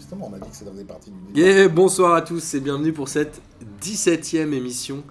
Justement, on a dit que ça faisait partie du débat. Et bonsoir à tous et bienvenue pour cette 17e émission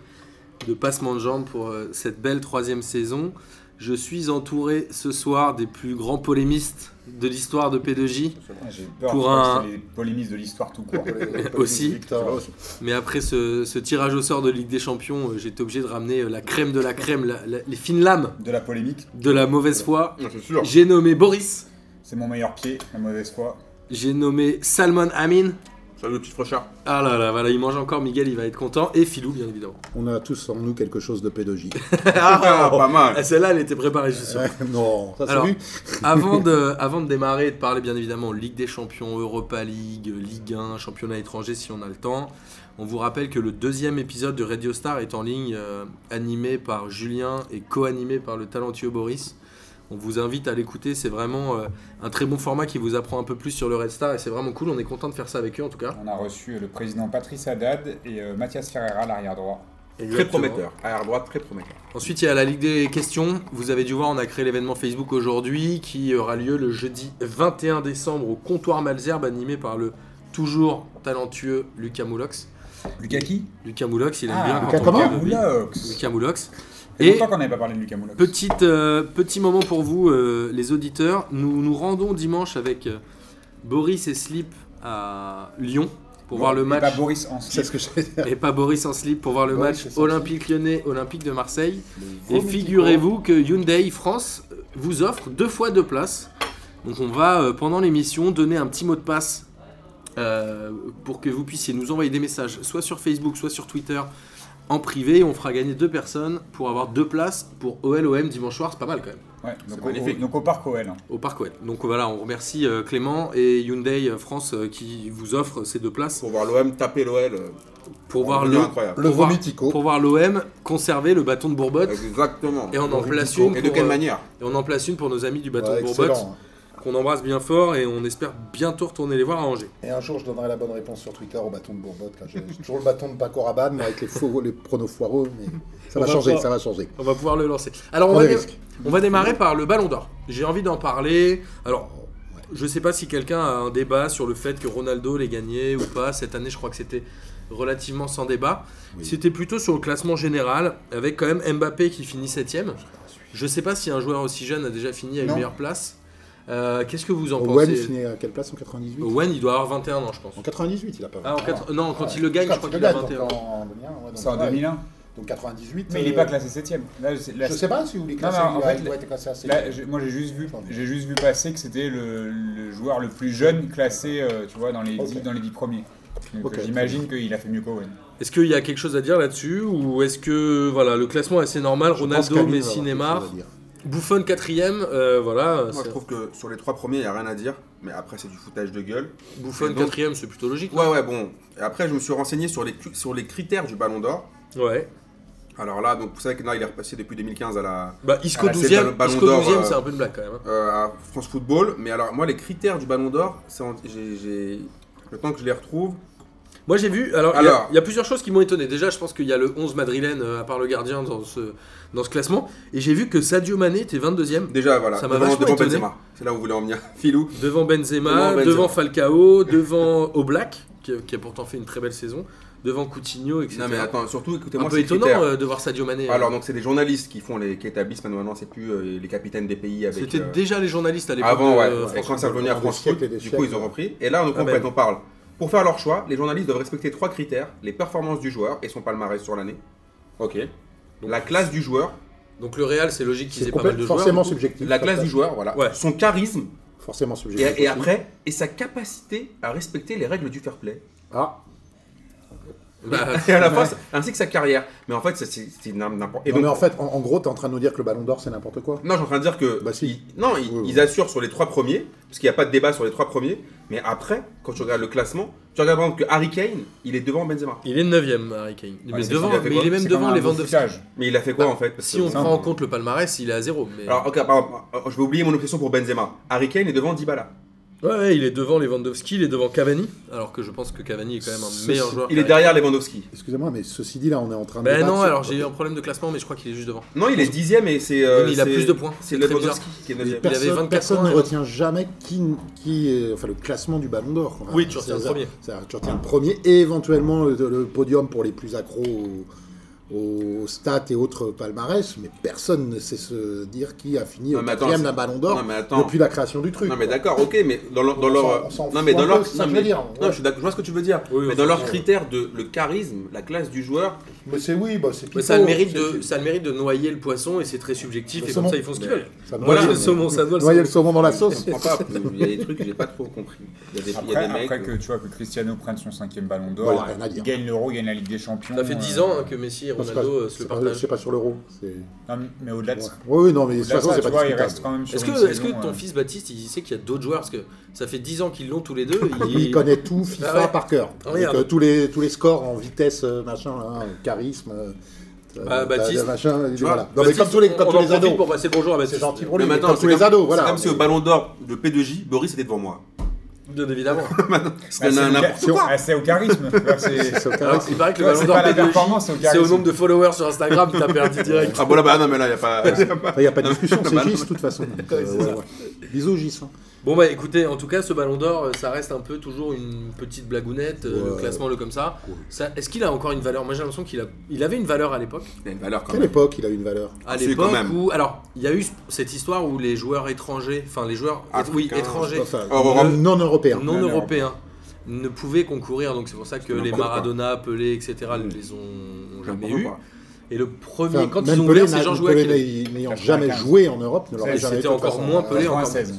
de Passement de Jambes pour euh, cette belle troisième saison. Je suis entouré ce soir des plus grands polémistes de l'histoire de P2J. J'ai peur Pour pour un- un... les polémistes de l'histoire tout court. Aussi. Victor, Mais après ce, ce tirage au sort de Ligue des Champions, euh, j'ai été obligé de ramener euh, la crème de la crème, la- la- les fines lames De la polémique, de la mauvaise foi. Ah, C'est sûr. J'ai nommé Boris, c'est mon meilleur pied, la mauvaise foi. j'ai nommé Salman Amin. Salut, petit frochard. Ah là là, voilà, il mange encore, Miguel, il va être content. Et Philou, bien évidemment. on a tous en nous quelque chose de pédagogique. Ah, pas Ah, mal. Celle-là, elle était préparée, je suis sûr. non, ça c'est Alors, vu. avant, de, avant de démarrer et de parler bien évidemment Ligue des Champions, Europa League, Ligue 1, championnat étranger si on a le temps, on vous rappelle que le deuxième épisode de Radio Star est en ligne, euh, animé par Julien et co-animé par le talentueux Boris. On vous invite à l'écouter, c'est vraiment euh, un très bon format qui vous apprend un peu plus sur le Red Star et c'est vraiment cool, on est content de faire ça avec eux en tout cas. On a reçu le président Patrice Haddad et euh, Mathias Ferreira, l'arrière droit. Très prometteur. Arrière droite, très prometteur. Ensuite, il y a la Ligue des questions. Vous avez dû voir, on a créé l'événement Facebook aujourd'hui qui aura lieu le jeudi 21 décembre au comptoir Malzerbe, animé par le toujours talentueux Lucas Moulox. Lucas qui Lucas Moulox, il aime Ah, bien Lucas quand on comment parle de lui. Moulox Lucas Moulox. Et Et longtemps qu'on n'avait pas parlé de Lucas Moulox. petite, euh, petit moment pour vous, euh, les auditeurs. Nous nous rendons dimanche avec euh, Boris et Slip à Lyon pour Bon, voir le et match. Pas Boris en C'est slip. ce que j'allais dire. Et pas Boris en slip pour voir le Boris et match Slip. Olympique Lyonnais, Olympique de Marseille. Le Et vomi figurez-vous que Hyundai France euh, vous offre deux fois deux places. Donc on va, euh, pendant l'émission, donner un petit mot de passe euh, pour que vous puissiez nous envoyer des messages, soit sur Facebook, soit sur Twitter, en privé. On fera gagner deux personnes pour avoir deux places pour OLOM dimanche soir. C'est pas mal quand même, Ouais, donc, au, magnifique. donc au parc OL. hein. au Parc OL. Donc voilà, on remercie euh, Clément et Hyundai France euh, qui vous offre ces deux places Pour voir l'OM taper l'OL. euh, pour voir c'est le... Incroyable. Le pour voir- vomitico. Pour voir l'OM conserver le bâton de Bourbotte. Exactement. Et on en place Euh, Et une. de pour, quelle euh, manière Et on en place une pour nos amis du Ouais, bâton de excellent. Bourbotte, qu'on embrasse bien fort et on espère bientôt retourner les voir à Angers. Et un jour, je donnerai la bonne réponse sur Twitter au bâton de Bourbotte. quand J'ai j'ai toujours le bâton de Paco Rabanne mais avec les, faux, les pronos foireux. Mais ça On va va changer, pas- ça va changer. On va pouvoir le lancer. Alors on, Prends va, des dé- risques. on va démarrer par le Ballon d'Or. J'ai envie d'en parler. Alors, je sais pas si quelqu'un a un débat sur le fait que Ronaldo l'ait gagné ou pas. Cette année, je crois que c'était relativement sans débat. Oui. C'était plutôt sur le classement général, avec quand même Mbappé qui finit septième. Je sais pas si un joueur aussi jeune a déjà fini à une Non. meilleure place. Euh, Qu'est-ce que vous en Owen pensez finit à quelle place en 98 Owen, il doit avoir 21 ans, je pense. En 98, il a pas Ah, en vingt-trois. quatre- non, quand Ouais. il le gagne, je crois il qu'il a gagne, 21. donc en- en 2001, ouais, donc, C'est en ouais. 2001. Donc 98. Mais il euh, n'est pas classé 7ème. Là, c'est- là, Je sais pas si vous voulez classer. Non, non, en il fait, a- il doit être classé assez. là, j'ai- moi j'ai juste vu, j'ai juste vu passer que c'était le, le joueur le plus jeune classé, euh, tu vois, dans les Ok. 10 dans les dix premiers. Donc Ok. euh, j'imagine qu'il a fait mieux qu'Owen. Est-ce qu'il y a quelque chose à dire là-dessus Ou est-ce que voilà, le classement est assez normal Je pense qu'Amine Ronaldo, va Messi, avoir Neymar. quelque chose à dire. Buffon quatrième, euh, voilà. Moi, je c'est- trouve que sur les trois premiers, il n'y a rien à dire. Mais après, c'est du foutage de gueule. Buffon Et donc- quatrième, c'est plutôt logique. Ouais, ouais, bon. Et après, je me suis renseigné sur les, cu- sur les critères du ballon d'or. Ouais. Alors là, donc, vous savez que là, il est repassé depuis 2015 à la. Bah, Isco Ah, là, c'est le 12e, ballon- ballon Isco d'or, 12e, euh, c'est un peu une blague quand même. hein. euh, à France Football. Mais alors, moi, les critères du Ballon d'Or, c'est en- j'ai- j'ai- le temps que je les retrouve. Moi j'ai vu, alors il y a- Alors. il y, a plusieurs choses qui m'ont étonné. Déjà, je pense qu'il y a le 11 madrilène, euh, à part le gardien, dans ce, dans ce classement. Et j'ai vu que Sadio Mané était 22e, Déjà, voilà, Ça m'a devant, vachement devant étonné. Benzema. C'est là où vous voulez en venir. Filou. devant Benzema, Devant Benzema. devant Falcao, devant Oblak, qui, qui a pourtant fait une très belle saison, devant Coutinho, etc. Non, mais attends, surtout, un écoutez-moi. peu ces étonnant critères. euh, de voir Sadio Mané. Alors, donc, c'est des journalistes qui font les qui établissent maintenant, maintenant, c'est plus euh, les capitaines des pays avec. C'était euh, déjà les journalistes à l'époque. Avant, de, ouais. euh, Et France quand ça Football. revenait à Des France siècles Foot, et des du coup, ils siècles. ont repris. Et là, donc, Ah, en fait, ben. on parle. Pour faire leur choix, les journalistes doivent respecter trois critères les performances du joueur et son palmarès sur l'année. Ok. la classe du joueur, Donc le Real, c'est logique qu'ils C'est aient pas mal complète- de joueurs. forcément du coup. subjectif. la ça, classe ça. du joueur, voilà. Ouais. Son charisme, Forcément Et, subjectif. et après, et sa capacité à respecter les règles du fair play. Ah, Bah, Et à la fois, ainsi que sa carrière. Mais en fait, c'est- c'est c'est n'im- n'importe. Et et non, donc- mais en fait, en, en gros, t'es en train de nous dire que le ballon d'or, c'est n'importe quoi. non, je suis en train de dire que. Bah, si. ils- non, ils, Oui, oui. ils assurent sur les trois premiers, parce qu'il n'y a pas de débat sur les trois premiers. Mais après, quand tu regardes le classement, tu regardes par exemple que Harry Kane, il est devant Benzema. Il est 9ème, Harry Kane. Mais, Ouais, mais devant, il a fait mais quoi il est même C'est devant quand les même un beau Lewandowski. foutage. Mais il a fait quoi Bah, en fait Parce Si que- on ça, prend en mais- compte le palmarès, il est à zéro. Mais... Alors, ok, par exemple, je vais oublier mon expression pour Benzema. Harry Kane est devant Dybala. Ouais, ouais, il est devant Lewandowski, il est devant Cavani, alors que je pense que Cavani est quand même un Ce- meilleur joueur. Il est qu'Areca. derrière Lewandowski. Excusez-moi, mais ceci dit, là, on est en train de. Ben débattre non, sur- alors j'ai eu un problème de classement, mais je crois qu'il est juste devant. Non, il est dixième et c'est. Oui, euh, mais il a c'est- plus de points. C'est Très Lewandowski qui est neuvième. Il avait Personne, 24 personne points, ne et- retient jamais qui, qui est, enfin, le classement du Ballon d'Or. quand même. Oui, tu retiens le C'est-à-dire- premier. c'est-à-dire, tu retiens le premier et éventuellement le, le podium pour les plus accros aux, aux stats et autres palmarès, mais personne ne sait se dire qui a fini Non, au mais attends, quatrième c'est- d'un Ballon Non, d'or mais attends. depuis la création du truc. Non, mais quoi. d'accord, ok, mais dans leur. Dans On leur s'en- on s'en non, fout mais un dans peu, leur. c'est ça non, que je mais- veux dire, non, ouais. je, suis d'accord, je vois ce que tu veux dire. Oui, oui, mais dans on leur s'en fout, critère de le charisme, la classe du joueur, Mais c'est oui, bah, c'est Ouais, ça, a le pipeau, mérite c'est- de, ça a le mérite de noyer le poisson et c'est très subjectif Le et saumon. comme ça ils font ce qu'ils Mais- veulent. ça me Voilà, noie, le mais- saumon, ça doit le Noyer saumon. le saumon dans la sauce. je comprends pas. Il y a des trucs que j'ai pas trop compris. Il y a des, il y a Après, des mecs. euh. euh, après que tu vois que Cristiano prenne son cinquième ballon d'or, Voilà, rien à dire. il gagne l'Euro, il gagne la Ligue des Champions. Ça fait 10 euh, ans hein, que Messi et Non, c'est pas- Ronaldo euh, se c'est le pas- partagent. C'est pas sur l'euro. c'est- non, mais au-delà de Ouais. ça, Oui, oui, non, mais de toute au-delà façon, de Bah, c'est ça, tu pas vois, il discutable. reste quand même sur Est-ce une que, est-ce que saison, ton euh, fils Baptiste, il sait qu'il y a d'autres joueurs Parce que ça fait 10 ans qu'ils l'ont tous les deux. Il connaît tout FIFA Ah ouais. par cœur. Ah, Avec, regarde. euh, tous, les, tous les scores en vitesse, euh, machin, là, euh, charisme. euh, euh, Bah, Baptiste, euh, machin, il- vois, voilà. Non, mais comme tous les, comme tous les ados. Pour passer bonjour à C'est Baptiste. gentil pour Mais lui. mais maintenant, comme c'est tous les comme- ados, C'est voilà. comme si au ballon d'or de P2J, Boris était devant moi. Bien évidemment. C'était bah, c'est au ca- n'importe quoi. Ah, c'est au charisme. tu vois, c'est- C'est- c'est au Alors, charisme. il paraît que le Ouais, ballon c'est d'or pas la P2J, performance, c'est au c'est au charisme. nombre de followers sur Instagram, t'as perdu direct. Ah bon, là, bah non, mais là, il n'y a pas. Il n'y a pas de discussion, Bah, c'est non. Gis, de toute façon. Donc, euh, c'est ouais, ça. ouais. Bisous, Gis. hein. Bon bah écoutez, en tout cas, ce ballon d'or, euh, ça reste un peu toujours une petite blagounette, euh, le Ouais. classement le comme ça. Ouais. Ça- Est-ce qu'il a encore une valeur Moi j'ai l'impression qu'il a, il avait une valeur à l'époque. Il a une valeur quand Quelle même. époque il a eu une valeur À Si, l'époque quand même. où, alors, il y a eu ce- cette histoire où les joueurs étrangers, enfin les joueurs, Africains, oui, étrangers, Enfin, Hors Europe. non européen. non Non, non. européens, ne pouvaient concourir. Donc c'est pour ça que les n'importe quoi. Maradona, Pelé, etc. les ont, ont jamais Bah eu. Et le premier, Enfin, quand même ils ont Pelé ouvert, n'a- ces gens jouaient avec les- Pelé n'ayant jamais 95. joué en Europe, ne leur a Et jamais c'était de toute encore façon. moins Pelé, encore 96.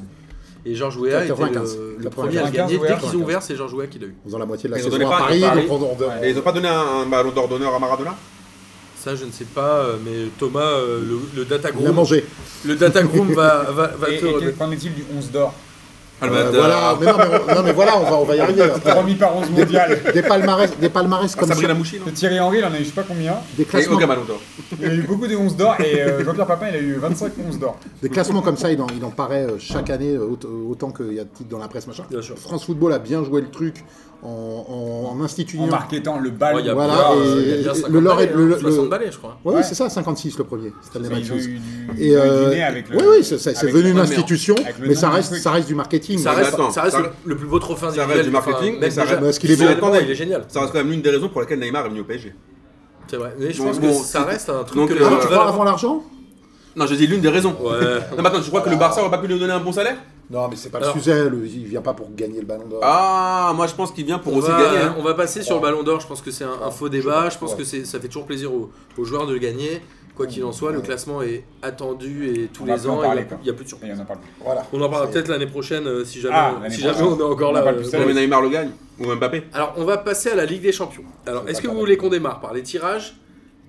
Et Georges Weah était 95. le, le La première premier à le 95, gagner. Dès Weah, qu'ils ont ouvert, c'est Georges Weah qui l'a eu. Faisant la moitié de la Ils ont saison donné à pas- Paris, à Paris. donc on- on- Et ils n'ont pas donné un, un ballon d'or d'honneur à Maradona Ça, je ne sais pas, euh, mais Thomas, euh, le, le data on a groom, mangé. le data groom va, va, va Et, et te quel- redonner. qu'en est-il du 11 d'or Ah, Euh, bah, voilà, mais non, mais on- non, mais voilà, on va, on va y arriver. après. Remis par 11 mondial. Des palmarès, des palmarès Ça comme ça, Sabrina Mouchi, non Le Thierry Henry, il en a eu je sais pas combien. des Et classements, aucun ballon d'or. Il a eu beaucoup de 11 d'or et euh, Jean-Pierre Papin, il a eu 25 11 d'or. des classements comme ça, il en, il en paraît euh, chaque année euh, aut- euh, autant qu'il y a de titres dans la presse machin. Bien sûr. France Football a bien joué le truc en, en, en instituant. En marquetant le ballon Ouais, il y a Voilà, bien, et- euh, il y a bien et 50 le leur est- balais, hein, le- le- 60 balais, je crois. Ouais, Ouais. c'est ça, 56 le premier. C'était Ils les ont Matthews. eu du- Et du euh, Guinée avec le. oui, oui, c'est- c'est c'est avec venu le- une Ouais, mais en- institution, avec le mais ça nom du reste, truc. ça reste du marketing. Ça Mais reste, attends, ça reste ça- le, le plus beau trophée reste individuel. du marketing, même mais ça déjà- reste- Parce qu'il est beau. visuellement, Attendez. il est génial. Ça reste quand même l'une des raisons pour laquelle Neymar est venu au PSG. C'est vrai. Mais je Donc, pense que bon, ça c'est- reste un truc donc, que les euh, Ah, gens tu tu parles veulent. avant l'argent Non, j'ai dit l'une des raisons. Ouais. Non, mais attends, tu crois que le Barça aurait pas pu lui donner un bon salaire Non, mais c'est pas Alors- le sujet. le- il vient pas pour gagner le ballon d'or. Ah, moi je pense qu'il vient pour On aussi va, gagner. hein. on va passer sur le ballon d'or, je pense que c'est un, un faux débat, je pense que c'est, ça fait toujours plaisir aux, aux joueurs de le gagner. Quoi qu'il en soit, le classement est attendu et tous On va les plus en ans, il y parler, a- quoi. il n'y a, plus de Et surprise. on en parle plus. Voilà. On en parlera C'est- peut-être l'année prochaine euh, si jamais, Ah, l'année si jamais prochaine. on est encore On là. en parle euh, plus pour Mais le- Neymar le gagne ou Mbappé. Alors, on va passer à la Ligue des Champions. Alors, est-ce que vous voulez qu'on démarre par les tirages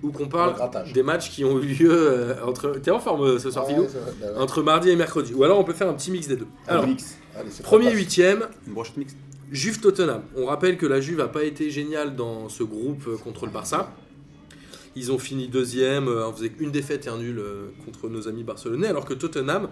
ou qu'on parle Le grattage. des matchs qui ont eu lieu euh, entre. T'es en forme euh, ce soir, Philou Ouais, c'est vrai. Bah, ouais. Entre mardi et mercredi. Ou alors, on peut faire un petit mix des deux. Alors, Mix. Allez, c'est premier parti. huitième, Une brochette mixte. Juve Tottenham. On rappelle que la Juve a pas été géniale dans ce groupe euh, contre le Barça. Ils ont fini deuxième, euh, on faisait une défaite et un nul euh, contre nos amis barcelonais, alors que Tottenham,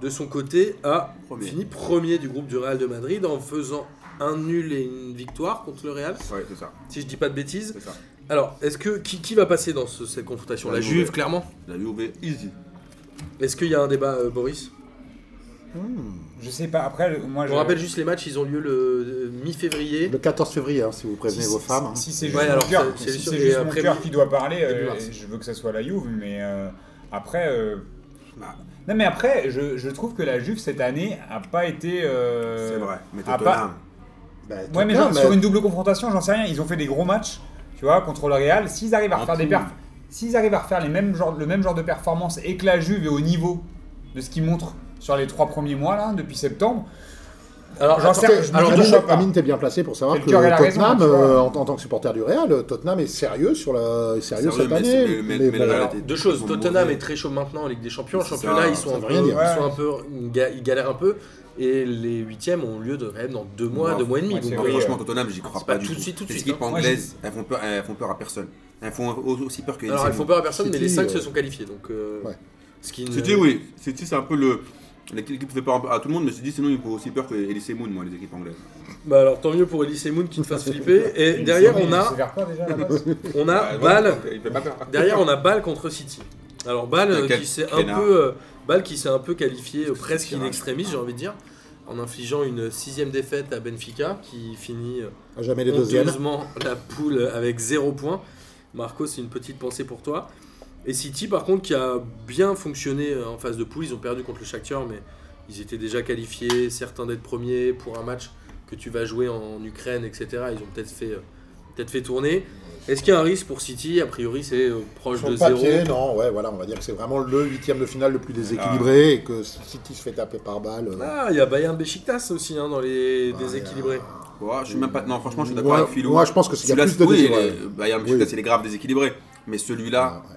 de son côté, a Premier. fini premier du groupe du Real de Madrid en faisant un nul et une victoire contre le Real, Ouais, c'est ça. si je dis pas de bêtises. C'est ça. Alors, est-ce que qui, qui va passer dans ce- cette confrontation La La Juve, Juve. clairement. La Juve, easy. Est-ce qu'il y a un débat, euh, Boris Je sais pas, après, le- moi je. On rappelle juste les matchs, ils ont lieu le euh, mi-février. Le 14 février, hein, si vous prévenez si- vos si- femmes. hein. Si c'est Ouais, juste alors, mon cœur, c'est- c'est si sûr, c'est et juste mon après, cœur qui doit parler, début euh, mars. je veux que ça soit la Juve, mais euh, après. euh, bah, non, mais après, je, je trouve que la Juve cette année a pas été. euh, C'est vrai. Mais a Tottenham. Bah, Ouais, mais Tottenham, genre, bah, sur une double confrontation, j'en sais rien. Ils ont fait des gros matchs, tu vois, contre le Real. S'ils arrivent à Un refaire des coup. perfs, s'ils arrivent à refaire les mêmes genres- le même genre de performance et que la Juve est au niveau de ce qu'ils montrent sur les trois premiers mois là, depuis septembre, Alors, J'en attends, sais- je me alors, dis- attends, Amine, je sais pas. Amine, t'es bien placé pour savoir C'est le que cœur et la raison, Tottenham, tu vois. euh, en, en tant que supporter du Real, euh, Tottenham est sérieux sur la sérieux Sérieux, cette mais année. c'est- mais- mais- mais bon, le Real alors, était- deux choses. ils sont Tottenham mauvais. est très chaud maintenant en Ligue des Champions. En C'est championnat, ça, ils sont ça un veut peu, rien dire. ils sont un peu, ils ga- ils galèrent un peu. Et les huitièmes ont lieu de quand même dans deux mois, Ouais, deux mois et demi. ouais, donc, c'est Non, Oui, franchement, euh, Tottenham, j'y crois c'est pas pas du tout de tout. suite, tout de Les suite, équipes hein. Moi, anglaises, elles font peur, elles font peur à personne. Elles font aussi peur que. alors, les elles font peur à personne, mais les City, cinq se euh, sont qualifiés. Donc, euh, ouais. ce qui ne- City, oui. City, c'est un peu le, L'équipe fait peur à tout le monde, mais je me suis dit, sinon, il me fait aussi peur que Elise Moon, moi, les équipes anglaises. Bah alors tant mieux pour Elise Moon qui ne fasse flipper. Et derrière on a, on a Ouais, Bâle. ouais, Il fait pas peur. Derrière on a Bâle contre City. Alors Bâle euh, qui Quel s'est un connard. peu, euh, Bâle qui s'est un peu qualifié euh, presque c'est in vrai. extremis, j'ai envie de dire, en infligeant une sixième défaite à Benfica qui finit euh, À jamais les deuxièmes. honteusement la poule avec zéro point. Marco, c'est une petite pensée pour toi. Et City, par contre, qui a bien fonctionné euh, en phase de poule. Ils ont perdu contre le Shakhtar, mais ils étaient déjà qualifiés, certains d'être premiers pour un match que tu vas jouer en Ukraine, etc. Ils ont peut-être fait, peut fait tourner. Est-ce qu'il y a un risque pour City A priori, c'est euh, proche Sur de le zéro. papier, non, ouais, voilà, on va dire que c'est vraiment le huitième de finale le plus Ah. déséquilibré et que City se fait taper par balle. euh, Ah, il y a Bayern Besiktas aussi hein, dans les bah, déséquilibrés. euh, Ouais, je suis même pas. Non, franchement, je suis d'accord moi- avec Philou. hein. Moi, je pense que s'il y a plus celui-là, de oui, bah, il déséquilibré. est- Bayern Oui. Besiktas, il est grave déséquilibré. Mais celui-là, Ah, ouais.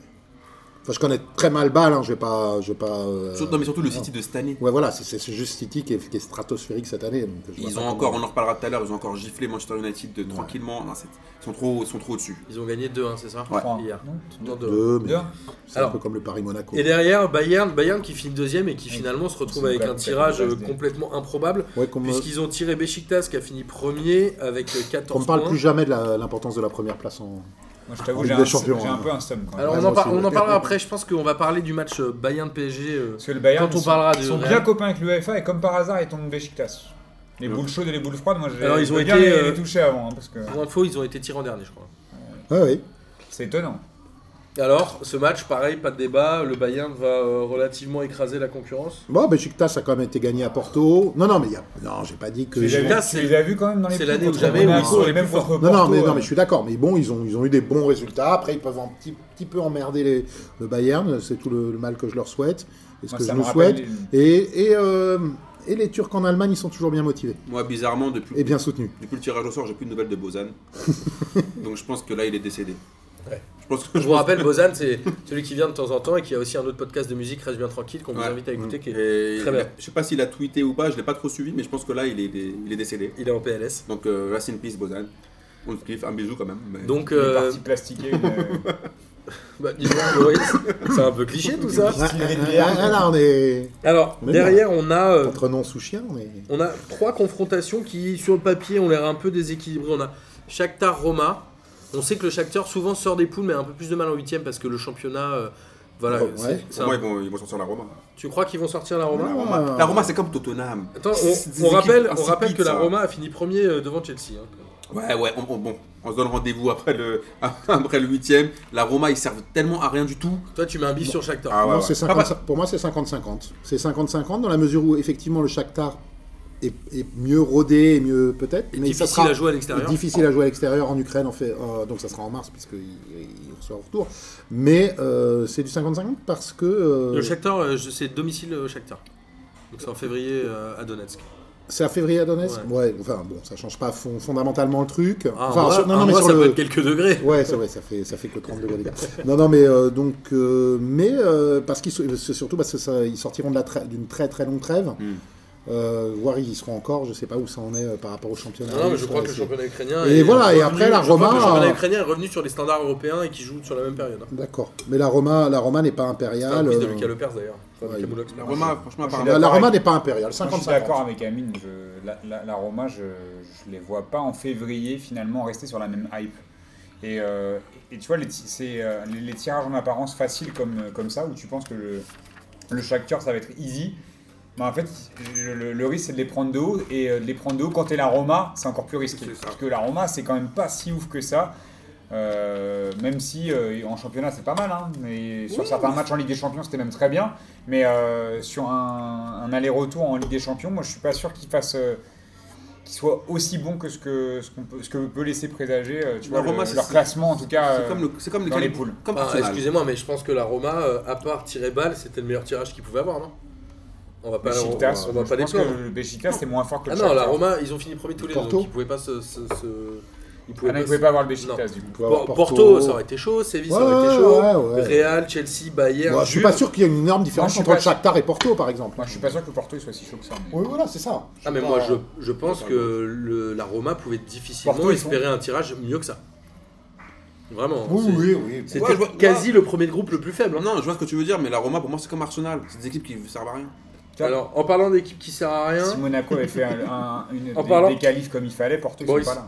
Enfin, je connais très mal balle, hein, je vais pas. Je vais pas euh, Surtout- non, mais surtout le non. City de cette année. Ouais, voilà, c'est- c'est c'est juste City qui est, qui est stratosphérique cette année. donc je vois Ils pas ont comment- encore, on en reparlera tout à l'heure, ils ont encore giflé Manchester United de- tranquillement. Non, c'est- ils sont trop, ils sont trop au-dessus. Ils ont gagné 2-1, c'est ça Ouais. Hier. Non, deux. deux, mais Bien. c'est un Alors- peu comme le Paris Monaco. Et derrière, Bayern, Bayern qui finit deuxième et qui Oui. finalement se retrouve C'est avec une un belle tirage euh, capitalisation. complètement improbable, Ouais, qu'on me- puisqu'ils ont tiré Besiktas qui a fini premier avec euh, qu'on 14 me parle points. plus jamais de la- l'importance de la première place en. Moi, je En t'avoue, Ligue j'ai des un, Champions, j'ai hein. un peu un seum. quand même. Alors Ouais, on en, moi par- aussi, on en ouais. parlera après, je pense qu'on va parler du match euh, Bayern-PSG. euh, Parce que le Bayern, Quand on ils parlera sont, de- ils sont bien copains avec l'UEFA et comme par hasard, ils tombent Besiktas. Les Ouais. boules chaudes et les boules froides, moi, j'ai Alors, ils je ont veux bien été, les, euh, les toucher avant, hein, parce que Pour info, ils ont été tirés en dernier, je crois. Ah oui. c'est étonnant. Alors, ce match, pareil, pas de débat, le Bayern va euh, relativement écraser la concurrence. Bon, Besiktas a quand même été gagné à Porto. Non, non, mais il y a. Non, j'ai pas dit que. Tu les as Beşiktaş, vus- tu c'est- les as vus quand même dans les c'est petits l'année où contre jamais Monaco, où ils sont les les mêmes plus forts. contre Non, non, mais, Porto, non, euh, mais je suis d'accord. Mais bon, ils ont, ils ont eu des bons résultats. Après, ils peuvent un petit, petit peu emmerder les- le Bayern. C'est tout le, le mal que je leur souhaite. Et ce moi, que ça je me nous rappelle souhaite. les- Et, et, euh, et les Turcs en Allemagne, ils sont toujours bien motivés Moi, bizarrement, depuis, et bien soutenus. depuis le tirage au sort, j'ai plus de nouvelles de Bozan. Donc je pense que là, il est décédé. Ouais. Je pense que Je vous rappelle, Bozan, c'est celui qui vient de temps en temps et qui a aussi un autre podcast de musique, Reste bien tranquille, qu'on vous Ouais. invite à écouter. qui est- Et Très il a- bien. je sais pas s'il a tweeté ou pas, je l'ai pas trop suivi, mais je pense que là, il est, il est décédé. Il est en PLS. Donc, euh, rest in peace, Bozan. On le kiffe, un bijou quand même. mais- Donc, les euh, parties plastiquées, euh, bah, dis-donc, Boris, c'est un peu cliché tout ça. Ah, ah, ah, ah, là, on est Alors, Mais derrière, on a, euh, entre non sous chien. Mais... Ah on a trois confrontations qui, sur le papier, ont l'air un peu déséquilibrées. On a Shakhtar-Roma. On sait que le Shakhtar souvent sort des poules, mais a un peu plus de mal en huitième parce que le championnat, euh, voilà. Oh, c'est- ouais. c'est Pour un- moi, ils vont, ils vont sortir la Roma. Tu crois qu'ils vont sortir la Roma La Roma, la Roma, c'est comme Tottenham. Ah. Attends, C'est des on, on équipes rappelle, on insipides, rappelle que la ça. Roma a fini premier euh, devant Chelsea. hein. Ouais, ouais, on, on- bon, on se donne rendez-vous après le après le huitième. La Roma, ils servent tellement à rien du tout. Toi, tu mets un bis sur Shakhtar. Ah ouais, Non, ouais. c'est Ah, 50 bah, pour moi, c'est 50-50. C'est 50-50 dans la mesure où, effectivement, le Shakhtar est, est mieux rodé et mieux peut-être. Et mais ça difficile sera à jouer à C'est l'extérieur. difficile à jouer à l'extérieur en Ukraine, en fait, euh, donc ça sera en mars puisqu'il il reçoit au retour. Mais euh, c'est du 50-50 parce que euh, Le Shakhtar, euh, je- c'est domicile euh, Shakhtar. Donc c'est en février euh, à Donetsk. c'est à février à Donetsk. Ouais. enfin bon, ça change pas fond- fondamentalement le truc. Ah, Enfin, un mois, sur- un mois, sur ça le- peut être quelques degrés. Ouais, c'est vrai, ça fait, ça fait que 30 degrés, les gars. Non, non, mais euh, donc, euh, mais euh, parce qu'ils sont- c'est surtout parce que ça- ils sortiront de la tra- d'une très très longue trêve, Mm. Euh, voire ils y seront encore. Je sais pas où ça en est euh, par rapport au championnat. Ah Non, non, mais je crois que le championnat ukrainien. Et est voilà, et revenu- après, la je crois que Roma- euh, Le championnat ukrainien est revenu sur les standards européens et qui joue sur la même période. hein. D'accord, mais la Roma, la Roma n'est pas C'est un impériale. quiz de euh, Lucas Lepers d'ailleurs. Enfin, ouais, Lucas il- Moulox. La Roma, franchement, Moi, je apparemment. suis La, la D'accord Roma avec- n'est pas impériale, Moi, je suis 50-50. d'accord avec Amine, je- la, la- la Roma, je ne les vois pas en février finalement rester sur la même hype. Et, euh, et tu vois, les, ti- c'est, euh, les, les tirages en apparence faciles comme, comme ça, où tu penses que le, le Shakhtar, ça va être easy, mais en fait, le, le- le risque, c'est de les prendre de haut, et euh, de les prendre de haut quand t'es la Roma, c'est encore plus risqué. C'est ça. Parce que la Roma, c'est quand même pas si ouf que ça. Euh, même si euh, en championnat c'est pas mal, hein, mais sur certains matchs en Ligue des Champions c'était même très bien, mais euh, sur un, un aller-retour en Ligue des Champions, moi je suis pas sûr qu'il fasse, euh, qu'il soit aussi bon que ce que ce qu'on peut, ce que peut laisser présager, euh, tu La vois, le- Roma, c'est- leur classement en tout cas. C'est comme, euh, le, c'est comme dans quali- les poules. Comme Enfin, Arsenal. Ah, Excusez-moi, mais je pense que la Roma, euh, à part tirer balle, c'était le meilleur tirage qu'il pouvait avoir, non On va pas, on, on euh, Beşiktaş, va je pas les pense que plaindre. le Beşiktaş c'est moins fort que Ah le non, la Shakhtar. Roma, ils ont fini premier tous les deux. Porto Donc ils pouvaient pas se. se- se- Ils Ah pouvaient non, ils pas pouvaient se- pas avoir le Beşiktaş du coup. Pour avoir Por- Porto, ça aurait été chaud. Séville, ça aurait été Ouais, chaud. ouais, ouais. Real, Chelsea, Bayern. Bon, je suis pas Juve. sûr qu'il y ait une énorme différence Moi, je suis entre pas le Shakhtar et Porto, par exemple. Moi je suis pas sûr que Porto il soit si chaud que ça. mais- Oui, voilà, c'est ça. Ah mais pas- moi je, je pense Pas hein. que le, la Roma pouvait difficilement Porto, ils espérer un tirage mieux que ça. Vraiment. Oui, c'est- oui, oui. C'était Ouais, je vois- quasi le premier de groupe le plus faible. hein. Non, je vois ce que tu veux dire, mais la Roma, pour moi, c'est comme Arsenal. C'est des équipes qui ne servent à rien. Tiens. Alors, en parlant d'équipe qui sert à rien, Si Monaco avait fait un- un- une, En des, parlant- des qualifs comme il fallait, Porto, ils Boris. sont pas là.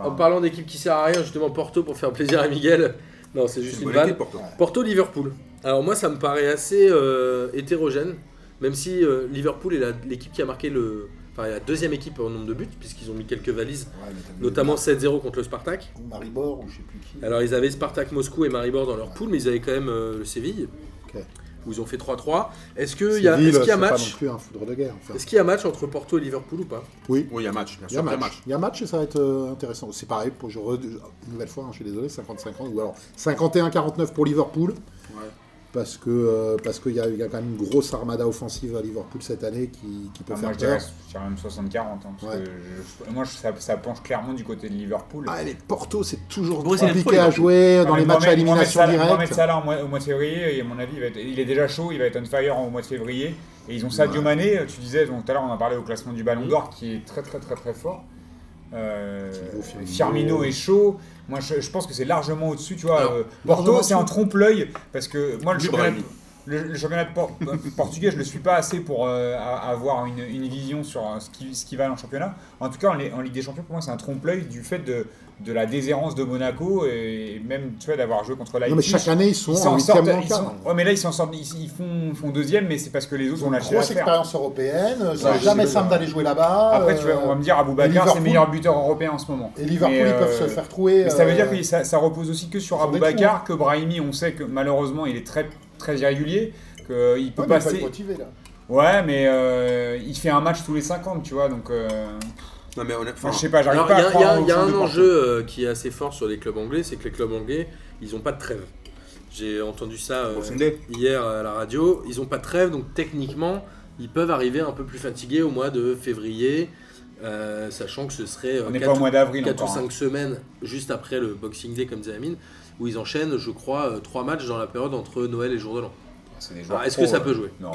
Enfin, en parlant d'équipe qui sert à rien, justement Porto pour faire plaisir à Miguel. Non, c'est C'est juste une une bonne vanne. équipe, Porto. Porto Liverpool. Alors moi ça me paraît assez euh, hétérogène, même si euh, Liverpool est la- l'équipe qui a marqué le, enfin, la deuxième équipe en nombre de buts puisqu'ils ont mis quelques valises, Ouais, mais t'as vu notamment 7-0 contre le Spartak. Mar- Maribor ou je sais plus qui. Alors ils avaient Spartak Moscou et Maribor dans leur poule, mais ils avaient quand même euh, le Séville Ok. où ils ont fait 3-3. Est-ce que C'est il y a, Ville, est-ce qu'il y a c'est Pas match non plus un foudre de guerre. enfin. Est-ce qu'il y a match entre Porto et Liverpool ou pas Oui. Oui, il y a match, bien Il y a sûr. match. Il y a match. Il y a match et ça va être euh, intéressant. C'est pareil, pour, je re- une nouvelle fois, hein, je suis désolé, 50-50, ou alors 51-49 pour Liverpool. Parce que euh, parce qu'il y, a- il y a quand même une grosse armada offensive à Liverpool cette année qui, qui peut enfin, Ah, moi, faire je dirais, peur. je dirais même 60-40. hein, parce Ouais. que je- moi, je- ça, ça penche clairement du côté de Liverpool. Ah, les Porto, c'est toujours Bon, c'est trop compliqué à Liverpool. jouer Non, dans mais les matchs à Mohamed- élimination Mohamed Salah- Mohamed directe. Salah au mois, au mois de février, et à mon avis, il, va être- il est déjà chaud, il va être on fire au mois de février. Et ils ont Sadio Ouais. Mané, tu disais, donc, tout à l'heure on a parlé au classement du Ballon d'Or qui est très très très très fort. Euh, Thibaut Firmino. Firmino est chaud. Moi je, je pense que c'est largement au-dessus, tu vois. Alors, euh, largement Porto, c'est en au-dessus. trompe-l'œil parce que moi le Du championnat, Brême. le, le championnat de por- euh, portugais, je le suis pas assez pour euh, a- avoir une, une vision sur euh, ce qui, ce qui va dans le championnat. En tout cas, en, Li- en Ligue des Champions, pour moi, c'est un trompe-l'œil du fait de, de la déshérence de Monaco et même tu vois, d'avoir joué contre Non, Leipzig. mais chaque année, ils sont Ils en s'en sortent. huitième ils quart. sont- ouais, mais là, ils s'en sortent. Ils, ils font, font deuxième, mais c'est parce que les autres Ils ont ont une lâché grosse l'affaire. expérience européenne. Ouais, C'est je jamais sais simple pas. d'aller jouer là-bas. Après, tu euh, vas- on va me dire, Abou Bakar, c'est Liverpool- le meilleur buteur européen en ce moment. Et Liverpool, Mais, ils peuvent euh, se faire trouer. Mais ça veut euh, dire que ça, ça repose aussi que sur sur Abou des hein. Bakar, que Brahimi, on sait que malheureusement, il est très, très irrégulier, qu'il peut ouais, mais il faut être passer. motivé, là. Ouais, mais euh, il fait un match tous les 50, tu vois, donc. euh, Non, mais honnêtement, enfin, je sais pas, j'arrive Alors pas il y à a, il y croire a- au il y a foot de un Porto. enjeu euh, qui est assez fort sur les clubs anglais, c'est que les clubs anglais, ils n'ont pas de trêve. J'ai entendu ça euh, Boxing Day. hier à la radio. Ils n'ont pas de trêve, donc techniquement, ils peuvent arriver un peu plus fatigués au mois de février, euh, sachant que ce serait On n'est pas au mois d'avril 4 ou encore. hein. 5 semaines juste après le Boxing Day, comme disait Amine, où ils enchaînent, je crois, 3 matchs dans la période entre Noël et Jour de l'An. hein. C'est des joueurs Alors, Est-ce pros, que ça ouais. peut jouer Non.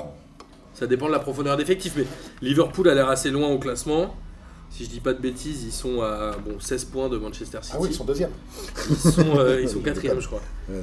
Ça dépend de la profondeur d'effectif, mais Liverpool a l'air assez loin au classement. Si je dis pas de bêtises, ils sont à bon, 16 points de Manchester City. Ah oui, ils sont deuxième. Ils sont, euh, ils sont quatrième, je crois. Non,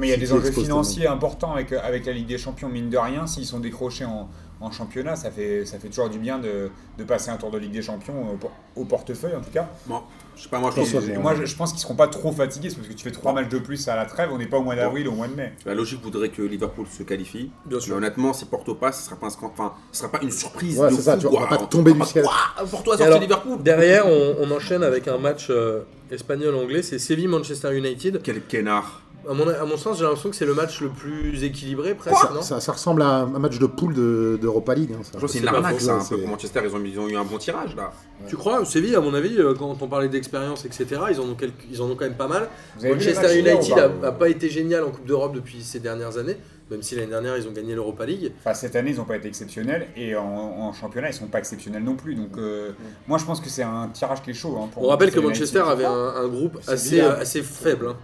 mais il y a Si des tu enjeux exposes ton financiers importants avec, euh, avec la Ligue des Champions, mine de rien. S'ils sont décrochés en, en championnat, ça fait, ça fait toujours du bien de, de passer un tour de Ligue des Champions au, por- au portefeuille, en tout cas. Bon, je sais pas, moi je Et pense que moi, je, je pense qu'ils seront pas trop fatigués, c'est parce que tu fais trois matchs de plus à la trêve, on n'est pas au mois d'avril, au mois de mai. la logique voudrait que Liverpool se qualifie. Bien Mais honnêtement, si Porto passe, ce sera pas, un scan- enfin, ce sera pas une surprise. Ouais, de c'est ça, fou, tu vois, on quoi. va pas tomber du ciel. Ah, Porto a Et alors- sorti Liverpool. Derrière, on, on enchaîne avec un match euh, espagnol-anglais. C'est Séville-Manchester United. Quel canard. À mon, à mon sens, j'ai l'impression que c'est le match le plus équilibré, presque, non Ça, ça ressemble à un match de poule de- d'Europa League. hein, ça. Je pense que c'est c'est une pas arnaque, faux, ça. ouais, Un peu c'est- pour Manchester, ils ont, ils ont eu un bon tirage là. Tu crois Séville, à mon avis, euh, quand on parlait d'expérience, etc., ils en, ont quelques- ils en ont quand même pas mal. Vous avez vu les matchs Manchester hier ou United pas a, bah, a pas été génial en Coupe d'Europe depuis ces dernières années, même si l'année dernière, ils ont gagné l'Europa League. Enfin, cette année, ils n'ont pas été exceptionnels, et en, en championnat, ils sont pas exceptionnels non plus. Donc, euh, moi, je pense que c'est un tirage qui est chaud. hein, pour On rappelle que Manchester Manchester United. avait un, un groupe C'est assez, bizarre. euh, assez faible. hein.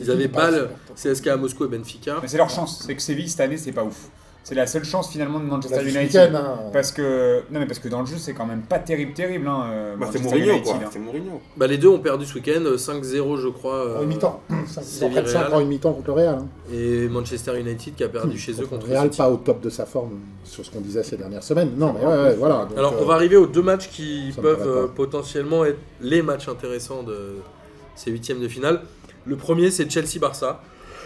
Ils C'est avaient bizarre, Bâle, c'est CSK à Moscou et Benfica. Mais c'est leur chance, c'est que Séville, cette année, c'est pas ouf. C'est la seule chance finalement de On l'a Manchester vu ce United. week-end, hein. Parce que non mais parce que dans le jeu c'est quand même pas terrible terrible hein. euh, Bah, c'est Manchester Mourinho United, quoi. hein. C'est Mourinho. Bah, les deux ont perdu ce week-end, euh, 5-0 je crois. euh, En une mi-temps. Ils en Séville, prennent cinq Real. en une mi-temps contre le Real. hein. Et Manchester United qui a perdu chez eux contre Mmh. Real City. pas au top de sa forme sur ce qu'on disait ces dernières semaines. Non, mais ouais, ouais, voilà. donc, Alors euh, on va arriver aux deux matchs qui ça me peuvent paraît pas. euh, potentiellement être les matchs intéressants de ces huitièmes de finale. Le premier c'est Chelsea-Barça.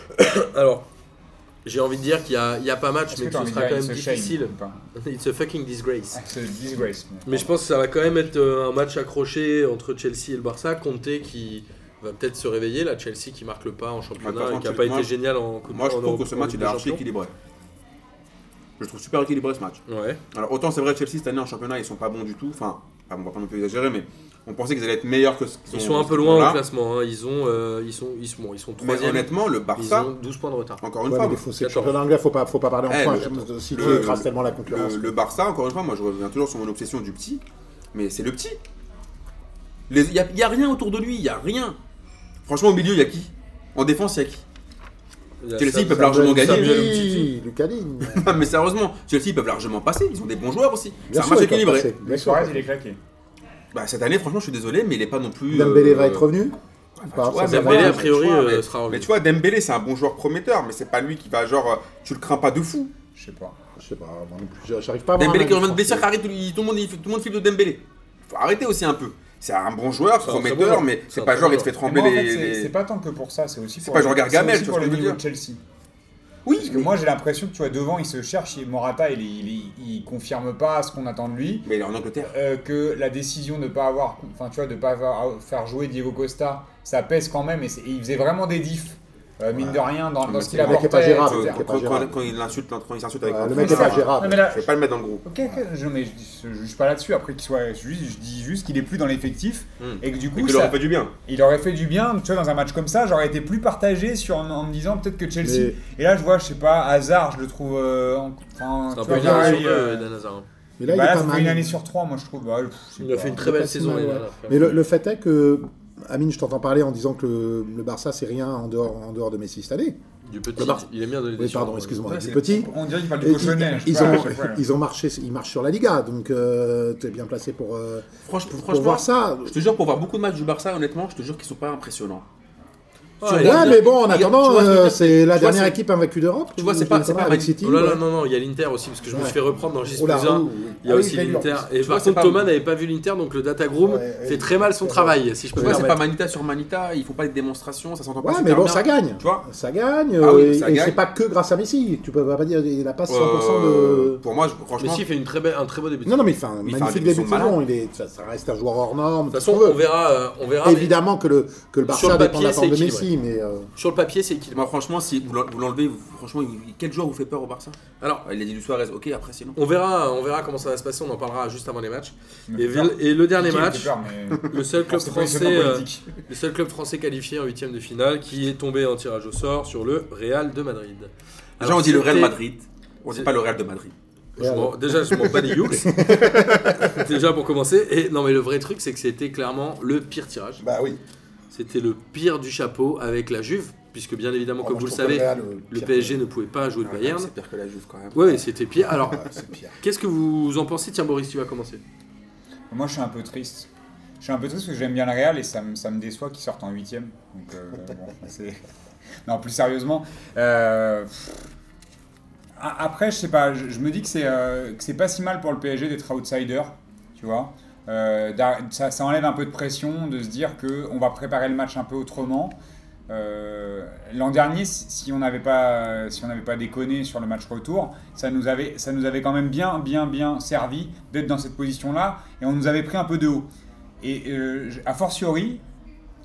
Alors j'ai envie de dire qu'il y a, il y a pas match, Est-ce mais que que t'as ce envie de sera dire quand it's même a shame difficile. ou pas It's a fucking disgrace. It's a disgrace. Mais je pense que ça va quand même être euh, un match accroché entre Chelsea et le Barça. Conte qui va peut-être se réveiller, la Chelsea qui marque le pas en Ouais, par championnat et contre, qui n'a Bah, tu- pas moi, été génial en Coupe Moi je en trouve que Europe- ce en match Ligue il est des archi Champions. équilibré. Je le trouve super équilibré ce match. Ouais. Alors autant c'est vrai que Chelsea cette année en championnat ils sont pas bons du tout, enfin ah, on va pas non plus exagérer mais on pensait qu'ils allaient être meilleurs que ce qu'ils Ils ont- sont un ce peu qu'ils loin ont au là. classement. hein. Ils ont, euh, ils sont, ils sont, bon, ils sont Mais troisième. honnêtement le Ils Barça, ont 12 points de retard. encore une euh, ouais, fois, mais des fois, c'est le 14. championnat anglais, faut pas, faut pas parler en Eh, points. le- je pense, Si tu le- écrases tellement la concurrence. le, le Barça encore une fois moi je reviens toujours sur mon obsession du petit, mais c'est le petit. Il y, a- y a rien autour de lui, il y a rien. Franchement au milieu il y a qui En défense il y a qui Chelsea, ils peuvent largement gagner. Oui, Lucadine. Non, mais sérieusement Chelsea ils peuvent largement passer, ils ont des bons joueurs aussi. C'est Bien un sûr, match ils peuvent équilibré. passer. Mais Bien sûr. Suarez il est claqué. Bah, cette année franchement je suis désolé mais il est pas non plus. Dembélé euh, va être revenu. Enfin, tu vois, Ça, ça Dembélé, va, a priori mais- euh, sera sera revenu. Mais tu vois Dembélé c'est un bon joueur prometteur mais c'est pas lui qui va genre euh, tu le crains pas de fou. Je sais pas. Je sais pas, moi non plus, j'arrive pas à avoir un Dembélé avis qui est en train de blessure, tranquille. arrête, tout, il- tout le monde, il- tout le monde flippe de Dembélé. Faut arrêter aussi un peu. C'est un bon joueur, c'est C'est un très bon prometteur, joueur. mais C'est c'est un pas très genre bon il te fait joueur. trembler Mais moi, en fait, les- c'est- les. c'est pas tant que pour ça, c'est aussi C'est pour pas le- genre Gargamel, c'est aussi tu vois pour ce le que je veux niveau de Chelsea. Oui, Parce que moi j'ai l'impression que tu vois devant il se cherche, il- Morata il, il, il- il confirme pas ce qu'on attend de lui. mais il est en Angleterre. Euh, que la décision de pas avoir, enfin tu vois, de pas avoir- faire jouer Diego Costa, ça pèse quand même et, c'est- et il faisait vraiment des diffs, euh, mine de rien, dans, dans mais ce c'est qu'il le mec apportait. qui est pas Ah, gérable, etc. qui est Quand pas quand- gérable. quand il insulte, quand il s'insulte avec Ouais, un le truc, mec est ça pas va. gérable. Non, mais là, Je vais pas le mettre dans le groupe. Ok, ok, je, mais je, dis- je juge pas là-dessus. Après qu'il soit, je, dis- je dis juste qu'il est plus dans l'effectif Hmm. et que du Et coup, que ça- leur fait du bien. il aurait fait du bien. Tu vois, dans un match comme ça, j'aurais été plus partagé sur en, en me disant peut-être que Chelsea. Et là, je vois, je sais pas, Hazard, je le trouve. euh, en- enfin, C'est tu un vois, peu pareil, dur sur euh, euh, Dan Hazard. hein. Mais là, bah il là, est ça pas fait mal. une année sur trois, moi je trouve. Bah, pff, je sais Il a pas. fait une très pas belle si saison. mal, il a ouais. l'air quand Mais même. le, le fait est que, Amine, je t'entends parler en disant que le, le Barça, c'est rien en dehors, en dehors de Messi cette année. Du petit, Barça- il aime bien donner des Oui, pardon, surnoms, excuse-moi. Ouais, Du c'est- petit. On dirait qu'il parle Et du ils- cochonnet. je sais ils, pas, à ont, chaque fois, là. ils ont marché, ils marchent sur la Liga, donc euh, t'es bien placé pour, euh, Franch- pour Franchement, voir ça. je te jure, pour voir beaucoup de matchs du Barça, honnêtement, je te jure qu'ils sont pas impressionnants. Ouais, Sur- il y a- Ouais, mais bon, en il y a- attendant, tu vois, je veux euh, dire, c'est la tu vois, dernière c'est- équipe invaincue d'Europe. tu vois, ou c'est pas- je ne sais c'est pas avec Manu- City. Oh là ouais. là, non, non, il y a l'Inter aussi, parce que je me Ouais. suis fait reprendre dans Gis Oh là, plus 1. oh, oui. Il y a Ah oui, aussi très dur. l'Inter. Tu Et vois, par c'est contre, pas- Thomas n'avait pas vu l'Inter, donc le Data Groom Ouais, fait et- très mal son ouais. travail, si je Tu peux vois, me c'est pas permettre. Manita sur Manita, ils font pas de démonstrations, ça s'entend pas Ouais, super mais bon, bien. ça gagne. Tu vois Ça gagne. Ah oui, euh, ça et gagne. c'est pas que grâce à Messi. Tu peux pas dire il a pas 100% Euh, de. Pour moi, je- franchement, Mais si, il fait une très belle, un très beau début. Non, non, mais il fait un Il fait un magnifique début de début de saison saison. Il est, ça, ça reste un joueur hors norme. de toute façon, on verra. euh, on verra mais Évidemment que le, que le Barça Sur le dépend de la papier, forme de c'est Messi, mais. euh, Sur le papier, c'est qu'il. moi, franchement, si vous l'en- vous l'enlevez, vous- franchement, il- quel joueur vous fait peur au Barça Alors, Il a dit du Suarez, ok, après sinon. on verra, on verra comment ça va se passer, on en parlera juste avant les matchs. Il me fait Et, peur. vil- et le dernier Piqué, il me match, fait peur, mais- Ah, le seul club C'est pas une solution français. euh, politique. Le seul club français qualifié en huitième de finale qui est tombé en tirage au sort sur le Real de Madrid. Déjà, on dit le Real c'était- Madrid, on dit pas le Real de Madrid. Je m'en- déjà, je m'en bats les youks. déjà pour commencer. Et non, mais le vrai truc, c'est que c'était clairement le pire tirage. Bah oui. C'était le pire du chapeau avec la Juve, puisque bien Oh, évidemment, comme vous le savez, le euh, PSG ne pouvait pas jouer le Ah, Ouais, Bayern. C'est pire que la Juve quand même. Ouais, ouais, c'était pire. Alors, C'est pire. qu'est-ce que vous en pensez Tiens, Boris, tu vas commencer. Moi, je suis un peu triste. Je suis un peu triste parce que j'aime bien le Real et ça me, ça me déçoit qu'ils sortent en huitième. Donc, euh, bon, c'est- non, plus sérieusement. euh, a- Après, je sais pas, je, je me dis que c'est euh, que c'est pas si mal pour le PSG d'être outsider, tu vois. Euh, d'ar- ça, ça enlève un peu de pression de se dire que on va préparer le match un peu autrement. Euh, L'an dernier, si si on n'avait pas, si on n'avait pas déconné sur le match retour, ça nous avait, ça nous avait quand même bien, bien, bien servi d'être dans cette position-là, et on nous avait pris un peu de haut. Et euh, j- a fortiori,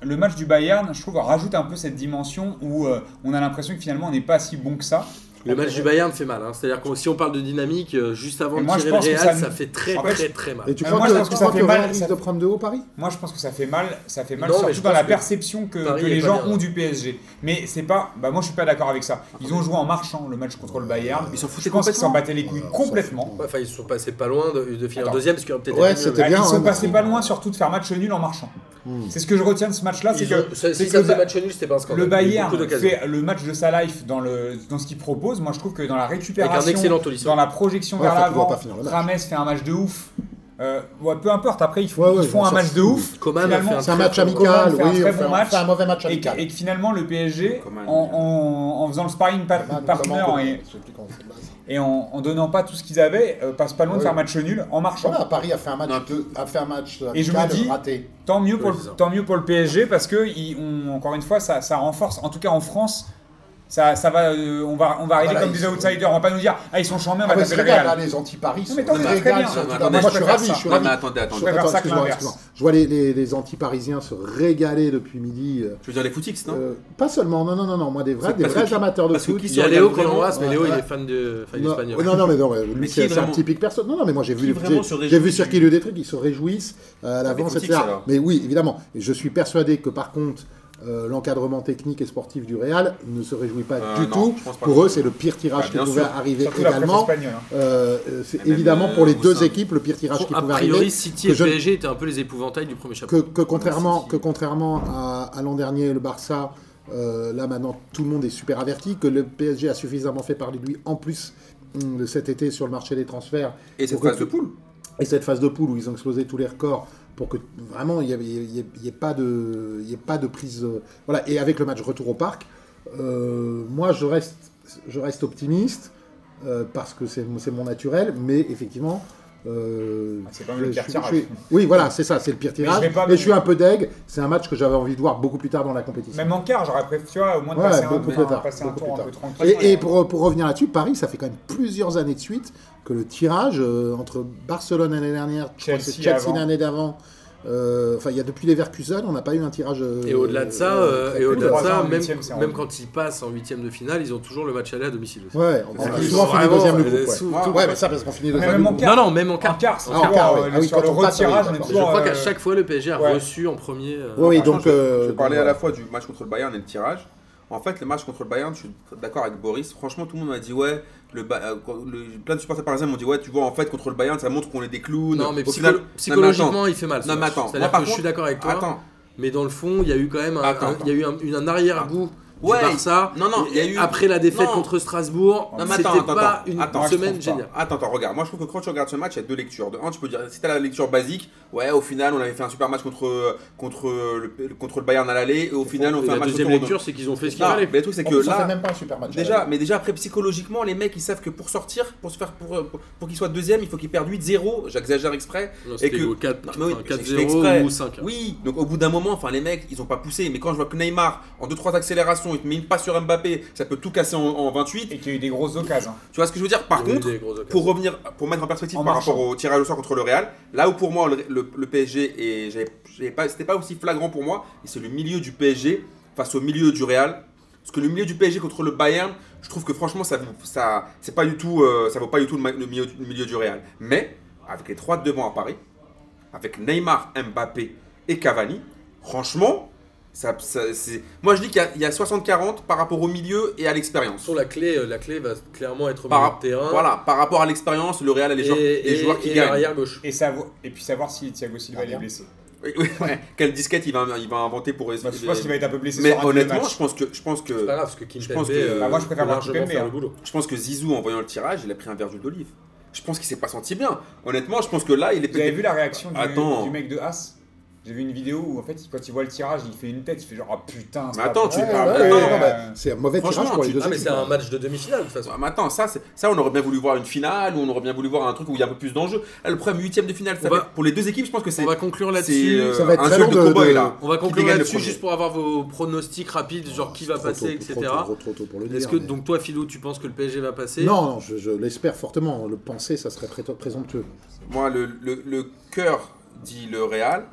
le match du Bayern, je trouve, rajoute un peu cette dimension où euh, on a l'impression que finalement on n'est pas si bon que ça. Le match du Bayern fait mal. hein. C'est-à-dire que si on parle de dynamique, euh, juste avant Mais de moi, je tirer le pense que Real, ça- ça... fait très, En fait, très, très mal. Et tu Euh, crois moi, que, je pense tu que crois ça fait que le Real mal, risque ça- de prendre de haut Paris Moi, je pense que ça fait mal, ça fait mal Non, mais je surtout dans pense la que perception que, Paris que est les pas gens bien, hein. ont ouais. du PSG. Mais c'est pas, bah moi, je suis pas d'accord avec ça. Ils ont joué en marchant le match contre le Bayern. Ils s'en foutaient Je pense qu'ils s'en complètement. battaient les couilles Ouais, on s'en complètement. fout. Ouais, Enfin, ils sont passés pas loin de, de finir Attends. deuxième, parce qu'il y aurait peut-être Ouais, eu le- c'était Ah, bien, ils hein, sont Marseille. passés pas loin, surtout de faire match nul en marchant. C'est ce que je retiens de ce match-là, c'est Ils que, ont- ça- c'est Si que ça le faisait Ba- match nul, c'était parce qu'on le a eu beaucoup Bayern d'occasions. fait le match de sa life dans, le, dans ce qu'il propose. Moi, je trouve que dans la récupération, Avec un excellent Tolisso. dans la projection Ouais, vers faut pouvoir l'avant, pas finir le match. Rames fait un match de ouf. Euh, ouais, peu importe, après, ils, font- Ouais, ouais, ils font on un s'en match de fout. ouf. Coman a Finalement, fait un C'est un très, match très bon- amical, Coman fait un oui, très on bon fait un- match. fait un mauvais match Et, que- et amical. que finalement, le PSG, Coman, en, en- en faisant le sparring pa- partner et, et en, en donnant pas tout ce qu'ils avaient, euh, passe pas loin de Ouais. faire match nul en marchant. Voilà, Paris a fait un match, Non. de- a fait un match Et je me amical dis- raté. Tant mieux, pour Ouais, le- c'est ça. tant mieux pour le PSG parce que, ils- on- encore une fois, ça, ça renforce, en tout cas en France, ça, ça va, euh, on, va, on va arriver Voilà, comme ils des sont- outsiders. On va pas nous dire, ah, ils sont chambés, on va Ah ouais, taper c'est le légal, là, Real. les anti-paris sont mais tant mieux, très très légales, bien. sont- Non, Moi, mais je suis attendez, ravi, je je suis Non, ravi. mais attendez, attendez. Je, préfère attends, ça que excuse-moi, l'inverse. excuse-moi. Je vois les, les- les anti-parisiens se régaler depuis midi. euh, Je veux dire les footix, non euh, pas seulement, non, non, non, non, moi des vrais, C'est des parce vrais que- amateurs de parce que foot. qui Il y a sont- Léo Regarde qu'on vraiment, embrasse, mais ouais, Léo, il ouais. est fan de fan Non, espagnol. non, non, mais non, mais lui, Mais qui c'est c'est un vraiment- typique personne. Non, non, mais moi j'ai vu, qui j'ai- vraiment se réjouit j'ai vu circuler des trucs, ils se réjouissent euh, à l'avance, footix, etc. alors. Mais oui, évidemment, Et je suis persuadé que par contre, euh, l'encadrement technique et sportif du Real ne se réjouit pas Euh, du non, tout. je pense pas Pour eux, que- c'est le pire tirage Bah, qui bien pouvait sûr. arriver Surtout la presse également. espagnole. hein. Euh, euh, c'est Et même, évidemment euh, pour les au deux sein- équipes le pire tirage qui a pouvait priori, arriver. City que et je- PSG étaient un peu les épouvantails du premier Que, chapeau. que contrairement, City. que contrairement à, à l'an dernier, le Barça, euh, là maintenant tout le monde est super averti, que le PSG a suffisamment fait parler de lui en plus hum, de cet été sur le marché des transferts Et cette Pour que phase de tu- poule et cette phase de poule où ils ont explosé tous les records pour que vraiment il n'y ait, il y ait- il y ait pas de il y ait pas de prise euh, voilà et avec le match retour au parc euh, moi je reste je reste optimiste euh, parce que c'est c'est mon naturel, mais effectivement. euh, Ah, c'est quand même le je pire suis- tirage. je suis- Oui, voilà, c'est ça, c'est le pire je tirage. vais pas- Mais je suis un peu deg. C'est un match que j'avais envie de voir beaucoup plus tard dans la compétition. Même en quart, j'aurais préféré, tu vois, au moins de Ouais, passer, un, beaucoup plus un- tard, passer un beaucoup tour plus un peu tard. tranquille. Et, et pour, pour revenir là-dessus, Paris, ça fait quand même plusieurs années de suite que le tirage euh, entre Barcelone l'année dernière, je crois que c'est Chelsea Chelsea avant. l'année d'avant, euh, enfin il y a depuis les Verkusen, on n'a pas eu un tirage. euh, Et au-delà de ça, euh, euh, très et cool. au-delà de Trois ça ans en même, huitième, c'est en- même quand ils passent en huitième de finale, ils ont toujours le match aller à domicile aussi. Ouais, on C'est-à-dire a qu'ils souvent sont fini vraiment, deuxième du euh, groupe. sous- Ouais, tout- ouais, mais ça parce qu'on finit deuxième même du en groupe. quart. Non, non, même en En quart. quart, c'est En toujours, quart, euh, ouais. Ah oui, sur le quand on passe, retirage, oui, on est d'accord. Je toujours, crois qu'à euh, chaque fois, le PSG a ouais. reçu en premier. euh, Oui, oui, Par donc. contre, je- euh, je parlais à donc, la fois du match contre le Bayern et le tirage. En fait, le match contre le Bayern, je suis d'accord avec Boris. Franchement, tout le monde m'a dit ouais. Le, Ba- euh, le- plein de supporters parisiens m'ont dit ouais, tu vois, en fait, contre le Bayern, ça montre qu'on est des clowns. Non, mais Au psycho- final- Non, mais psychologiquement, attends. il fait mal. ce Non, mais match. attends. Moi, C'est-à-dire par que je suis contre- d'accord avec toi. Attends. Mais dans le fond, il y a eu quand même un, Attends, un- attends. il y a eu un, une- un arrière-goût du Ouais. Barça. Non, non, il y a eu- Après la défaite Non. contre Strasbourg, Non, mais c'était attends, attends, pas attends. une Attends, je semaine trouve pas. géniale. Attends, attends, regarde. Moi, je trouve que quand tu regardes ce match, il y a deux lectures. De un, tu peux dire, si t'as la lecture basique, ouais, au final, on avait fait un super match contre, contre, le, contre le Bayern à l'aller, et au final, Et on fait un la match deuxième contre le- lecture, c'est qu'ils ont fait ce qu'il Non, fallait. mais le truc, c'est en que plus, ça là, fait même pas un super match. euh, Déjà, mais déjà après psychologiquement, les mecs ils savent que pour sortir, pour se faire pour, pour, pour qu'ils soient deuxième, il faut qu'ils perdent 8-0, j'exagère exprès. Non, C'était que- au 4 Non, mais oui, enfin, j'ai fait exprès. 4-0 ou 5. Oui, donc au bout d'un moment, enfin les mecs, ils ont pas poussé, mais quand je vois que Neymar en 2 3 accélérations, il te met une passe sur Mbappé, ça peut tout casser en, en 28. Et qu'il y a eu des grosses occasions. Tu vois ce que je veux dire Par Il y a eu contre, des grosses pour revenir pour mettre en perspective En par marchant. rapport au tirage au sort contre le Real, là où pour moi le, le- le PSG et j'avais- j'avais pas c'était pas aussi flagrant pour moi, et c'est le milieu du PSG face au milieu du Real. Parce que le milieu du PSG contre le Bayern, je trouve que franchement ça ça c'est pas du tout euh, ça vaut pas du tout le, ma- le milieu, le milieu du Real. Mais avec les trois de devant à Paris, avec Neymar, Mbappé et Cavani, franchement ça, ça- c'est- moi je dis qu'il y a- il y a, 60-40 par rapport au milieu et à l'expérience. Sur la clé, euh, la clé va clairement être au Par, milieu rap- de terrain. voilà, par rapport à l'expérience, le Real a les joueurs, et, les et- joueurs qui et gagnent. l'arrière gauche. Et, savo- et puis savoir si Thiago Silva Ah, il est bien. blessé. Oui, oui, ouais. Quelle disquette il va, il va inventer pour Bah, essayer je pense qu'il va être un peu blessé Mais sur un des deux honnêtement, matchs. je pense que je pense C'est pas que grave, parce que Kim je pense que- euh, Bah, moi, je préfère peut voir largement Kimpembe, faire hein. le boulot. je pense que Zizou en voyant le tirage, il a pris un verre d'huile d'olive. Je pense qu'il s'est pas senti bien. Honnêtement, je pense que là, il est Vous avez peut-être vu la réaction du, Attends. du mec de Haas J'ai vu une vidéo où en fait quand il voit le tirage, il fait une tête, il fait genre ah putain. c'est Mais pas attends, vrai. tu- Ouais, Ah, ouais, attends, ouais, non, euh, bah, c'est un mauvais franchement, tirage pour les tu- deux Ah, mais équipes. hein. c'est un match de demi-finale, de toute façon. Ouais, mais attends, ça, c'est- ça, on aurait bien voulu voir une finale, ou on aurait bien voulu voir un truc où il y a un peu plus d'enjeux. Là, le problème huitième de finale, ça On va- va- pour les deux équipes, je pense que c'est On va conclure c'est, là-dessus. euh, Ça va être un très jeu long de de- cowboy de- là. On va Qui conclure dégaine le là-dessus premier. juste pour avoir vos pronostics rapides, genre qui va Trop tôt, passer, etc. trop tôt, trop tôt, trop tôt pour le Est-ce dire, que mais- donc toi Philou, tu penses que le PSG va passer Non, non, je, je l'espère fortement. Le penser, ça serait pré- présomptueux. Moi, le, le, le cœur dit le Real,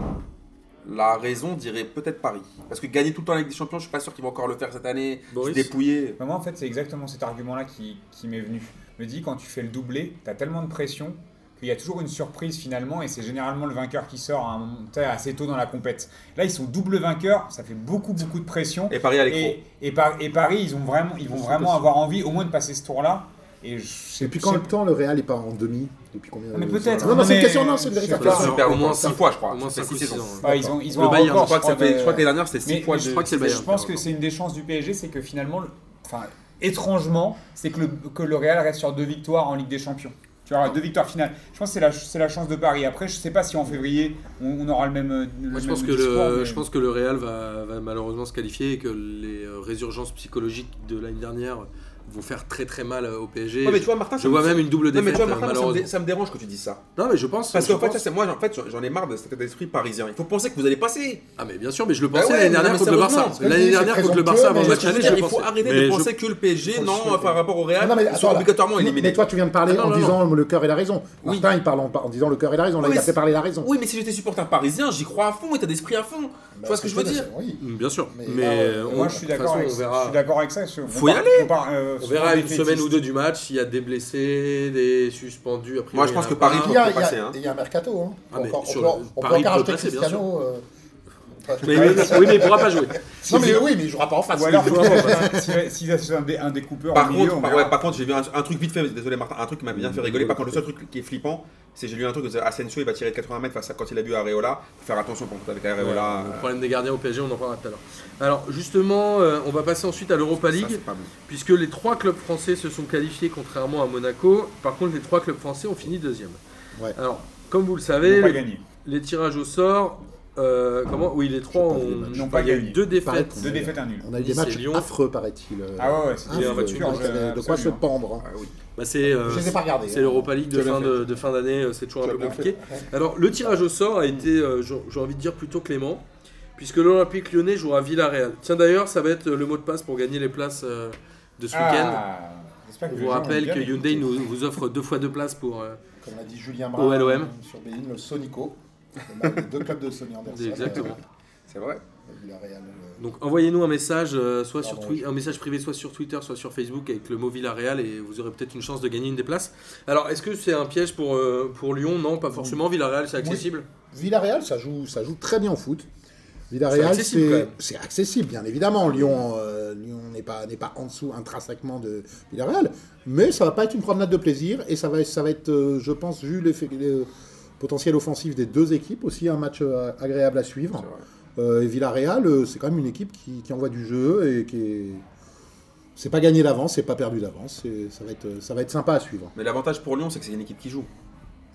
la raison dirait peut-être Paris. Parce que gagner tout le temps la Ligue des Champions, je suis pas sûr qu'ils vont encore le faire cette année. Boris Se dépouiller. Mais moi en fait c'est exactement cet argument là qui, qui m'est venu. Je Me dit quand tu fais le doublé, t'as tellement de pression qu'il y a toujours une surprise finalement et c'est généralement le vainqueur qui sort à un moment, t'sais, assez tôt dans la compète. Là ils sont double vainqueurs, ça fait beaucoup beaucoup de pression. Et Paris à l'écran. Et, et, Par- et Paris ils ont vraiment ils vont vraiment avoir envie au moins de passer ce tour là. Et, je sais Et puis quand je le sais- temps, le Real est pas en demi depuis combien Ah, Mais peut-être. hein, Non, non, c'est mais- une question, non, c'est une je sais véritable pas. question. Super, au moins hein. Ça 6 fait- fois, je crois. au moins Ça fait 5 ou six 6 saisons. ans. Ouais, ils ont, ils ont Le un Bayern, record, Je crois que ça crois, fait- de- je crois que les dernières, c'était Mais- 6 fois. mais de- hein. je crois que c'est le Mais Bayern. je pense que c'est une des chances du PSG, c'est que finalement, le- enfin, étrangement, c'est que le, que le Real reste sur deux victoires en Ligue des Champions. Tu vois, deux victoires finales. Je pense que c'est la, c'est la chance de Paris. Après, je sais pas si en février, on, on aura le même. euh, le Moi, je même pense, que discours, le, mais- je pense que le Real va, va malheureusement se qualifier et que les euh, résurgences psychologiques de l'année dernière vont faire très très mal euh, au PSG. Ouais, je, mais tu vois, Martin, je ça me- vois même une double Non, défaite mais tu vois, euh, Martin, moi, ça me, malheureusement. dé- ça me dérange que tu dis ça. Non mais je pense. Parce je qu'en fait, pense- ça, c'est- moi, en fait, j'en- j'en ai marre de cet état d'esprit parisien. Il faut penser que vous allez passer. Ah mais bien sûr, mais je le Bah pensais ouais, l'année dernière mais contre le Barça. sérieusement, c'est L'année dernière contre le Barça avant Mais le je match veux aller, dire, je le il faut pensais. arrêter Mais de je- penser que le PSG, Faut le non, souhaiter. par rapport au Real, Non, mais ils attends, sont attends. obligatoirement Mais- éliminés. Mais toi, tu viens de parler Ah, non, en non, disant le cœur et la raison. Oui. Martin, il parle en, en disant le cœur et la raison. Là, Oui, il a c'est- fait parler la raison. Oui, mais si j'étais supporter parisien, j'y crois à fond, état d'esprit à fond. tu vois ce que je veux dire Bah, Oui. Mm, Bien sûr. Mais- Mais, Ah ouais. euh, on- Moi, je suis de toute d'accord façon, avec, on verra. je suis d'accord avec ça. parce que on Faut y part- aller. on part, euh, On sur verra des une semaine défaitistes. ou deux du match, s'il y a des blessés, des suspendus. après Moi, je il y en pense a que pas. Paris Il peut y a, pas il y a- passer, hein. il y a un mercato. Hein. Ah, mais Encore- on sur peut, le- on peut Paris encore peut acheter passer, bien Cristiano. euh, Mais, oui, mais il pourra pas jouer. Non, mais oui, mais il jouera pas en face. Ou alors, peut-être, si- s'ils achètent un, dé- un découpeur Par au milieu, contre, on par, verra. ouais, par contre, j'ai vu un, un truc vite fait, désolé Martin, un truc qui m'a bien fait rigoler. Par contre, le seul truc qui est flippant, c'est j'ai lu un truc que Asensio il va tirer de 80 mètres face à quand il a vu Areola. Faut faire attention par contre avec Areola. Euh, euh, Le problème des gardiens au PSG, on en parlera tout à l'heure. Alors justement, euh, on va passer ensuite à l'Europa euh, ça, League, c'est pas bon. puisque les trois clubs français se sont qualifiés contrairement à Monaco. Par contre, les trois clubs français ont fini deuxième. Ouais. Alors, comme vous le Ils vont savez, pas les, gagner. les tirages au sort euh, comment Oui, les trois pas vu les ont, matchs. N'ont pas il y a eu gagné. deux Paraît qu'on défaites. Deux défaites, un nul. On a eu des Nice matchs et Lyon. affreux, paraît-il. euh, Ah ouais, ouais, c'était affreux, un match donc purge, il y avait de quoi se absolument. pendre. hein. Ah oui. Bah, c'est euh, Je les ai pas Ah, regardés. hein. c'est l'Europa League de Tu l'as fin bien de, de fin d'année, euh, c'est toujours un Tu peu l'as bien compliqué. Alors le tirage au sort a été, euh, j'ai j'ai envie de dire plutôt clément, puisque l'Olympique Lyonnais jouera à Villarreal. Tiens d'ailleurs, ça va être le mot de passe pour gagner les places euh, de ce week-end. Ah, j'espère On que vous les gens rappelle ont bien que écouté. Hyundai nous vous offre deux fois deux places pour. euh, Comme l'a dit Julien Au Brun LOM. euh, sur Bein, le Sonico. On a les deux clubs de Sony Anderson. Exactement. C'est vrai. euh, Villarreal, euh, Donc envoyez-nous un message, euh, soit sur Pardon, Twi- un message privé, soit sur Twitter, soit sur Facebook avec le mot Villarreal et vous aurez peut-être une chance de gagner une des places. Alors est-ce que c'est un piège pour, euh, pour Lyon Non, pas forcément. Villarreal, c'est accessible. Villarreal, ça joue, ça joue très bien au foot. Villarreal, C'est accessible, quand c'est même. c'est accessible, bien évidemment. Lyon euh, Lyon n'est pas, n'est pas en dessous intrinsèquement de Villarreal, mais ça va pas être une promenade de plaisir et ça va, ça va être, euh, je pense, vu l'effet- le potentiel offensif des deux équipes, aussi un match euh, agréable à suivre. C'est vrai. Euh, et Villarreal, euh, c'est quand même une équipe qui, qui envoie du jeu et qui est... C'est pas gagné d'avance, c'est pas perdu d'avance, c'est- ça, va être- ça va être sympa à suivre. Mais l'avantage pour Lyon, c'est que c'est une équipe qui joue.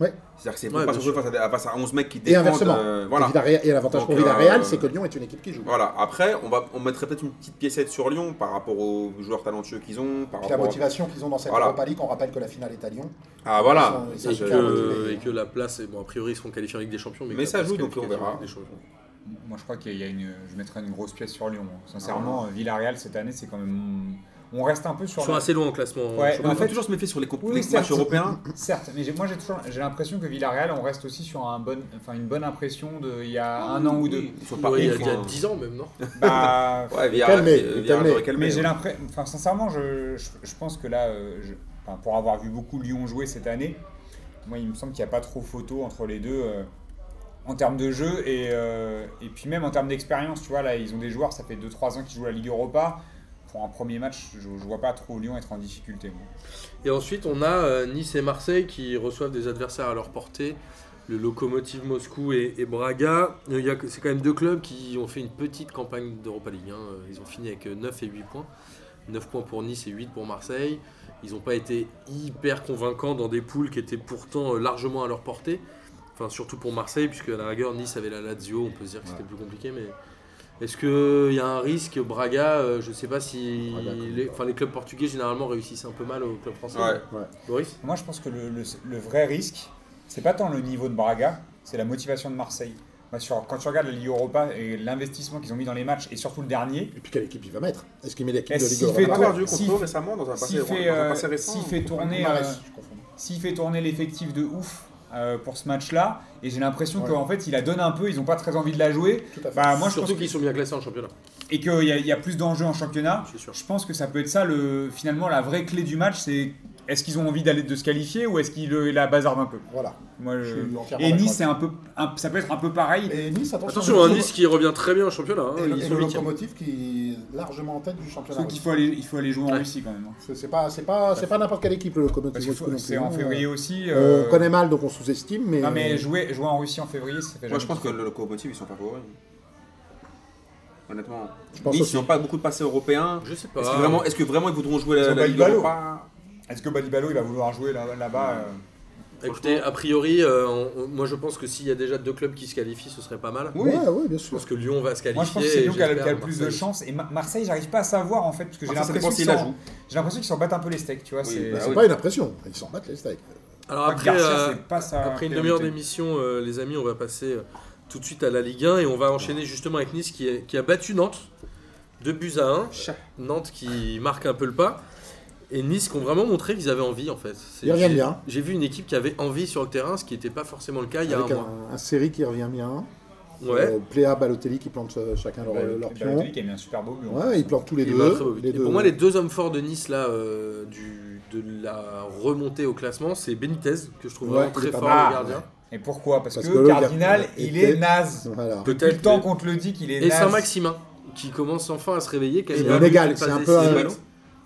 Ouais. C'est-à-dire que c'est Ouais, bien pas surtout face à, des- face à 11 mecs qui Et défendent. inversement. euh, voilà. Villarreal- Et l'avantage Donc, pour Villarreal, euh, c'est que Lyon est une équipe qui joue. Voilà. Après, on, va, on mettrait peut-être une petite piécette sur Lyon par rapport aux joueurs talentueux qu'ils ont. Par Puis la rapport motivation qu'ils ont dans cette Voilà. Europa League, on rappelle que la finale est à Lyon. Ah voilà. Ils sont- ils Ça, sont Et je- super que, euh, motivés. et que la place, est- bon, a priori, ils seront qualifiés avec des champions. Mais, Mais que la ça place joue, donc on qualificative verra. des champions. Moi, je crois qu'il y a une. Je mettrais une grosse pièce sur Lyon. hein. Sincèrement, euh, Villarreal cette année, c'est quand même. On reste un peu Ils sur. sont la- assez loin au classement. Ouais, Je- On en fait fait- toujours se méfier sur les, comp- Oui, les certes. matchs européens. Certes, mais j'ai- moi j'ai toujours j'ai l'impression que Villarreal, on reste aussi sur un bon, enfin une bonne impression de il y a Ah un an ou deux. Ils sont Ouais, pas il y a- ouf, il y a hein. 10 ans même, non Bah, Ouais, Villarreal, Calmez, euh, calmez. Villarreal devrait calmer. mais j'ai ouais. l'impression, enfin sincèrement, je, je, je pense que là, euh, je- enfin, pour avoir vu beaucoup Lyon jouer cette année, moi il me semble qu'il n'y a pas trop photo entre les deux euh, en termes de jeu et, euh, et puis même en termes d'expérience, tu vois là ils ont des joueurs, ça fait 2-3 ans qu'ils jouent la Ligue Europa. Pour un premier match, je, je vois pas trop Lyon être en difficulté. moi. Et ensuite, on a euh, Nice et Marseille qui reçoivent des adversaires à leur portée. Le Locomotive Moscou et, et Braga. Euh, Il y a que- C'est quand même deux clubs qui ont fait une petite campagne d'Europa League. hein. Ils ont fini avec euh, 9 et 8 points. 9 points pour Nice et 8 pour Marseille. Ils n'ont pas été hyper convaincants dans des poules qui étaient pourtant euh, largement à leur portée. Enfin, surtout pour Marseille, puisque à la rigueur, Nice avait la Lazio. On peut se dire que c'était plus compliqué, mais. Est-ce qu'il y a un risque Braga, euh, je ne sais pas si Ah, Braga, comme les, enfin, les clubs portugais généralement réussissent un peu mal aux clubs français. Ouais. Boris Moi, je pense que le, le- le vrai risque, c'est pas tant le niveau de Braga, c'est la motivation de Marseille. Moi, sur- quand tu regardes la Ligue Europa et l'investissement qu'ils ont mis dans les matchs, et surtout le dernier, Et puis quelle équipe il va mettre Est-ce qu'il met l'équipe de Est-ce Ligue Europa qu'il On a fait- perdu contre S'il- eux récemment dans un passé, s'il dans fait, un euh, passé récent. s'il fait tourner, Mahrez, euh, je confonds. s'il fait tourner l'effectif de ouf euh, pour ce match-là, et j'ai l'impression Ouais. qu'en fait, il la donne un peu, ils n'ont pas très envie de la jouer. Tout à fait. Bah, moi, je Surtout pense qu'ils sont bien classés en championnat. que- et qu'il y, a- il y a plus d'enjeux en championnat. Je suis sûr. Je pense que ça peut être ça, le, finalement, la vraie clé du match, c'est est-ce qu'ils ont envie d'aller de se qualifier ou est-ce qu'ils euh, la bazardent un peu. Voilà. Moi, Je je- suis entièrement Et d'accord. Nice, c'est un peu, un- ça peut être un peu pareil. Et Nice, attention. Attention, un le- Nice qui revient très bien en championnat. hein. Et le, Ils et sont le huitièmes. locomotive qui est largement en tête du championnat. Sauf qu'il faut aller, il faut aller jouer en Ouais. Russie quand même. hein. C'est c'est pas, c'est pas, c'est pas n'importe quelle équipe le Parce locomotive. que Moscou faut- non c'est plus, en hein. février aussi. Euh, euh, On connaît mal, donc on sous-estime, mais. Non mais jouer, jouer en Russie en février, ça fait Moi, jamais je pense que kiffer. le locomotive, ils sont pas favoris. Honnêtement. Je pense Nice, aussi. ils n'ont pas beaucoup de passés européens. Je sais pas. Est-ce que, vraiment- est-ce que vraiment ils voudront jouer Ils la, ont la pas eu Ligue le ballon. Europa Est-ce que Badibalo il va vouloir jouer là- là-bas euh, Écoutez, a priori, euh, on- on- moi je pense que s'il y a déjà deux clubs qui se qualifient, ce serait pas mal. Oui. Ouais, ouais, bien Je sûr. pense que Lyon va se qualifier. Moi je pense que c'est et Lyon qui a, le- qui a j'espère le plus de Marseille. chance et Ma- Marseille j'arrive pas à savoir en fait parce que j'ai Après, ça l'impression dépend qu'ils s'il la s'en- joue. j'ai l'impression qu'ils s'en battent un peu les steaks tu vois. Oui, c'est- bah Mais c'est- C'est oui. pas une impression, ils s'en battent les steaks. Alors Marc après, Garcia, euh, c'est pas sa après une priorité. demi-heure d'émission, euh, les amis, on va passer euh, tout de suite à la Ligue 1 et on va enchaîner justement avec Nice qui, est- qui a battu Nantes. Deux buts à un. Chat. Nantes qui marque un peu le pas. Et Nice qui ont vraiment montré qu'ils avaient envie en fait. C'est- Ils reviennent j'ai- bien. J'ai vu une équipe qui avait envie sur le terrain, ce qui n'était pas forcément le cas il y a Avec un mois. un, un série qui revient bien. Ouais. Euh, Pléa, Balotelli qui plante euh, chacun leur, Balotelli- leur pion. Balotelli qui a mis un super beau but. en fait. Ouais, ils plantent tous les Et deux. bah, très beau but. les Et deux. Pour moi, les deux hommes forts de Nice, là, euh, du, de la remontée au classement, c'est Benitez, que je trouve Ouais, vraiment il très est pas fort, mal. le gardien. Et pourquoi Parce, Parce que, que le Cardinal gardien il était- est naze. Voilà. Tout le Peut-être. temps qu'on te le dit qu'il est Et naze. Saint-Maximin, qui commence enfin à se réveiller. qui a Et une bah, bonne légal, passe c'est un peu décisive. un- Ballot.